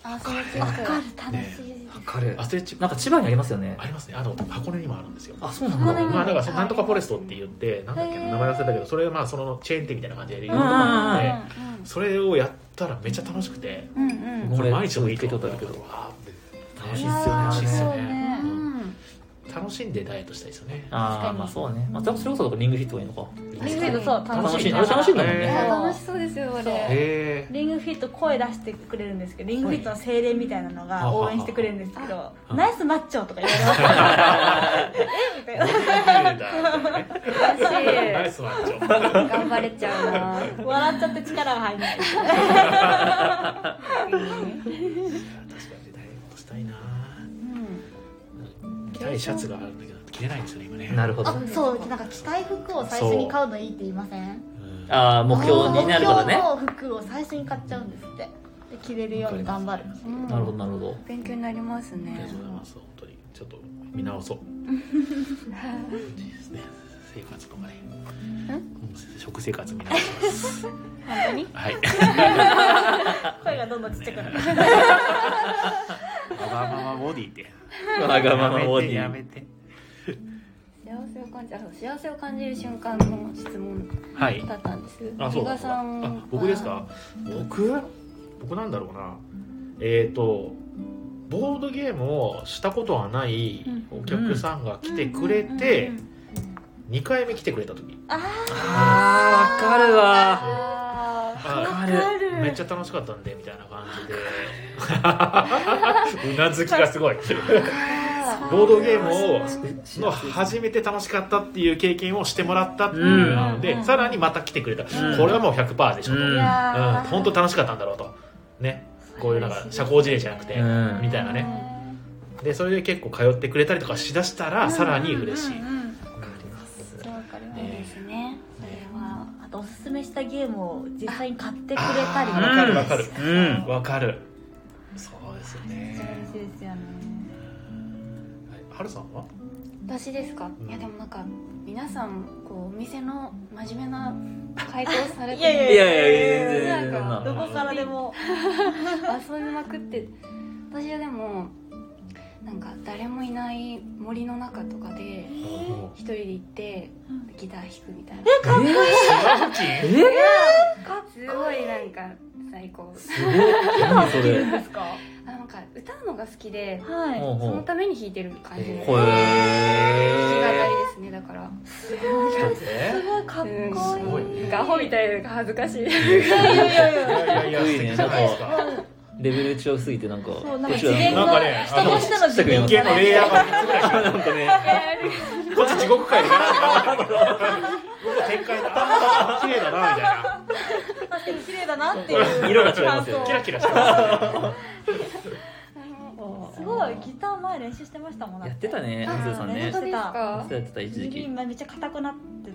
D: あそうですか
C: 楽しい
B: わかる
A: アスレチック
B: なんか千葉にありますよね
A: ありますねあの箱根にもあるんですよ
B: あそうなんだ
C: 箱根に
A: まあ、だからそのなんとかフォレストって言ってなんだっけな名前忘れたけどそれはまあそのチェーン店みたいな感じでいろんなとこがあってそれをやったらめっちゃ楽しくて
C: うんうん
A: これ毎日もいいけど
B: これちょっと行
A: わー
B: 楽しいっすよね
A: 楽しいっすよ
C: そう
A: ね
C: ね
D: うん
A: 楽しんでダイエットしたいですよね
B: ああまあそうねまあそれこそリングフィットがいいのか
C: リングフィットそう楽
B: 楽
C: し
B: し
C: い
B: いあれ楽しいんだもん
A: へ
B: ね
A: ー
D: 楽しそうですよあ
C: そう
D: れ
A: へえ
C: リングフィット声出してくれるんですけどリングフィットの精霊みたいなのが応援してくれるんですけど「
A: あ
C: ナイスマッチョ」とか言われます えみたいな
A: ナイスマッチョ
D: 頑張れちゃうな
C: 笑っちゃって力が入んない
A: 確かにダイエットしたいな着たいシャツがあるんだけど着れないんですよね今ね
B: なるほど
C: あそうなんか着たい服を最初に買うのいいって言いません
A: うん
B: ああ目標になるからね
C: 目標の服を最初に買っちゃうんですってで着れるように頑張る
D: うん
B: なるほどなるほど
D: 勉強になります
A: ありが
D: ね
A: とうございます本当にちょっと見直 そういいですね生活とかねうん食生活見直します
D: 本当に
A: はい
C: 声がどんどんちっちゃくなる
A: わがままボディって
B: わがままボディ
A: やめてや
D: 幸せを感じあそう幸せを感じる瞬間の質問
A: めてはい
D: だったんです
A: あそう
D: 比嘉
A: だ
D: さん
A: あ
D: は
A: 僕ですか僕僕なんだろうなえっ、とボードゲームをしたことはないお客さんが来てくれて2回目来てくれた時
B: あーわかるわ
D: あ
A: あ
B: わか
A: ーめっちゃ楽しかったんでみたいな感じでうなずきがすごい
D: ー
A: ボードゲームをの初めて楽しかったっていう経験をしてもらったっていうので、
D: うん
A: さらにまた来てくれた、
B: ん
A: これはもう100%でしょ
B: う
A: と、うん
B: ん
C: やー
A: 本当楽しかったんだろうとねこういうなんか社交辞令じゃなくて、
B: うん
A: みたいなねでそれで結構通ってくれたりとかしだしたらさらに嬉しい、
C: うんうんうん
A: わかります
D: そうですねそれ
C: ゲームを実際に買ってくれたり
A: あわかる
B: うん
A: わかる
B: うん
A: わかるそうですよ
E: めっちゃ嬉
A: ね
E: しいですよね
A: はいはるさんは
D: 私ですか、
A: うん
D: いやでもなんか皆さんこうお店の真面目な回答されて
C: いやいや
B: いやいやいや
D: なん
B: 全然そん
D: か
C: ど
B: な
C: こからでも
D: 遊びまくって私はでもなんか誰もいない森の中とかで一人で行ってギター弾くみたいな
B: かっこいいえー
D: すごいなんか最高
B: すごい何それへ
C: ですか
D: あなんか歌うのが好きで
C: はい
D: そのために弾いてる感じで弾き語り
B: え
D: ですねだから
C: すごいかっこ
D: うん
A: すごい
C: いい
A: ね
D: なんかアホみたいな恥ず かしい
C: いや
A: い
C: いやいやいや
A: やいやいや素敵じゃないですか
B: レベル違うすぎてなんかこ
C: そうなんか
B: っち
C: 次
B: は
C: 元
B: なん
A: なんかね
B: か
C: が人としての次元
A: 人間のレイヤーが3つぐらい
B: なんかね
A: こっち地獄界でガラガラガラガラ僕は天界だあー綺麗だなみたいな
C: 確かに綺麗だなっていう
B: 色が違いますよ
C: 感想
A: キラキラしてますね
C: すごいギター前練習してましたもん
B: やってたね安藤さんね
D: 本当です
B: やっ
D: か
B: てたやってた一時
C: 指
B: 期
C: 今めっちゃ硬くなって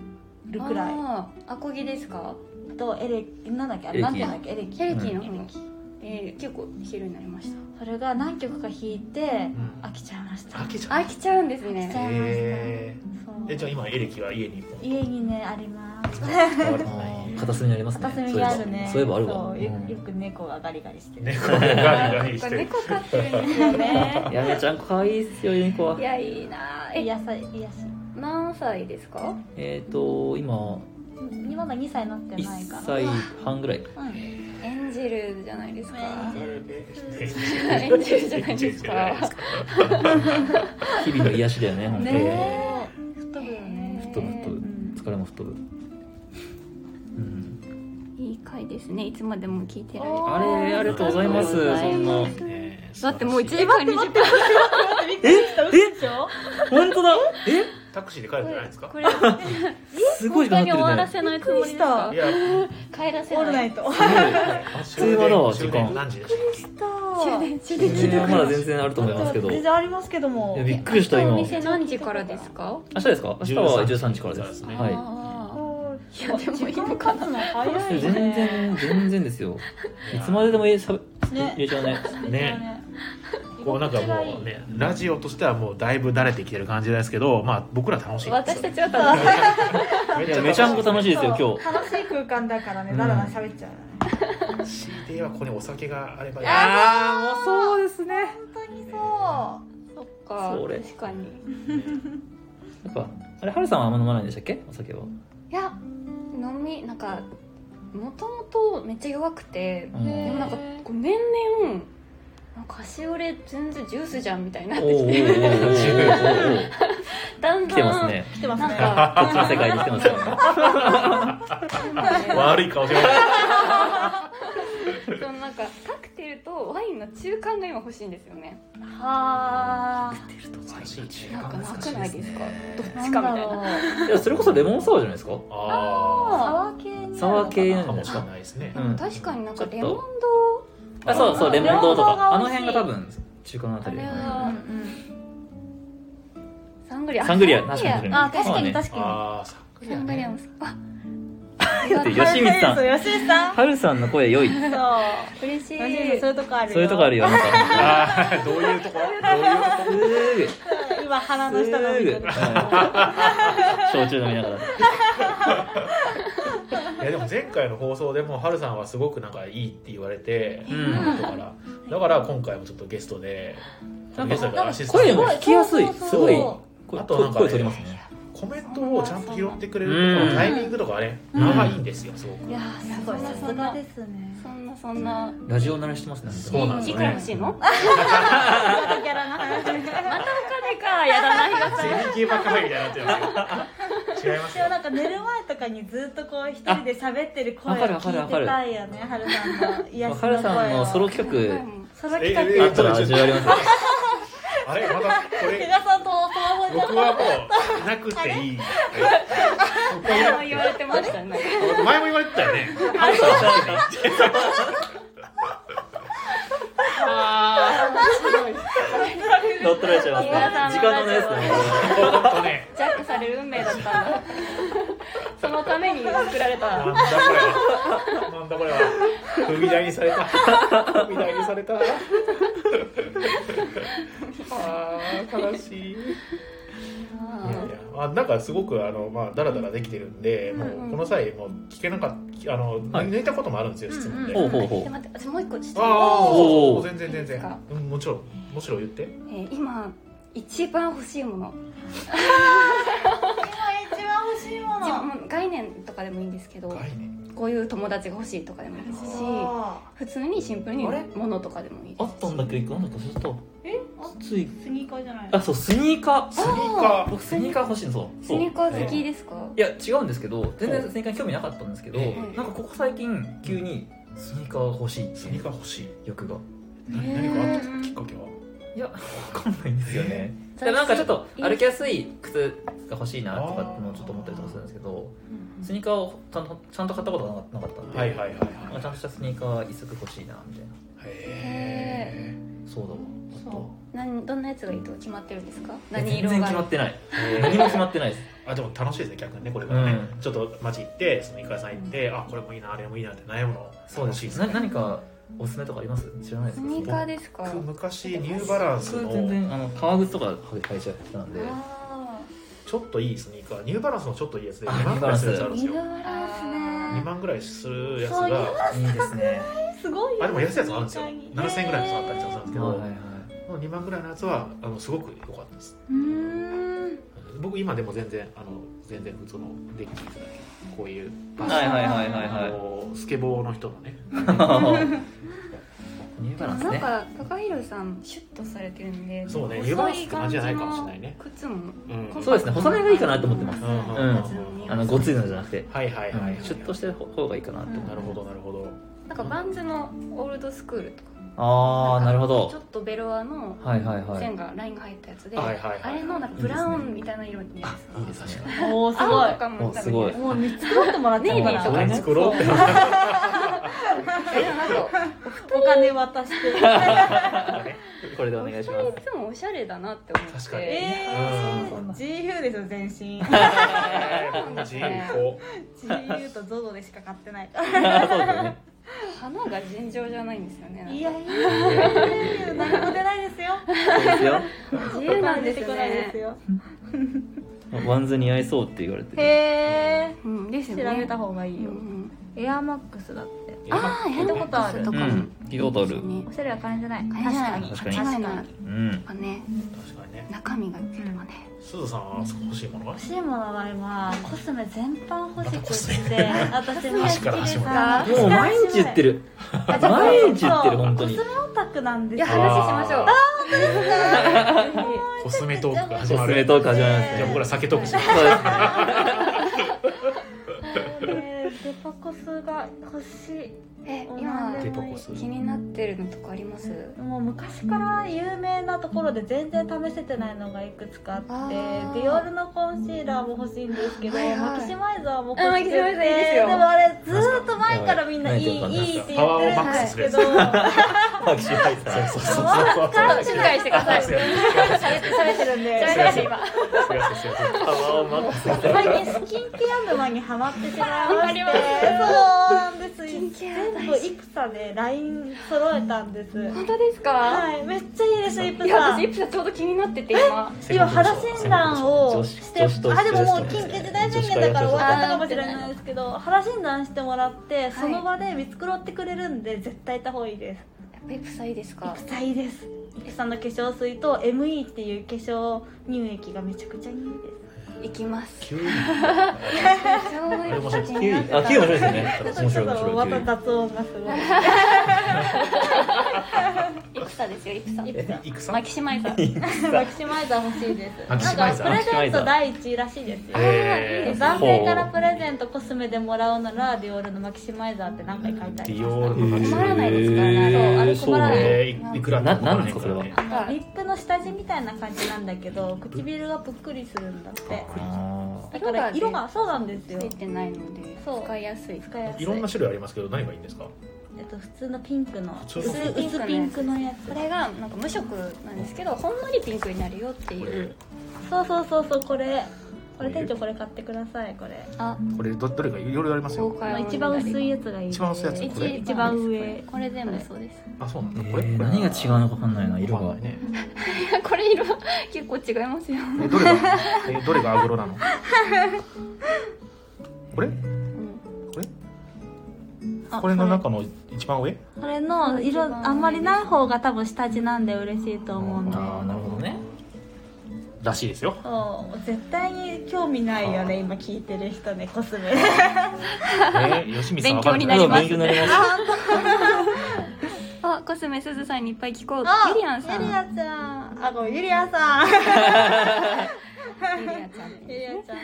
C: るくらい
D: あーアコギですか
C: とエレなんだっけあれ
B: エレ
C: なん
B: キ
C: ていうんだっけエレキ
D: ケルキーの
C: エ
D: 方、
C: レキ
D: えー結構弾けるようになりました
C: それが何曲か弾いて
A: ん
C: 飽きちゃいました
A: 飽きちゃう
D: 飽きちゃうんです
C: 飽きちゃ
D: ね
C: いました
A: え
C: そう
A: ーえじゃあ今エレキは家に一本
C: 家にねあります
A: 使われてな
B: あー
A: い
B: 片隅にありますね
C: 片隅にあるね
B: そういえばそういえばあ
C: そう
B: る
C: よ
B: わ
C: よく猫がガリガリしてる
A: 猫がガリガリ
D: こ
A: し
D: れ
A: て
D: 猫飼ってるんですよね
B: うんやめちゃん可愛いっすよユニコはい
D: やいいなーえ
C: 癒さ癒やし
D: 何歳ですか
B: えっと今
C: にまだ2歳になってないか
B: 1
C: ら
B: 歳半ぐらい
C: うん
D: エンジェルじゃないですか
A: エ
D: エンジェルじゃないですか
B: 日々の癒しだよね本当に
C: ねえ太ぶよね
B: 太ぶ太
C: う
B: ぶ
C: ん
B: 疲れも吹っ飛ぶ、うん、
D: いい回ですねいつまでも聞いてられ
C: お
D: る
C: ー
B: あれありがとうございますそんな
D: だってもう1時
A: え
D: 間20分
C: びっくりした嘘でしょ
B: 本当だえ
A: タクシーで帰るんじゃないですか
D: これ
B: すごい
D: 本
B: 時間に
D: 当に
B: な
D: 終わ
B: っ
D: ら
B: て
D: せないつもりですか
A: いや
D: 帰らせ
C: オール
D: な
C: ナ
D: い
C: イト
A: あ
B: 通話だわ
A: 終電
B: 時
A: 終電何
B: 間
A: 時でしたっ
D: 終電終
B: るね全
D: 電切れ
B: 然
D: な
B: まだ全然あると思いますけど
C: 全
B: い
C: 然ありますけども
B: やびっくりした今
D: お
B: 明日
D: 店何時からですか
B: ですか明日は13時から
A: そ
B: です
A: うですね
B: はい
D: あ
C: あー
D: いやでもいいのか
C: 時間経
D: な
C: つの早い
B: 全
C: ね
B: 然全然ですよ
A: け
B: いつまででもいいさ
C: ね
B: 入れちゃうね
A: ねこうなんかもうねラジオとしてはもうだいぶ慣れてきてる感じですけどまあ僕ら楽しい
D: 私たちは楽しい
B: いやめちゃんこ楽しいですよ今日
C: 楽しい空間だからねだらだら喋っちゃうよ
A: 強
C: ね
A: いて言えばここにお酒があればいい
B: ああもうそうですね
C: 本当にそう
D: そっか
B: それ
D: 確かに
B: やっぱあれハルさんはあんま飲まないんでしたっけお酒はい
D: や飲みなんかもともとめっちゃ弱くて
B: うん
D: でもなんかこう年々なんかカシオレ全然ジュースじゃんみたいになっ
B: おー
D: て
B: お
D: き
B: ーおー
D: て
B: おーおーおー
D: だん
B: 来てま
D: だ
B: す
D: ん
B: ね
C: 来てます
D: なん
C: ね
B: こっ
D: か
B: ちの世界に来てますよね
A: 悪い顔してます
D: そのなんかカクテルとワインの中間が今欲しいんですよね
C: はあ
D: なんかなくないですかどっ
C: な
D: ち
C: ん
D: か
C: だ
D: みたい
C: ろ
D: な
C: う
B: いやそれこそレモンサワーじゃないですか
A: あ
C: サワー系になるのかな
B: サワー系
A: あ
B: なん
A: か
B: じゃない
A: もしれ
B: ですか
A: ないですね
B: うん
D: 確かになんか
B: ちょっと
D: レモンド
B: あそうそうレモン堂と
C: レモン堂
B: かあ
C: が美
B: の
C: 味しい
B: 辺が多分中華のあたり
D: あれ
C: う
D: は
C: んうん
D: サングリア
B: サングリア確
D: サ
B: か
D: ン
B: に
C: あ確かに確か
A: ああサ
D: グリアサングリアもあ
B: って
C: に
B: 吉光さん
C: そう吉光さん
B: ハルさんの声良い
C: そう
D: 嬉しい
C: 吉光さんそういうとこあるよ
B: そういうとこあるよなんか
A: あ ーどういうとこどういうとこ
B: すーぐ
C: 今鼻の下伸びてる
B: すぐ焼酎飲みながら
A: いやでも前回の放送でもハルさんはすごくなんかいいって言われて、
B: うん
A: だからだから今回もちょっとゲストで
B: なんか
A: ゲストでアシスタント
B: 声も聞きやすい
C: そうそうそう
B: すごい
A: あ
B: 声
A: となんかね
B: 声取りますね
A: コメントをちゃんと拾ってくれるとこ
B: うん
A: のタイミングとかね
B: うん
A: 間がいいんですよすごく
C: いやーすごいさすがですね
D: そんなそんな
B: ラジオ慣れしてますね
A: そうなんです
D: い
A: よ
D: くら
A: ね
D: 欲しい
C: ま
D: の
C: たギャラの話
D: 金かやだな
A: 銭ゲばっかりみたいになってますよ違います
C: で
A: よ
C: もなんか寝る前とかにずっとこう一人で喋ってる声を
B: あわかるわかるわかる
C: 聞いてたいよね春さんの癒しの
B: ハル
C: 声を
B: さんのソロ企
C: ソロ
A: ええ
C: 企画
A: え
B: 画あったら味わえますよ
A: あれまたこ
C: 手
A: れ
C: 賀さんとスマホに
A: 僕はもうなくていい僕はいなくてい
D: 言われてましたね
A: い前も言われてたよ ね
B: 乗っ取られちゃいますね時間のないですね
A: 本当ね
D: ジャックされる運命だったんだそののために作られた
A: なんだこれはなんだこれは踏み台にされた踏み台にされたあー悲しいいやいやあなんかすごくあの、まあ、だらだらできてるんで、もうこの際もう聞けなかったあの、
B: はい
A: 抜いたこともあるんですよ質問で、
B: ほうほうほ
F: で
B: う
F: 待って私もう一個質問
A: ああ
B: おー
A: 全然全
D: いいです
A: 然
D: か
A: うんもちろんもちろん言って
D: えー今一番欲しいもの
C: 今一番欲しいも
D: 一番
C: の
D: まあ概念とかでもいいんですけど
A: 概念
D: こういう友達が欲しいとかでもいいですし普通にシンプルに
B: あれ
D: 物とかでもいいです
B: あったんだっけなんだっけそれと
C: え
B: つい
C: スニーカーじゃない
B: あそうスニーカ
A: スニ
B: ー
A: ーカ
B: 僕スニーカー欲しいのそう
D: ス
B: そう
D: ニーカー好きですか、
B: いや違うんですけど全然スニーカーに興味なかったんですけど、
A: え
D: え
B: なんかここ最近急にスニーカーが欲しい
A: ースニーカー欲しい
B: 欲が
A: 何
D: へー
A: 何かあったきっかけはい
B: やわかんないんですよね
F: え
B: でもなんかちょっと歩きやすい靴が欲しいなとかってのをちょっと思ったりとかするんですけどスニーカーをちゃんとちゃんと買ったことがなかったんで、
A: はいはいはい
B: な
A: は
B: んかちゃんとしたスニーカー一足欲しいなみたいない
A: へ
B: そうだわあと
D: 何どんなやつがいいとか決まってるんです
B: い
D: か
B: や
D: 何
B: 全
D: 色
B: 然
D: が
B: 決まってない
A: え
B: 何も決まってないです
A: あでも楽しいですね逆にねこれからね、
B: う
A: ちょっと街行ってスニーカー屋さん行って、あこれもいいなあれもいいなって悩むの
B: そうで
A: 楽
B: す
A: しいです
B: な
A: ね
B: 何かおすすめとかあります知らないです
D: ス
B: か
D: ニーカーですか
A: 僕昔ニューバランス
B: 僕全
A: の
B: 然あの革靴とか履いちゃってたんで
D: あ
A: ちょっといいスニーカーニューバランスのちょっといいやつで
B: あ
A: 2万ぐらいするやつあるん
D: ー
A: です
D: ニュ
A: よ
D: ーバ
A: 2
D: ランスね
A: 万ぐらいするやつ
C: そういう
A: が
B: いいですね
C: すごいよ
A: あでも安いやつあるんですよ
C: スニーカーに
A: 7000円ぐらいのやつあったりしたんですけど、
B: はいはいはい
A: 2万ぐらいのやつはあのすごく良かったです
D: うーん
A: 僕今でも全然あの全然普通のデッキだけこういう
B: はいはいはいはい
A: あ
B: は
A: のスケボーの人のね
B: い ニューバランス
D: なん
B: ね
D: か高弘さんシュッとされてるんで
A: そうね
D: 細い
A: ニューバランスって感じじゃないかもしれないね
D: 感じの靴も
A: うん
D: こん
B: そうですね細めがいいかなと思ってます
A: うんうんうんうん
B: あのごついのじゃなくて
A: はいはいはいはい、
B: シュッとしてる方がいいかなって思う
A: なるほどなるほど
D: なんかバンズのオールドスクールとか
B: ああなるほ
D: ちょ
B: ど
D: っとベロアの
B: はいはいはい
D: 線がラインが入ったやつで、
A: はいはいはい
D: あれのなんかブラウンみたいな色に似合い
A: いいですね
C: おおす
D: 青と
C: ご
D: かも
B: おすごい
C: いもう見つかってもらっても
D: ネイビ
C: ら
D: ー
C: お
D: とか
A: 俺
D: ね
A: 作ろうって
D: でもなんか
C: 金渡して
B: これでお願い します
D: いつもおしゃれだなって思って
A: 確かに
C: え
A: うん
C: ー、GU ですよ全 身
A: 自 由
C: GU と ZOZO でしか買ってないか
B: そうだ ね
D: 花が尋常じゃないんですよね
C: らいやいや何も出ないですよ
B: そうですよ
D: 自由なんです
C: 出て
D: よ
C: こないです
D: ね
C: よ
B: ワンズ似合いそうって言われてる
C: へえ
D: うんです
C: 調
D: よね
C: べた方がいいよ
D: うん
C: エアマックスだって
D: ああ
A: や
D: ヘッド
C: こ
D: コ
C: とあ
D: タ
C: る
D: ーと
B: う
D: かも、
B: ん聞いたことある
D: ね
C: おしゃれは金じゃない
D: 金じゃない
B: 確かに
D: 間違いない
B: うん
D: なんかね
A: 確かにね
D: 中身が出るわね、
A: すずさんは欲しいものは
C: 欲しいものは今コスメ全般欲しくっ
A: ま
C: て私も
A: 端から端ま
C: 好きでさ
B: もう毎日言ってる毎日言ってる本当に
C: コスメオタクなんです
D: い
C: よ
D: や話しましょう
A: コスメトークが始
B: お
A: まする
B: すめトーク始まりますね
A: じゃあ僕ら酒トークしよ
B: そうですね
C: でデパコスが欲し
D: え
C: い
D: 今
A: デパコス
D: 気になってるのとかあります
C: もう昔から有名なところで全然試せてないのがいくつかあっ
D: あ
C: て
D: ー
C: ディオールのコンシーラーも欲しいんですけど、
D: はいはい
C: マキシマイザーも欲しくて
D: あマキシマイザーいいですよ
C: でもあれずーっと前からみんないい
B: はい
C: いいって
A: パ
C: 言っ
A: ワーを
C: て
A: マッ
C: るん
A: ク
C: で
A: ス
C: す
A: する
C: け
A: やつ
C: ど
B: 拍手入った
A: そうそうそう
C: パワー
A: そう
D: 勘違いしてください
C: されてされてるんで
D: 喋って今
B: パワーをマックス
C: 最近スキンケア沼にハマってしまいまして
D: わか
C: そうなんです
D: キンケア
C: 全部イプサでライン揃えたんです
D: 本当ですか、
C: はいめっちゃいいですイプ
D: いや
C: サ
D: 私イプサちょうど気になってて今
C: 今肌診断をして
B: 女子女子
C: あでももう緊急事態宣言だから終わったかもしれないですけど肌診断してもらってその場で見繕ってくれるんで絶対行った方がいいです
D: やっぱイプサいいです
C: イ
D: か
C: プサいいですイプサの化粧水と ME っていう化粧乳液がめちゃくちゃいいです
D: 行きます
A: 急に
D: ちょうどイプサ気
B: キ
D: に
B: ウイ
D: な
B: あ
D: ってた
B: キウイ面白いですね面
C: ちょ
B: 白
C: っ
B: い
C: と
B: 面
C: ま
B: 白
C: た
B: い
C: 雑音がすごい
D: イプサですよイプサ
A: 戦
D: マキシマイザー
C: マキシマイザー欲しいです
A: マキシマイザー
C: なんかプレゼント第一位らしいですよ
A: えー
C: 男性からプレゼントコスメでもらうならディオールのマキシマイザーって何回書いてあ
A: デ
C: り
A: ィ
C: ま
A: オールのマキシ
D: 困らない
A: マ
D: ですからね
B: へー
D: そうあれ
B: そう
D: 困らない
A: えーいいくらってこと
B: ななんですかそれは
A: ね
C: すあのリップの下地みたいな感じなんだけど唇がぷっくりするんだって
B: あ
C: だから色がそうなんですよ
D: ついてないので
C: そう
D: 使いやすい
C: 使いやすい
A: いろんな種類ありますけど何がいいんですか
C: えっと、普通のピンクの
A: 普
C: 薄
A: 通の
C: 薄ピンクのやつ
D: これがなんか無色なんですけどほんのりピンクになるよっ
A: こ
D: てい
A: れ
D: う
C: そうそうそうそうこれこれ店長これ買ってくださいこれ、
E: あ
A: これどどれかいろいろあります
E: 公
A: よ
E: 開
C: まあ一番薄いやつがいい
A: 一番薄いやつ
E: 一
A: これ
C: 一番上
E: これ全部そうです、
A: あそうなん
B: え
A: だ
B: ー
A: これ、これ
B: 何が違うのか分かんないな色
A: わか
B: が
A: んないね
E: いや これ色結構違いますよ
A: えどれがえどれがアグロなのこれ
C: あ
A: これの中の一番上
C: これの色あんまりない方が多分下地なんで嬉しいと思うんで
B: ああなるほどね
A: らしいですよ
C: そう絶対に興味ないよね今聞いてる人ねコスメ
A: えー、吉見さんわかる
E: 勉強になります
B: 勉強にな ります
E: あコスメすずさんにいっぱい聞こう
C: あ
E: ゆりやんさん
C: ゆりやちゃんあごめんゆりやさん
E: ゆりやちゃん
C: ゆりやちゃんです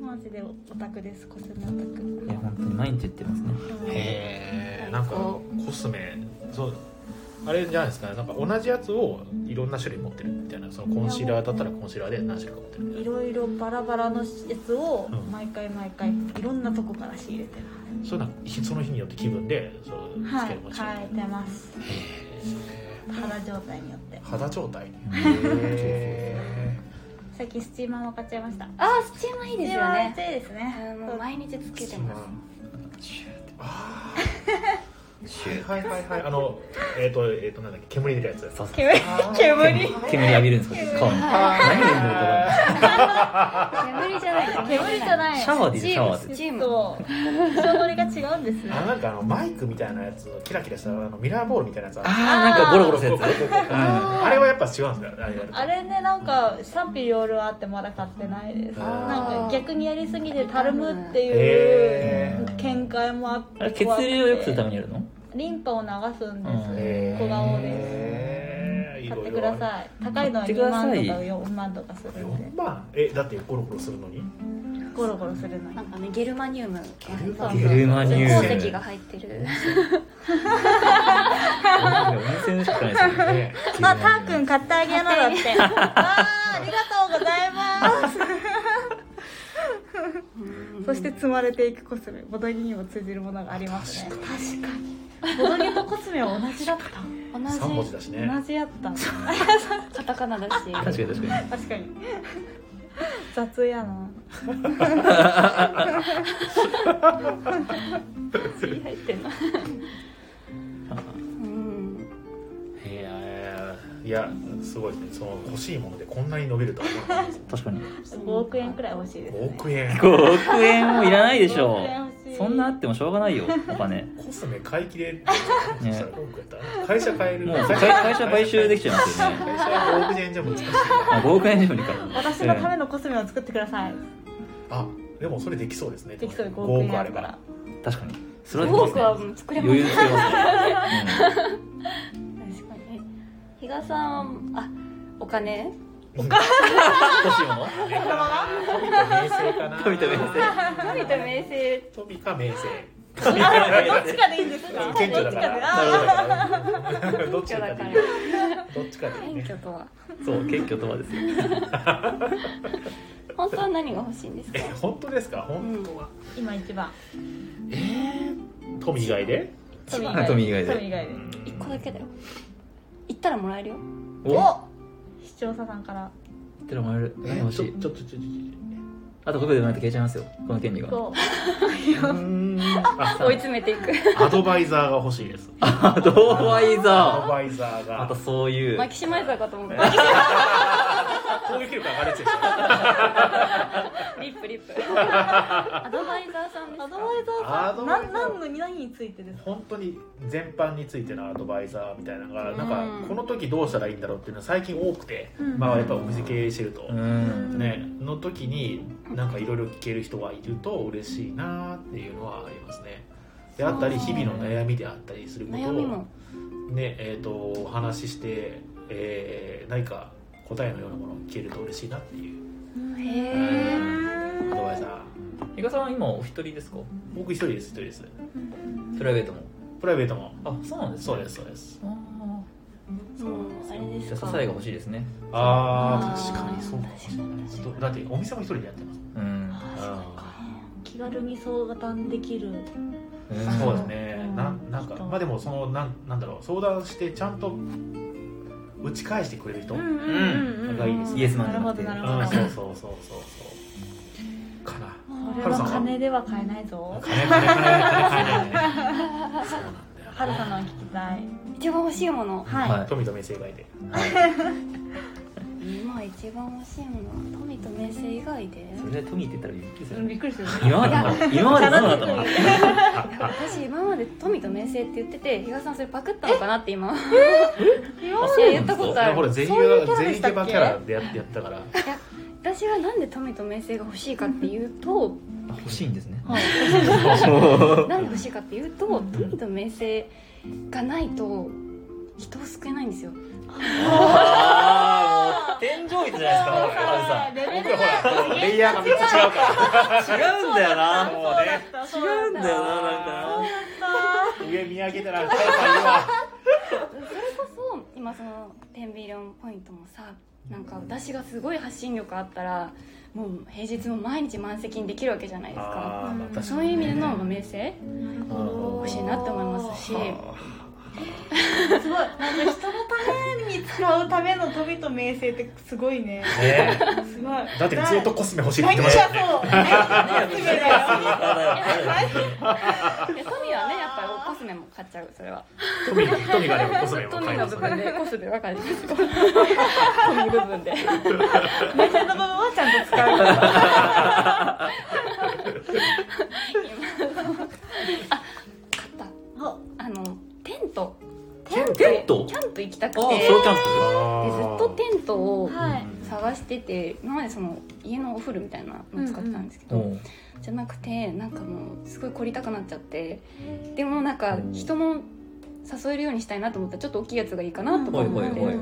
C: マジでオタクですコスメオタク
B: いや本当に毎日言ってますね
A: へえなんかコスメそうあれじゃないですかねなんか同じやつをいろんな種類持ってるみたいなそのコンシーラーだったらコンシーラーで何種類か持ってるみた
C: い
A: いな
C: ろいろバラバラのやつを
A: うん
C: 毎回毎回いろんなとこから仕入れてま
A: そういうのはその日によって気分でそう
C: すは
A: つけ
C: い
A: るもちろん、
C: 変えてます肌状態によって
A: 肌状態
B: へ
C: 最近スチーマーも買っちゃいました
E: あスチーマいいですよね
C: スチーマーめっちゃいいですね
E: うんもう毎日つけてます
A: はいはいはいはいあのえっ、とえっ、となんだっけ煙出るやつ
B: そうそう
C: 煙煙
B: 煙浴びるんですか顔に何言うんだろうこれ
E: 煙じゃない
C: 煙じゃない
B: シャワーでいいよシャワー
E: ス
B: で
E: チーム
C: そう印象取りが違うんですね
A: あなんかあのマイクみたいなやつのキラキラしたあのミラーボールみたいなやつ
B: ああなんかゴロゴロ するやつ
A: こうこうこうこうあれはやっぱ違うんですかあれやると
C: あれねなんか賛否両論あってまだ買ってないです
A: あー
C: なんか逆にやりすぎてたるむって
A: へ
C: いう
A: ー
C: 見解もあって
B: あれ血流を良くするためにや るの
C: リンパを流すん
B: うん
C: です
A: へー
C: 小顔です
A: へー
C: 買ってくだ
A: い
C: さい高いのは2万とか4万とかする
A: ろいろある
C: んで
A: まあえだってゴロゴロするのに
C: ゴロゴロするのに
E: なんかねゲルマニウム
A: ゲルマ
B: ニウムゲルマニウム
E: 鉱石が入ってる
B: 温泉しかないですよね
A: ね
C: あたーくん買ってあげるのだってわあありがとうございますそして積まれていくコスメボドゲにも通じるものがありますね確かにボドゲとコスメは同じだった
E: 同
A: 三文字
E: じ
A: だし
C: 同
A: ね
C: じやった
E: カタカナだし
B: 確かに確かに
C: 確かに雑やな
E: 入ってんのうん
A: へえいやすごいですねその欲しいものでこんなに伸びるとは思わなかったです
B: 確かに
C: 5億円くらい欲しいです
A: 5
C: ね
A: 億円
B: 5億円もいらないでし
C: 5
B: ょ
C: 億円欲しい
B: そんなあってもしょうがないよお金
A: コスメ買い切れるそ
B: ね
A: したら5億円だったら会社買える
B: もう会会社買収できちゃいます よね
A: 会社は5億円じゃ難しい
B: あ5億円以上にか
C: 私のためのコスメを作ってください
A: あでもそれできそうですね
C: できそうで5
A: 5
C: 億円
A: 億
C: あ
A: あ
C: る
A: れ
C: か
A: ば
C: ら
B: うん確かにそれ
E: フ
B: は
E: ォ
B: で
E: ーク
B: きま
E: は
B: すね
E: もう作れま
B: 余
E: す
B: 裕つけますね
E: 確かに比嘉さんあお金
A: お母さ
B: うん欲しいもの
A: ん富と名声かな
B: 富と名声
E: 何と名声
A: 富か名声
C: どっちかでいいんですか
A: 顕著だか
C: どっちであ
A: らどっちかでいいどっちかでい
E: 謙
A: いね
E: 虚とは
B: そう謙虚とはですよ
E: 本当は何が欲しいんですか
A: え本当ですか本当は
C: ー今一番
A: えー富以外で
C: トミ
B: トミー以外で
C: トミ以外で
E: 一個だけだよ行ったらもらえるよ
B: お
C: 視聴者さんから
B: ってのもらえる
A: え
B: 何欲
A: ち
B: し
A: ょ
B: い
A: ちょちょちょちょ
B: あと5秒でないと消えちゃいますよこの権利が
C: そう
A: あ
E: 追い詰めていく
A: アドバイザーが欲しいです
B: アドバイ
A: アド
B: ザ
A: バイザー
B: ーま
A: が
B: たそういう
E: マキシマイザーかと思った
A: 攻撃力上がるやつでしょ
E: リップリップ アドバイザーさんです
C: ア
E: か
C: ドバイ
A: ア
C: ザーさ
A: ド
C: ん
A: バイザ
C: な
A: ー
C: 何の何についてですか
A: 本当に全般についてのアドバイザーみたいなのがなんか
E: うん
A: この時どうしたらいいんだろうっていうのは最近多くて、
C: うん
A: まあやっぱお店経営してると、
B: うん
A: ねの時になんかいろいろ聞ける人がいると嬉しいなっていうのはありますねであったり
E: そう
A: 日々の悩みであったりすること
E: 悩みも
A: をねえー、とお話しして、えー何か答えのようなものを聞けると嬉しいなっていう
E: へえ
A: アドバイザー
B: 伊賀さんは今お一人ですか
A: 僕一人です一人です
B: プライベートも
A: プライベートも
B: あそうなんです
A: そ
B: ね
A: うですそうです
B: あ
E: もうあれ
B: ー
E: で
B: じゃ
E: す
B: あ
E: か
B: 支えが欲しいですね
A: あ
E: あ
A: ー
E: ー
A: 確かにそうかもしれないちょっとだってお店も一人でやってます
B: うん
C: 気軽に相談できる
B: うん
A: そうですね
C: うん
A: ななんかまあでもそのなんなんだろう相談してちゃんと打ち返してくれる人
C: うんうんうんうん
A: がいいで
B: イエスマンじゃなくて
C: なるほど
A: う
C: なん
A: そ
C: るほ
A: う
C: ど
A: そうそうそうそうかな
C: これは金では買えないぞ
A: 金金金金買えないねそうなんだよ
C: ハルさんの聞きたい
D: 一番欲しいもの
C: はい、
B: はい
A: 富と名声がいて
D: 今一番欲しいものは富と名声以外で
B: それで富って言ったらびっくりする
C: びっくりする
B: 今までの今までそうだったの
D: 私今まで富と名声って言ってて比嘉さんそれパクったのかなって今
C: 今
B: あ
C: ま
B: そう
C: で
B: なん
D: 言ったこと
A: い
D: あ
A: やほ
D: る
A: ら全員
C: そういうキャ
A: が
C: ラで
A: 全員ゲ
C: したっけ
A: バキャラでやってやったから
D: 私はなんで富と名声が欲しいかっていうと
B: あ欲しいんですね
D: なんで欲しいかっていうと富と名声がないと人を救えないんですよ
B: ああもう天井率じゃない
C: レベル
A: 僕らほらレイヤーがめっちゃ違うか
B: ですかハルさん違うんだよな
A: らもうね
B: 違
C: 違
B: うんだよななんか
A: 上見上げたらハルさ
D: それこそ今そのペンビリオンポイントもさなんか私がすごい発信力あったらもう平日も毎日満席にできるわけじゃないで
A: ん
D: す
A: は
D: か
A: あーまあ確かに
D: そういう意味での名声
A: ほ
D: 欲しいなって思います
C: す
D: し
C: ごいなんか人のために使うための富と名声ってすごいね
A: ね
C: すごい
A: だってずっとコスメ欲しいって
C: 何
A: 言って
C: が
A: ましたよね
C: そう何がコスメだよ
D: いやトミーはねやっぱりコスメも買っちゃうそれは
A: 富富がねコスメを
D: トミ
A: 買
D: ー
A: い
D: の
A: ます
D: 部
A: ね
D: 分でコスメ分かりますトミー部分で
C: めちゃの部分はちゃんと使う
D: 買った
C: あ
D: あのテント
B: テンテント
D: キャンプ行きたく
B: ああソ
D: て
B: ロ
D: で
B: キ
D: ずっ
B: ャン
D: とテントを
C: はい
D: 探してて今までその家のお風呂みたいなの使ってたんですけ
B: プう
D: ど、
B: ん
D: じゃなくてなんかもうすごい凝りたくなっちゃってでもなんか人も誘えるようにしたいなと思ったらちょっと大きいやつがいいかなとか
B: おいおい
D: 思
B: おい
D: って、
B: おいおい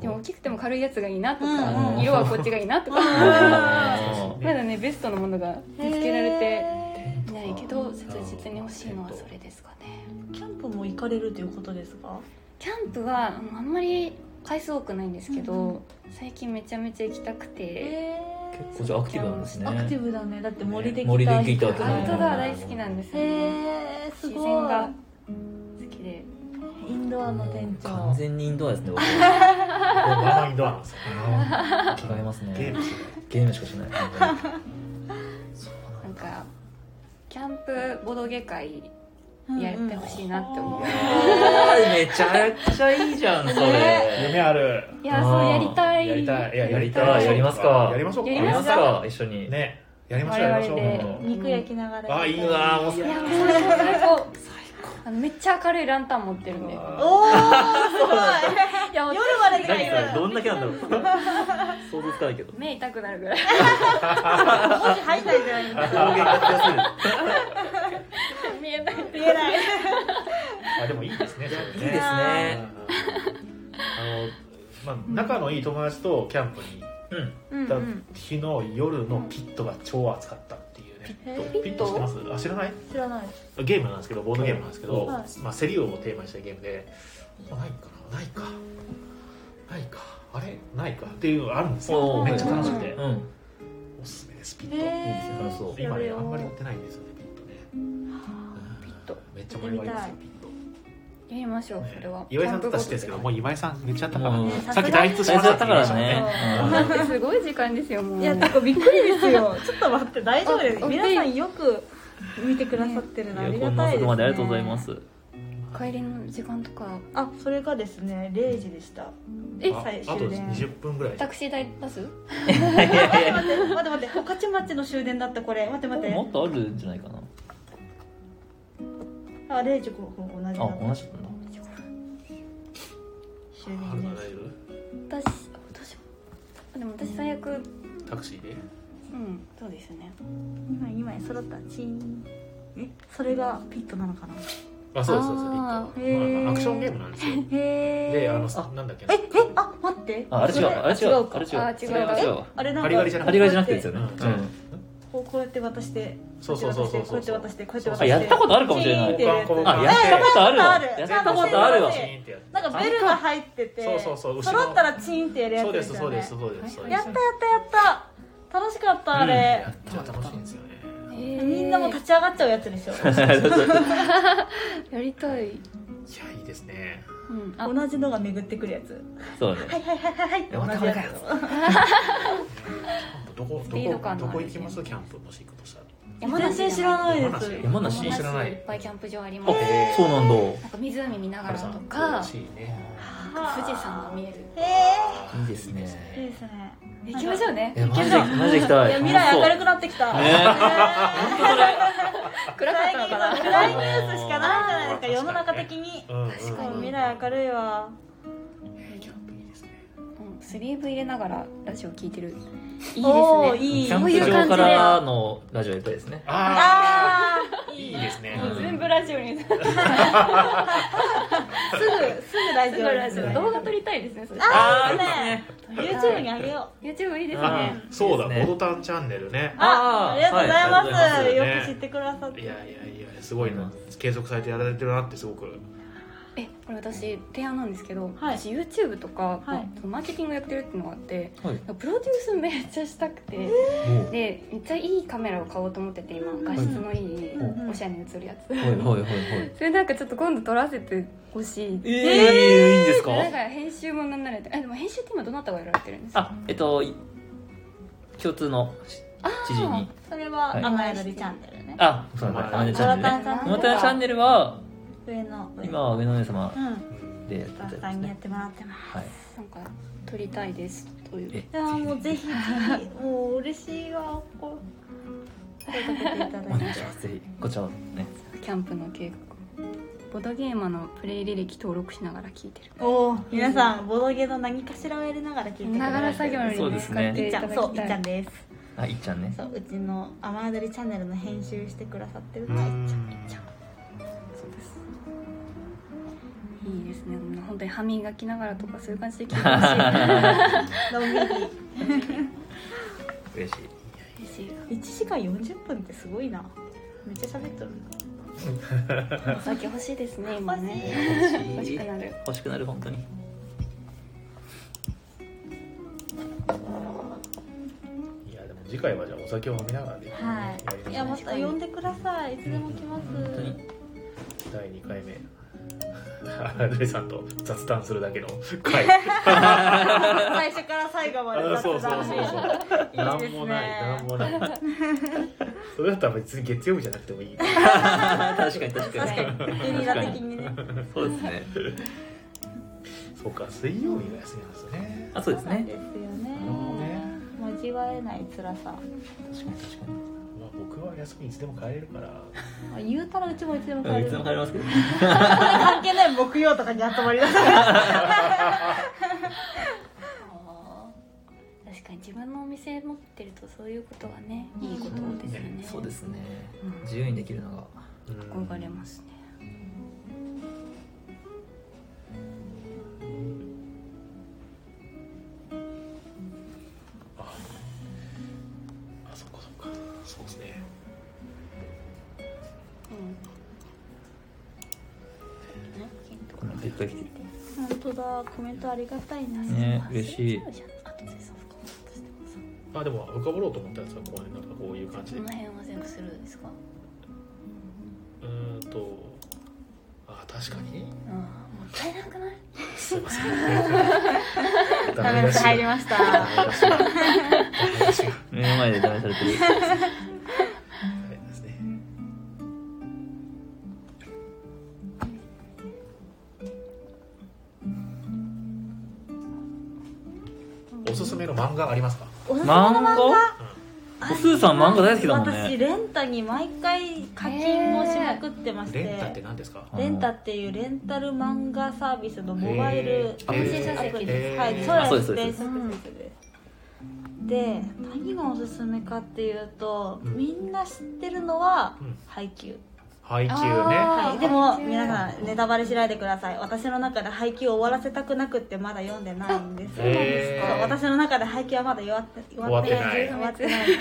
D: でも大きくても軽いやつがいいなと
B: う
D: か、
B: ん
D: 色はこっちがいいなとか、
B: あ
D: まだねベストのものが見つけられて
C: へ
D: いないけど切実に欲しいのはそれですかね
C: ーキャンプも行かれるということですか
D: キャンプはあのあんまり回数多くないんですけど、
C: うんう
D: 最近めちゃめちゃ行きたくて、
C: え
B: 結構じゃあアクティブなんですね
C: アクティブだねだって森で
B: 森でギ
C: ギ
B: タ
C: タ
B: ー
C: ー
B: と
D: ア
B: か
D: ウトドア大好きなんですよね、
C: へーす
D: 自
C: ごい
D: 然が好きで
C: インドアの店長
B: 完全にインドアですね僕
A: ママインドアなんですよ
B: 着替えますね
A: ゲームし
B: ゲームしかしない本当に
D: なんかキャンプボドゲ会やってほしいなって思う、
B: あーめちゃくちゃいいじゃんそ
A: ない
B: れ
A: 夢ある
D: いやそうやりたい
A: やりたいいややり
B: あ
A: たい
B: やりますか
A: やりましょうか
D: や
B: や
D: り
B: り
D: ま
B: ますす
D: か
B: か一緒に
A: ねやりましょうや
D: 我
A: りまし
D: 々
A: ょう
D: で
A: 本
C: 肉焼きなが
A: 当
C: ら
A: あいいなもう
D: いやもう最高最高あのめっちゃ明 るいランタン持ってるんで
C: おーすごい
D: いやもう
C: 夜までで
B: 何
C: き
B: それ
C: る
B: どんだけなんだろう想像つかないけど
D: 目痛くなるぐらい
C: 文字入んないじゃない
B: 表 現が強すぎる
D: 見えないって
C: 見えない
A: あでもいいですねそれね
B: いいですね
A: あの、まあ、仲のいい友達とキャンプに
B: うん
A: 行った日の夜のピットが超暑かったっていうね、
D: ト
A: ピット知ってますあ知らない
C: 知らない
A: ゲームなんですけどボードゲームなんですけど、
C: はい
A: まあ、セリオをテーマにしたゲームでもうないかなないかないかあれないかっていうのがあるんですよ
B: おー
A: めっちゃ楽しくて
B: うん
A: おすすめですピット、
B: いいですね楽しそう
A: 今ね
C: やるよ
A: あんまり売ってないんですよねピットねうん
D: ピット
A: めっちゃ盛り上がりますよピット
D: やりましょう
A: ね
D: それは
A: 岩井さんとか知ってるんですけどもう岩井さん寝ちゃったから、
B: もう
A: さっき退出し
B: 大
A: ま
B: 事
A: した
B: だ
A: っ
B: ってた
A: 言い
B: か
A: ま
B: ら
A: したもん
B: ね
A: ね
D: なんてすごい時間ですよもう
C: いや結構びっくりですよ ちょっと待って大丈夫です
D: あ
C: 皆さんよく見てくださってるのあり
B: いや
C: が
B: こんな
C: たい
B: 遅く
C: です、ね、
B: までありがとうございます
D: 帰りの時間とか
C: あそれがですね0時でした
D: え
A: あ
C: 最
A: あと
C: 終電
A: 20分ぐらい
D: タクシー代出す
C: 待って待って待って御徒町の終電だったこれ待って待って
B: もっとあるんじゃないかな
C: あ0時ここ同じだ
B: あ同じだったんだ
A: あるのラ
C: 終電です
A: イブ
D: 私どうしようあでも私最悪う
A: タクシーで
D: んそうですね
C: 今2枚揃ったチーンえそれがピットなのかな
A: あそうですそうですピット、まあ
D: あ
C: へー
A: まあ、アクションゲームなんですよ
C: へ
A: であの
B: あ
A: なんだっけ
C: え
A: な
C: えあ待って
B: ああれ違う
C: そ
B: あれ違う
C: か
B: あれ違う
D: あ違う
B: それは違うわ
C: あれなん
A: ハリ
C: か
A: ガリじゃな
B: 張り替えじゃなくてですよね
A: うん
C: こうこうやって渡して
A: そうそうそうそう
C: こうやって渡してこうやって渡してこうやって渡
B: あやった
C: して
B: ことあるかもしれない
C: チーンってやつ
B: あやったことあるわ
C: え
B: や
C: や
B: っ
C: っ
B: た
C: たこ
B: ことあるわ
A: チーンってやって
C: なんかベルが入ってて
A: そうそうそう後ろ
C: 揃ったらチーンってやるや
A: そう
C: つ
A: で
C: ですす
A: そ
C: よ
A: うで
C: ね
A: すそうですそうです
C: やったやったやった楽しかったあれ、
A: やった楽しいんですよね
D: えー
C: みんなもう立ち上がっちゃうやつで しょ
D: やりた
A: い
D: い
A: やいいですね
D: うんあ
C: 同じのが巡ってくるやつ
B: そうだね
C: はいはいはいはいはいって同じやつ
A: どこ
G: ス
A: ど
G: ピード
A: こ
G: 感の
A: ど
G: ある
A: こ行きますキャンプもし行くとしたら
D: 山梨
C: 全然知ら
D: い
C: ないで
A: 山
C: す
A: 梨
B: 山
D: 山
B: 梨
D: 梨
A: 知らない
D: いっぱいキャンプ場ありま
B: あ
D: す
B: そうなんだ
D: なんか湖見なが
A: 原
D: ら
A: さ
D: と
A: ん
D: か
A: 欲しいね
D: 富士山が見える
C: ええ
B: いいですね
C: いいですね
D: 行きましょうね
B: えマジでマジで行きたい
C: いや未来明る
B: く
C: くなってきた
B: ね
C: ねえ
G: 暗かっ たのかな
C: 最近暗いニュースしかないじゃないですか世の中的に
A: うんうん
D: 確かに
C: 未来明るいわ
A: キャンプいいですね
D: うんスリーブ入れながらラジオ聞いてるいいです
C: おー
D: ね
C: いい
B: キャンプ場からのラジオやりたいですね
A: あ
C: あ
A: あ
C: ー
A: い
C: い
A: い
C: い
A: ですね
B: うん
D: 全部ラジオにすぐ
C: すぐすぐラジオ
D: ラジオ動画撮りたいですねそれ
C: あーいいで
D: 撮り
C: す
D: た
C: ね YouTube
D: い
C: にあげよう
D: YouTube いいです
A: あ
D: ね
A: ーそうだ
B: いいですね
A: ボドタンチャンネルね
B: あー
C: あありがとうございま
B: はい
C: す,、
B: あ
A: りがとうござい
C: よ
A: ます
C: く知ってくださっ
A: い
C: て
A: やいやいやすごいな継続されてやられてるなってすごく
D: えこれ私提案なんですけど、
C: はい
D: 私 YouTube とか、
C: はい
D: そのマーケティングやってるっていうのがあって
B: はい
D: プロデュースめっちゃしたくて、
B: もう
D: でめっちゃいいカメラを買おうと思ってて今画質のいい、
C: うん
D: おしゃれに映るやつ、
B: はいはいはいはい
D: それなんかちょっと今度撮らせてほしい
B: ええいいんですか
D: なんか編集もなんならえでも編集って今どなたがやられてるんですか
B: あえっとい共通のし知人に
C: それは
B: はい
C: 甘えどりチャンネルね
B: あそうなんだ
A: あ
B: マネチ
C: ト
B: ャ
C: ラ
B: ンネ
C: タ
B: ルね
C: ンチャンネ
B: モ
C: ル
B: タンチャンネルは
C: 上の上
B: 今は上の姉様
C: うん
A: うん
B: でやっ
C: ス
B: て
C: タッフ
B: た
C: さ
B: り
C: んに
B: で
C: やっ
B: す
C: てもらってます
B: はい
D: なんか撮りたいですという
B: え
C: いやもうぜひぜひもう嬉しいわこう声かけていただい
B: お願い
C: て
B: しますぜひこちらをね
D: キャンプの計画ボドゲーマーのプレイ履歴登録しながら聞いてる
C: おお皆さんボドゲの何かしらをやりながら聞いてく
D: な
C: だ
D: が
C: さ
D: ら
C: い
D: 作業に
B: そう
D: ね
B: ですね
D: 使って
C: いっ
D: い
C: ちゃ
D: ただ
C: ん
D: き
C: そうい
D: た
C: っ
D: い
C: ちゃんです
B: あいっちゃんね
C: そううちの雨宿りチャンネルの編集してくださってる
A: う
C: のはいっちゃん
A: ん
D: そうですいいですね本当に歯磨きながらとかそういう感じで聞いてほしい
C: のんび
B: 嬉しい
D: 嬉しい
C: り1時間40分ってすごいなめっちゃ喋っとる
D: お酒欲しいですね今ね
B: 欲
D: 欲
B: し
D: し
B: い
D: くなる
B: 欲しくなる本当に
A: いやでも次回はじゃあお酒を飲みながらで
C: なはいいやまた呼んでくださいいつでも来ます
B: 本当に
A: 第2回目アルイさんと雑談するだけの回
C: 最初から最後まで
A: あそう
C: 雑
A: そうそう
C: 談
A: そ
C: で
A: うなん
C: いいですね
A: もないなんもない それだったら別に月曜日じゃなくてもいい
B: 確かに確か
C: 確
B: に
C: かにゲリラ的にね
B: そうですね
A: そうか水曜日が休みなんですね
B: あそうですね
C: ですよ
A: なるほどね
C: ね味わえない辛さ
B: 確かに確かに
A: まあ僕は休みいつでも帰れるから
C: まあ言うたらうちもいつでも帰
B: うん
C: れ
B: い
C: る
B: つでも帰りますけど
C: 関係ない木曜とかに集まりださい
D: 確かに自分のお店持ってるとそういうことはねいいことですよね
B: そうですね自由にできるのが
A: うん
D: 憧れますね
A: あそっかそっかそうですね
D: う
B: このペット来て
C: 本当だコメントありがたいな、
B: ね嬉しい
D: あとでそのことしてます
A: あでも深掘ろうと思ったやつはこうなんかこういう感じ
D: そ
A: で
D: の辺は全部するんですか
A: うーんとあ確かに
D: ああもったいなくない
A: すいません
C: ダメ出し入り
A: ま
C: ました
A: すダメ出しが
B: 目の前で試されてる
A: はいですね。おすすめの漫画ありますか。
C: おすすめの
B: 漫
C: 漫画
B: 画おすーさん漫画大好きだもん
C: 私
B: ね
C: レンタに毎回課金をしまくってまして、
A: レンタって何ですか。
C: レンタっていうレンタル漫画サービスのモバイル
A: へー
C: アプリです。
A: へー
C: はい、
B: あ
C: そ
B: そうう
C: で
B: ですすそ
C: です。
B: う
C: うんで、何がおすすめかっていうと、
A: うん
C: みんな知ってるのは
A: うん
C: 配給。
A: 配給ね。
D: あ
C: は
D: 配
C: い、
D: 給
C: でも皆さんネタバレしないでください。私の中で配給を終わらせたくなくってまだ読んでないんですよ。
A: へー
C: そう私の中で配給はまだ弱って終終
A: 終
C: わ
D: わ
C: っ
D: ってて
C: ない。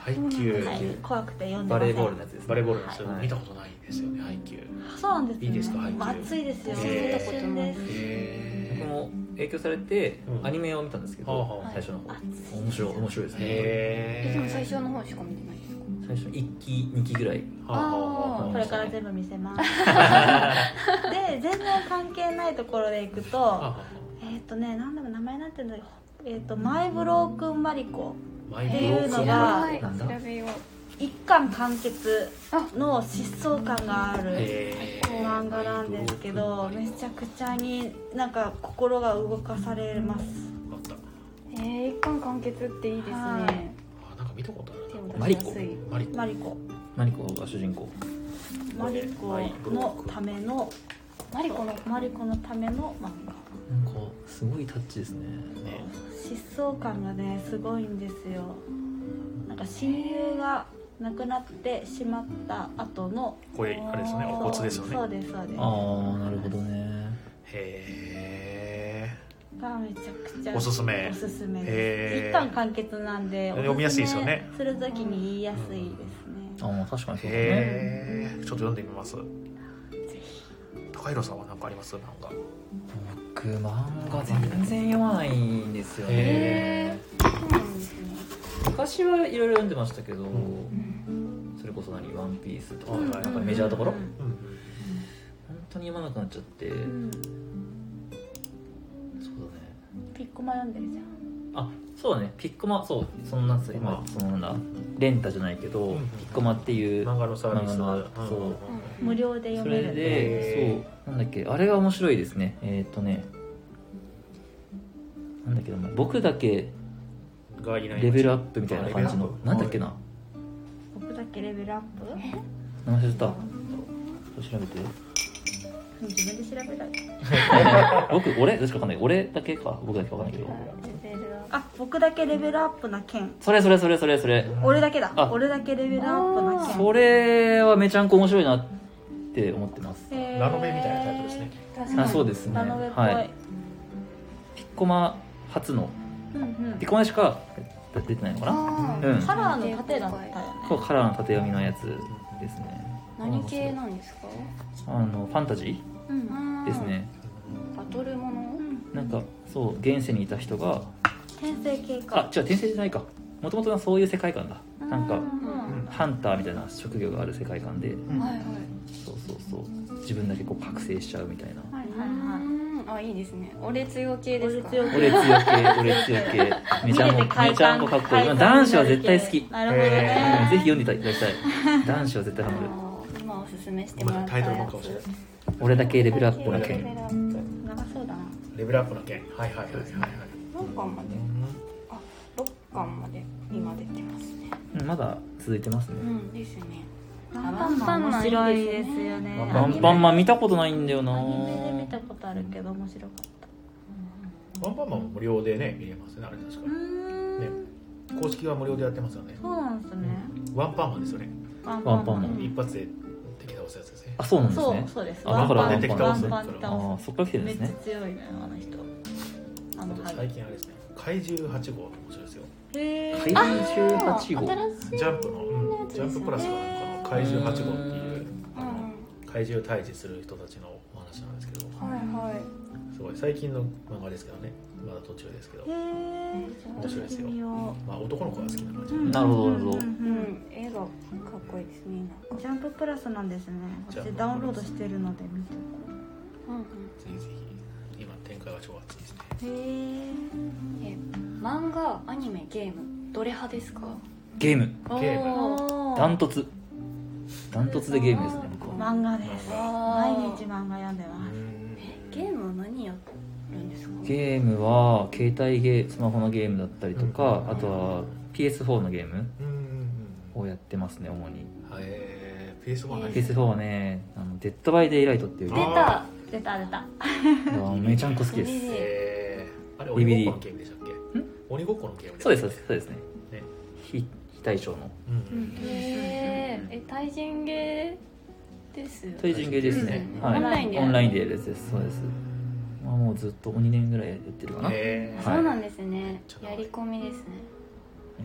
A: 配給。
C: はい、怖くて読んで
B: バ
C: ませ
B: レ
C: ん
B: ーボールのやつですね
A: バレーボールの人
B: はい
A: 見たことないですよね。配給。
C: そうなんですよ、ね。
A: いいですか配給
C: もう暑いですよ。
A: へー
C: 青春です。
B: 僕
A: へ
B: も影響されて
A: うん
B: アニメを見たんですけ
A: はあ
B: ど
A: はあ
B: 最初の方
C: はい
B: 面白い面白いですね
A: え
D: えでも最初の方しか見てないですか
B: 最初1期2期ぐらい
A: はあはあは
C: これから全部見せます で全然関係ないところで行く
A: あはあ
C: と
A: は
C: えーっとね何でも名前なんていうんだろうえっとマイブロークンマリコ
B: マイ
C: っ
B: ブ
C: て
B: ロ
C: い
B: ー
C: うの
B: クン
C: が
B: マリコなんだ
E: 調べよう
C: 一巻完結の疾走感がある
B: へー
C: 漫画なんですけどめちゃくちゃになんか心が動かされます
A: あった
E: えー、一巻完結っていいです
C: は
E: ね
A: あなんか見たことある
E: 手
A: な
E: を
B: マ
E: 出
B: リ
E: しや
B: コ
E: すい
A: マリコ
C: マリコ
B: マリコが主人公
C: マリコのための
E: マリコの
C: マリコのための漫画
B: なんかすごいタッチですね
A: ね
C: 疾走感がねすごいんですよなんか親友が亡くなってしまった後の
A: これあれですねお骨ですよ
C: そう
A: ね
C: ですそうです
B: ああなるほどね
A: へ
C: がめちゃくち
A: え
C: ゃ
A: おすすめ
C: おすすめ
A: へ
C: です
A: ー
C: 一巻完結なんで
A: 読みやすいですよね
C: おすすめするときに言いやすいです
B: あ
C: ね
B: あ確かにそうですね
A: へえちょっと読んでみます高弘さんは何かありますなんか
B: 僕漫画全然読まないんですよね
A: へ
E: そうなんですね
B: 昔はいろいろ読んでましたけど
E: うん
B: それこそ何「ワンピースとか
A: うん
B: なんかメジャーどころ
C: う
B: 本
C: ん
A: うん
B: 当に読まなくなっちゃってそうだ
C: う
B: ね
C: んピッコマ読んでるじゃん
B: あそうだねピッコマそうそのなんつう今そのなんだレンタじゃないけど
A: うん
B: ピッコマっていう
A: 漫画のサービス
B: 漫画のそう
C: 無料で
B: そ
C: 読め
B: れ
C: る
B: で
A: へ
B: そうなんだっけあれが面白いですねえーっとねなんだっけど僕だけ
A: がいない
B: レベルアップみたいな感じ
A: あレベ
B: の
A: ルアップ
B: なんだっけな
C: 僕だけレベルアップ
B: 名前忘れたちょっと調べて
C: 自分で調べたい
B: 僕俺どっちかわかんない俺だけか僕だけわかんないけど
E: レベルアッ
C: あ僕だけレベルアップな剣
B: それそれそれそれそれ
C: 俺だけだ
B: あ
C: 俺だけレベルアップな剣
B: それはめちゃんこ面白いなって思ってます
C: へー
A: ラノベみたいなタイプですね
E: プ確
B: あそうですね
C: ラノベっぽい、
B: はいピッコマ初の
C: うんうん
B: ピッコマでしか出てないのかな
E: あ
B: う
E: ー
B: ん
C: カラーの縦だったよね
B: そうカラーの縦読みのやつですね
E: 何系なんですか
B: あのファンタジ
C: う
B: ー
C: ん
B: ですね
E: バトルもの
B: なんかそう現世にいた人が
C: 転生系
B: あ
C: か
B: 違う転生じゃないかもともとはそういう世界観だなん
C: う
B: か
C: ん
B: ハンターみたいな職業がある世界観で
A: うん
E: はいはい
B: そうそうそう自分だけこう覚醒しちゃうみたいな
C: はいは
E: はい
C: はい
E: いはいあいいですね俺強系ですか
C: 俺強系
B: 俺強系俺強系めちゃんこめちゃんこかっこいい男子は絶対好き、
C: なるほどね
B: うん、ぜひ読んでいただきたい男子は絶対
E: あ
B: ハマる
E: ー今おすすめしてもら
A: ま
E: っ
A: あ
E: た
A: タイトルば
E: や
A: っかもしれない
E: つ
B: 俺だけレベルアップな
A: だけ
B: 件
E: レベルアップ
C: 長そうだな
A: レベルアップの件はいはいはいはいはい
E: 何巻まで六巻まで今出てますね
B: うんまだ続いてますね
E: うんですね
C: アンパンマン面白いですよね
B: アンパンマン見たことないんだよな
C: アニメで見たことあるけど面白かった
A: ワンパンマンも無料でね見れますねあれ確
C: う
A: か
C: ーん
A: 公式は無料でやってますよね
C: そうなんですね
A: ワンパンマンですよね
C: アン
B: アンパンマン
A: 一発で敵倒すやつですね
B: あそうなんです
C: そ
B: ね
C: うそうです
B: あだから
C: ワン
B: 敵
C: パ
A: 倒
C: ン
A: す
C: ワンパン
B: あ
C: 倒す
B: ーそっから来てるん
C: め
B: で
C: っ
B: す
C: ちゃ
B: ね
C: 強いのよあの人あ
A: あ
C: の
A: と
C: ハ
A: 最
C: ゲ
A: 近あれですね怪獣8号面白いですよ
C: へ
B: 怪
C: ー
B: 獣8
A: ジ
B: 号
A: ャンプの、うんジャンププラスかなんかの怪獣8号っていう
E: う
A: あの
E: ん
A: 怪獣退治する人たちのお話なんですけど
E: はいはい
A: すごい最近の漫画ですけどねまだ途中ですけど
C: へえ
A: 面白いですよまあ男の子が好きな感じ、
B: なるほどなるほど
E: うん絵がかっこいいですねなんか
C: ジャンププラスなんですね
A: ジャンププラ
C: 私
A: ス
C: ダウンロードしてるので見て
A: ぜひぜひ今展開が超熱いですね
C: へえ
E: え漫画アニメゲームどれ派ですか
B: ゲーム
A: ゲーム
E: お
B: ダントツダントツでゲームですね僕は
C: 漫画です
A: 漫
C: 毎
E: 毎
C: 日漫画読んで
A: 画
C: ます
E: ゲームは何やるんですか
B: ゲームは携帯ゲースマホのゲームだったりとか
A: うん
B: あとは PS4 のゲーム
A: うんうんうん
B: をやってますね主に
A: はいえー、PS4 は何
B: PS4 はねあの「デッド・バイ・デイ・ライト」っていうゲ
E: 出
B: ーム
E: た
C: 出た出た
B: がめちゃんこ好きで
E: いい
B: す
E: ね
A: えー、あれ鬼ごっこのゲームでしたっけ
B: ん
A: 鬼ごっこのゲーム
B: そうですそうですそうですね
A: ね
B: 非非対称の
A: うんうん
E: へえ対人ゲーですよね
B: 対人ゲーですね、
E: うん
B: はい、
E: オンラインで
B: オンラインでやるやつですそうです、まあ、もうずっと2年ぐらいやってるかな、め
A: えー
B: はい
E: そうなんですね
A: ちょっと
E: やり込みですね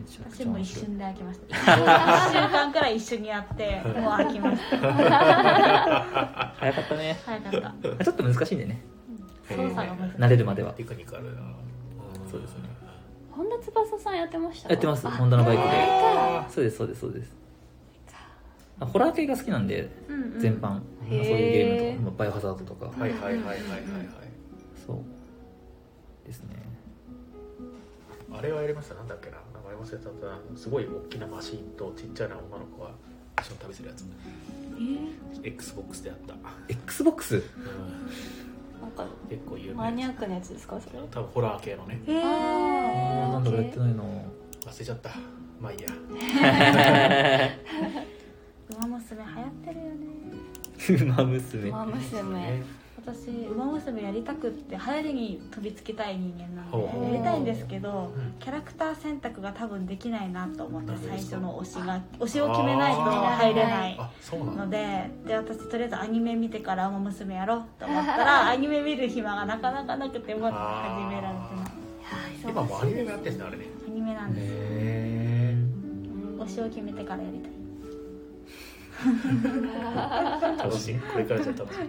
B: ちゃくち
C: 私
B: ゃ
C: も
B: 面
C: 一
B: 白い
C: 瞬で飽きました一週間くらい一緒にやってもう飽きました
B: 早かったね
C: 早かった
B: ちょっと難しいんでね
C: 操作が難しい
B: 慣れるまでは
A: テクニカルな
B: そうですね
E: 本田翼さんやってました
B: やってます
E: あ
B: ホンダのバイクで
A: あ
B: そうですそうですそうですあホラー系が好きなんで
C: うんうん
B: 全般、
A: ん
B: まあそういうゲー
E: へー
B: ムとか、まあ、バイオハザードとか
A: ーはいはいはいはいはいはい
B: そうですね
A: れはやりましたなんだっけな名前忘れちゃったなすごい大きなマシンとちっちゃな女の子が一緒に旅するやつ XBOX であった、
B: XBOX
A: うん
E: なんか
A: 結構有名
E: マニアックなやつですかそれ
A: 多分ホラー系のね
C: へ
B: あ
C: え
B: ーなんだかやってないな
A: 忘れちゃったまあいいや
C: 馬娘流行ってるよね
B: ウ マ娘
E: 馬娘
C: 私馬娘やりたくって流行りに飛びつきたい人間なん
A: ほうほ
C: で
A: う
C: やりたいんですけど
A: うん
C: キャラクター選択が多分できないなと思って
A: なんで
C: 最
A: ですか
C: 初の推しが推しを決めないと入れない
A: あそうな
C: の
A: んだ
C: でで私とりあえずアニメ見てから馬娘やろうと思った らアニメ見る暇がなかなかなくてもう始められてない
A: 今もうアニメもやってんだあれね
C: アニメなんです
A: へえ
C: 推しを決めてからやりたい
A: 楽しいこれからじゃ楽しい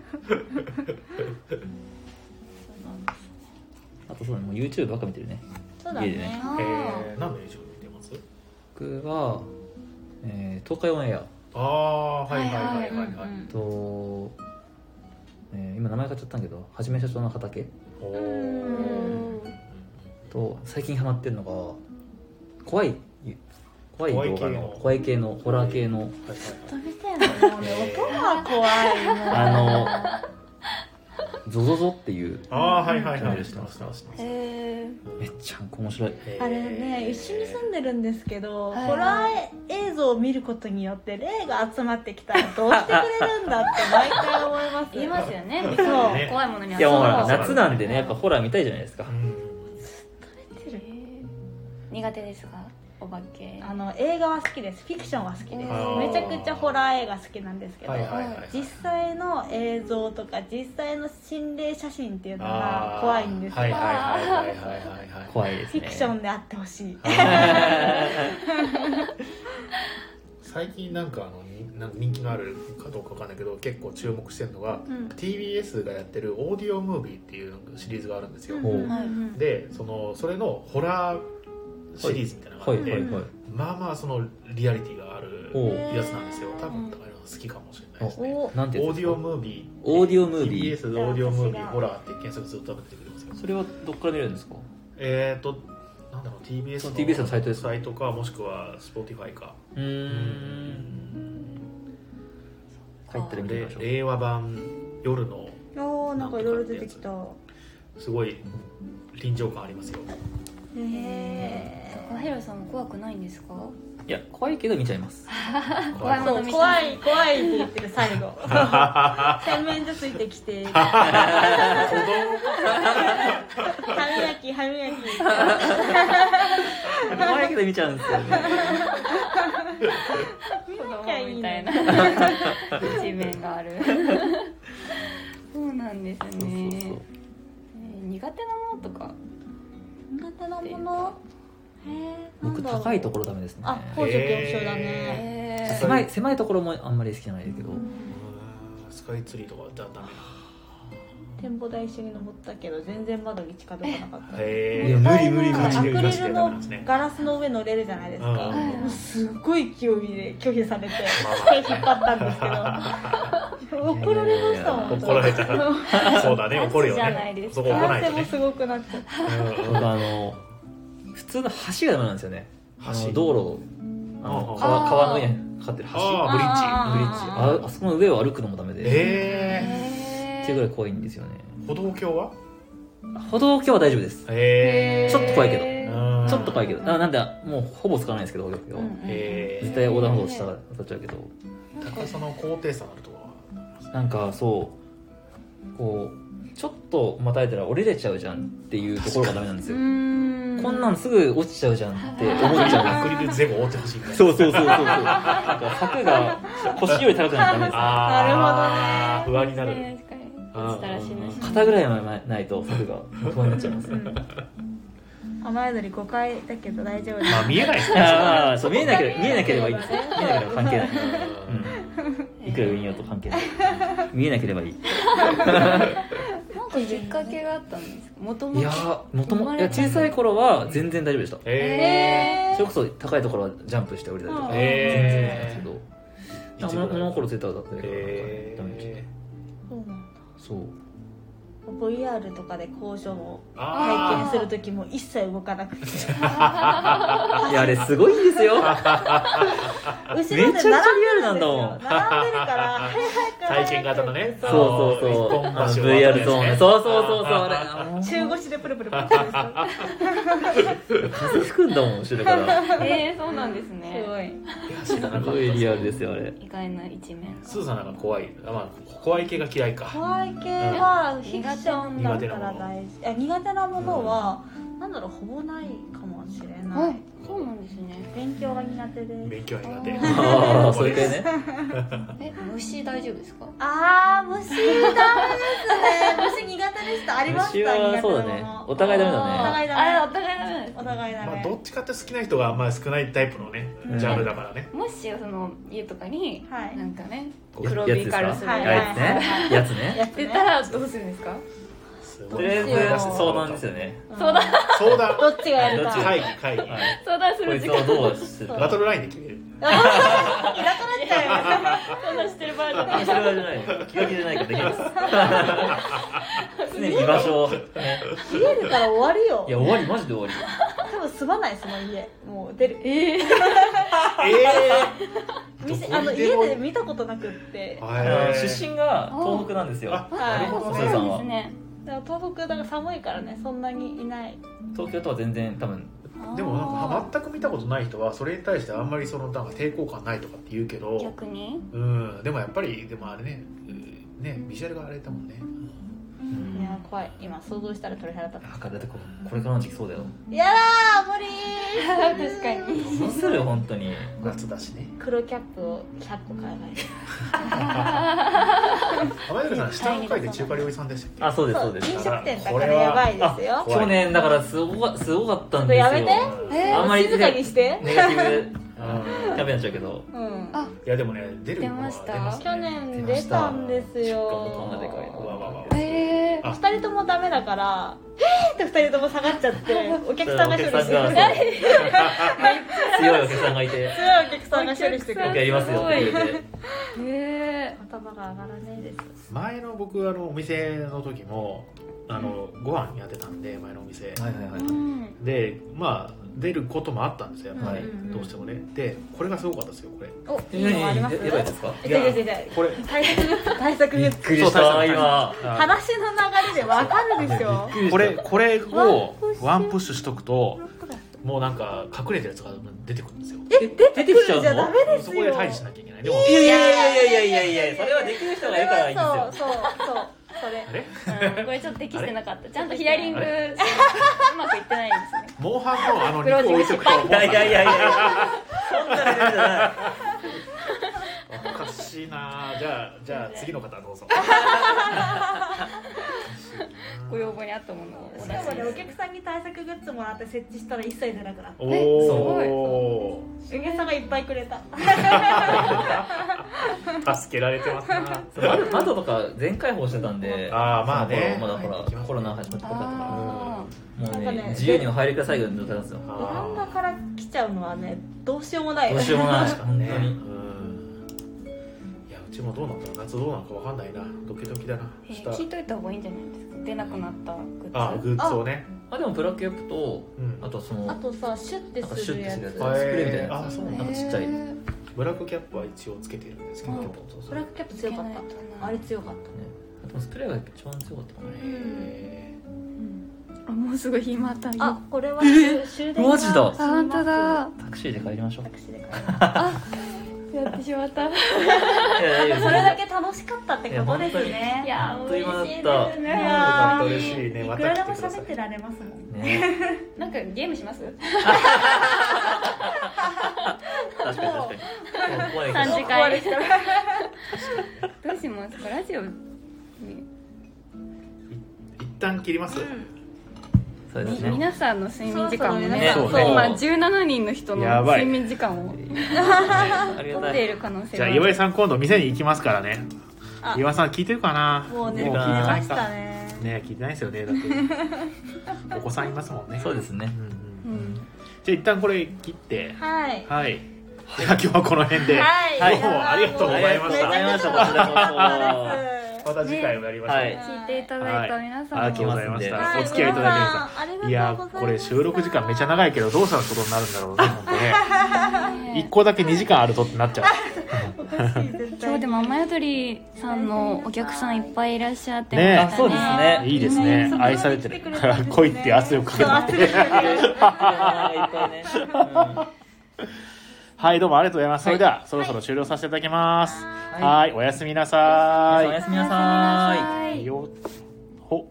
B: あとそうだねもう YouTube ばっか見てるね
C: そうだね
B: いいね
E: あー
A: えー、何の YouTube 見てます
B: 僕は、えー東海オンエア
A: ああはいはいはいはいはい、
B: と、えー今名前変わっちゃったんだけどはじめ社長の畑
A: お
C: う
A: ー
C: ん
B: と最近ハマってるのが怖い怖い動画の怖
A: 怖
B: い系のホラー系の
A: はいはい
C: ずっと見てん のもうね音が怖いもう
B: あのゾゾゾっていう
A: ああーはいはいはい
B: うん
A: 知ってます知ってます知ってます
E: へ
B: めっちゃ面白い
A: へー
C: あれね一緒に住んでるんですけど、
E: はい
C: ホラー映像を見ることによって霊が集まってきたらどうしてくれるん だって毎回思います
E: 言いますよね
A: そう
E: そう怖いものに
B: いやもうほら
A: そうそう
B: 夏なんでねやっぱホラー見たいじゃないですか
A: うん
C: 見てる
E: 苦手ですかお化け
C: あの映画は好きですフィクションは好きです
A: うん
C: めちゃくちゃホラー映画好きなんですけど、
A: はいはいはい
C: 実際の映像とか実際の心霊写真っていうの
A: あ
C: が
A: ー
C: 怖いんですよ、
A: はいはいはいはいはいはい
B: 怖いです
C: フ
B: ね
C: ィクションであってほしい
A: 最近なんかあのになんか人気のあるかどうかわかんないけど結構注目してるのが、
C: うん
A: TBS がやってるオーディオムービーっていうシリーズがあるんですよ、
B: ほう
C: うん
A: でそのそれのホラーシリーズみたいなのが
B: は
A: あ
B: い
A: って、
B: はいはい
A: まあまあそのリアリティがある
B: おう
A: やつなんですよ
C: へー
A: 多分だから好きかもしれないですね
C: お
B: なんていう
A: オ
B: ん
A: ー
B: で
A: ディ
B: すか
A: オムービー
B: オーディオムービー
A: TBS オーディオムービーホラーって検索すると多分出てくるんですよ
B: それはどっから見れるんですか
A: えっ、ー、となんだろう TBS
B: そ
A: の
B: の TBS のサイトですか
A: サイトかもしくは Spotify か
B: うーん入ったら見てみ
A: で
B: ましょう
A: 令和版夜の
C: おーなんかいろいろ出てきた
A: すごい臨場感ありますよ
C: へえ
E: 高弘さん怖くないんですか
B: いや怖いけど見ちゃいます
E: 怖いも
C: そ
E: の
C: う
E: 見
C: 怖い怖いって言ってる最 後洗面所ついてきて歯磨き歯磨き
B: 怖いけど見ちゃうんですよね
E: 子供
C: 見なきゃいい
E: みたい な一面があるそうなんですね
B: そうそうそう
E: えー苦手なものとか
C: 苦手なものへえ
B: 僕高いところダメですね
C: あ高所恐怖症だね
E: え
B: 狭い狭いところもあんまり好きじゃないですけど
A: うんスカイツリーとかだダメ
C: 展望台一緒に登ったけど全然窓に近づかなかっ
A: な
C: た
A: へ
B: いや無理無理無
C: アク
B: 理
C: リ
A: マジでダメ
C: ルの
A: なんですね
C: ガラスの上乗れるじゃないですか
A: うん
C: もうすっごい勢いで拒否されて
A: あ
C: 手引っ張ったんですけ ど怒られましたもん
A: 怒られた そうだね怒るよ
E: じゃないで
A: ね
E: す
A: そこ怒らないと
C: 男性も
A: ね
C: すごくなっちゃっ
A: う
C: た
A: んうん
B: 僕あの普通の橋がダメなんですよねあの
A: 橋
B: 道路あの
A: あ
B: 川
E: あ
B: 川の上にかかってる橋
A: あ
B: ブリ
C: あ
B: ブリッジああそこの上を歩くのもダメで、
A: え
B: っていうぐらい怖いんですよね
A: ー、歩道橋は
B: 歩道橋は大丈夫ですち
A: へえ
B: ちょっと怖いけど
A: ど
B: ょっと怖いけどあなんでもうほぼ使わないんですけど歩道橋は、
A: へ
B: 絶対
A: え
B: 横断歩道下が当たっちゃうけど
A: 高さの高低差のあるとこ
B: なんかそうこうちょっと待たれたら折れれちゃうじゃんっていうところがダメなんですよこんなんすぐ落ちちゃうじゃんって思っちゃうんです
A: はアクリル全部覆ってほしいみたいな
B: そうそうそうそうそう。なんか柵が腰より高くないとダメです。
A: あーなるほどね不安になる、
E: 確かに落ちたら死ぬし
B: 肩ぐらいはないと柵が不安になっちゃいます。
C: 雨宿り5回だけど大丈夫です
A: まあ見えないですね
B: ああ、そう見えなければ見えなければいいです。見えなければ関係ない。うんいくら運用と関係ない。見えなければいい。
E: なんかきっかけがあったんですかもと
B: い
E: も
B: や
E: と
B: ー、もともいや小さい頃は全然大丈夫でした。
A: へ
B: それこそ高いところはジャンプして降りたりとか
A: ー
B: 全然ないんです
A: へ
B: けど。
A: ー
B: あのこの頃ツイッターだったりとかなんか
A: へ
B: ダメでし
A: ー
B: た。そう。
C: VR とかで工場を体験
A: あ
C: する時も一切動かなくて
B: いやあれすごいん ですよ
C: 後ろで並んで
B: め
C: るん
B: ちゃく
C: です
B: ちゃ
C: よ
B: リアルなんだもん
C: 並んでるから早く
A: あ
C: 早
A: 体
C: く
A: 験型のね
B: そうそうそう
A: あの
B: あの
A: 一本橋を
B: VR ゾーンそうそうそうそう あれ
A: あ
B: あもう
C: 中腰でプルプルプルプルす
B: 風吹くんだもん後ろからす
E: えー、そうなんですね
C: ご
A: い
C: い
A: や知らなかった
B: ごいリアルですよあれ
E: 意外な一面
A: スーさんなんか怖いあまあ怖い系が嫌いか
C: 怖い系はフィ
E: 苦
C: クシ
E: 手
C: ョンだから大事いや苦手なものは、なんだろうほぼないかもしれない、
E: そうなんですね
C: 勉強が苦手です
A: 勉強苦手
B: ああそういう系ね
E: え虫大丈夫ですか
C: あー虫ダメですね虫苦手でしたありました
B: 虫はそうだ
C: 苦手
B: ね
C: なもの
B: お互いダメ
C: お
B: だね
C: 互い
E: あれお
C: ダメ
E: 互いダメなんです
C: お互いダメ、
A: まあどっちかって好きな人がまあ少ないタイプのね
B: うん
A: ジャンルだからね
E: もしその家とかに、
C: はい
E: なんかね
A: こう
B: や
E: 黒ビカルする
C: はい
B: やつねやつね
C: やって
E: 出
C: た
E: た
C: ら
E: らどうするんですか
A: す
B: と
A: ごい
B: りあえず
A: 声出して
B: 相談ですよね
E: 相談
A: 相談
C: どっちがやる
B: どっ
C: か
B: ち が
A: 会議会議
B: はい
E: 相談す
B: こ
E: る
B: い
E: 時
B: つ
E: 間
B: をどうする
A: バトルラインで決める
C: いなくなっちゃうよ
E: 相談してる場合じゃない
B: あそれはじゃない気が気じゃないからできます常に居場所をね
C: 家出たら終わる
B: いや
C: よ
B: 終わりマジで終わり
C: 多分住まないその家もう出る
E: え
A: ええ
C: 店あの家で見たことなくって
B: あの出身が東北なんですよ
A: あ
C: は
A: な
C: い
A: るほど
B: 細
E: そう
B: 井
A: ね
B: さ
E: なんんですね
B: は
C: でも東北だから寒いからねそんなにいない
B: 東京とは全然多分
A: でもなんか全く見たことない人はそれに対してあんまりそのなんか抵抗感ないとかって言うけど
E: 逆に
A: うんでもやっぱりでもあれねうんねビジュアルがあれだもんね
C: いや怖い今想像したら鳥肌
B: だ
C: 立
B: からだってここれからの時期そうだよ
C: つやだー無理 ー
E: 確かに
B: どうする本当に
A: 夏だしね
C: 黒キャップを100個買えばいい
A: 浜寺さん下の階で中華料理さんでしたっけ
B: あそうですそうで
C: 飲
B: す
C: 食店だからやばいですよ
A: こ
B: 去年だからすごかすごかったん
C: ちょ
B: ですよ
C: っとやめて
E: え
B: あんまり
C: 静かにして
B: ネガティブ
A: うん
B: キャビになっちゃうけど
C: うん
E: あ
A: いやでもね出る
E: 出ました
A: 出ますね
C: 去年出たんです
B: 出ましたしかも
C: よ
B: どんなでかいの
A: わわわわ
E: え
A: あ
C: 2人ともダメだからえーって2人とも下がっちゃって お客さんが処理して
B: お客さんが
C: る
B: 強いお客さんがいて
C: 強いお客さんが処理してく
B: 僕
C: れ
B: やりますよって言って
E: ー、え
C: 頭が上がらないです
A: 前の僕あのお店の時もあの、ご飯やってたんで前のお店、
B: はいはいはい
E: ー、うん
A: でまあ出ることもあったんですよやっぱり、
B: うん
C: うんうん
A: どうしてもねでこれがすごかったですよこれ
C: お
B: え
C: いいのあります
B: えやばいですか
C: いやいやいやいや
A: これ
C: 対策グッズ対策グ
B: び
C: ッ
B: っ
C: ズ
B: くりした今
C: 話の流れでわかるでしょ
B: びっ
A: こ
B: くり
A: れ
B: した
A: これをワ
C: ワ
A: ン
C: ン
A: プッシュしとくともうなんか隠れてるやつが出てくるんですよ
B: え出てきちゃう
C: じゃダ
B: の
C: メですよ
A: そこで退治しなきゃいけないでも
B: いやいやいやいやいやいやそれはできる人がいるからいいんですよ
C: そうそうそうそれ
A: あれ
E: これちょっと適してなかったちゃんとヒアリング
A: あ
E: うまくいってないですね
A: モンハンのあの肉を置いとくと
B: いやいやいやいやそんなレベルじゃない
A: おかしいなじゃあじゃあ次の方どうぞ
E: ご要望にあったものをお出し
C: しかもね
E: で
C: お
E: す
C: 客さんに対策グッズもらって設置したら一切出なくなった
A: おお
C: お客さんがいっぱいくれた
A: 助けられてますな
B: 窓窓とか全開放してたんで
A: あーまあね
B: その頃まだほらコロナ始まったから
E: あ
B: もう
C: なんか
B: ね
C: ね
B: 自由にお入りくださいぐらいの状態なんですよ
C: ベランダから来ちゃうのはねどうしようもない
B: どうしようもない本
A: ね
B: 当に
A: いやうちもどうなんだろう夏どうなんかわかんないなドキドキだな
E: ーえ
A: した
E: ー聞いといた方がいいんじゃないですか出なくなったグッズ
A: あグッズをね
B: あでもプラキャップと
A: うん
B: あとその
C: あとさシュッて
B: なんかシ
C: す
B: ュッ
C: る
B: てす
C: や
B: るや
C: つ
B: つスプ
A: あ
B: レーみたいなや
A: あ
B: つ
A: そうなん
B: な
A: だ
B: んかちっちゃい
E: え
B: ね
E: ー
A: ブラックキャップは一応つけてるんですけど、
E: うん
B: そうそう
C: ブラックキャップ強かっ
E: いけないと
C: た
E: な
C: あれ強かっ
B: でもスプレーがやっぱ一番強かったかな
A: へ
E: あもうすぐ暇あった
C: たあこれは終電が
B: マジだ
E: あ本当だ
B: タクシーで帰りましょう
C: タクシーで帰る
E: やってしまったい
B: いやいやいや
C: それだけ楽しかったってことです
B: い
C: ね
B: や
E: や
B: 本当に
E: 嬉しい
B: あっ
E: で
B: という間だ
E: す
B: った
C: い
E: ね
A: ー
C: や
A: 嬉しいね
C: い
A: ま
C: く
A: た
C: ら
A: 来
C: で
A: て
C: も
A: くださ
C: 喋って
A: い
C: られますもん
B: ね
E: なんかゲームします
B: 確かに確かにもう怖いけ
E: 三
B: ど
E: 次
C: 終わり
E: 会どうしますかラジオに
A: 一旦切ります、
B: そうですね
E: 皆さんの睡眠時間もね
C: 皆
B: そう
C: さ
B: んね
C: そう
E: 今17人の人の
A: やばい
E: 睡眠時間を
B: ありが
E: 取
B: た
E: っ
B: い
E: ている可能性
A: じゃ
E: が
A: あ岩井さん今度店に行きますからね
C: あ
A: 岩井さん聞いてるかな
C: もうね
B: もう
C: 寝ま
B: 聞いてない
C: し
A: か
C: たね
A: ね聞いてないですよねだってお子さんいますもんね
B: そうですね
A: うんうん
E: う
A: うん
E: ん
A: じゃあ一旦これ切って
C: はい
A: はいでは今日はこの辺で、
C: はい
A: どうもありがとうございました
C: めちゃくちゃ楽しかったです
A: また次回もやりましょう、
B: はい
D: 聞いていただいた皆様
B: あ来ますんで
A: はい
B: お付き合いいただいてください
C: さい
A: いやーこれ収録時間めちゃ長いけどどうしたらことになるんだろうね本当ね一個だけ2時間あるとってなっちゃう
C: おかしい絶
E: 今日
C: 対
E: でも雨宿りさんのお客さんいっぱいいらっしゃって
A: ね
B: あそうですね
A: いいですね
C: うん
A: 愛されてる
C: そこまで来てくれたんですね
A: 恋って圧力かけて
C: そう圧力かけて
B: いっぱいね、
A: はいどうもありがとうございますそ
B: は
A: れ
B: い
A: ではそろそろ終了させていただきます
B: は
A: はいおやすみなさ
B: おや
A: ー
B: すみなさーい
A: いよほ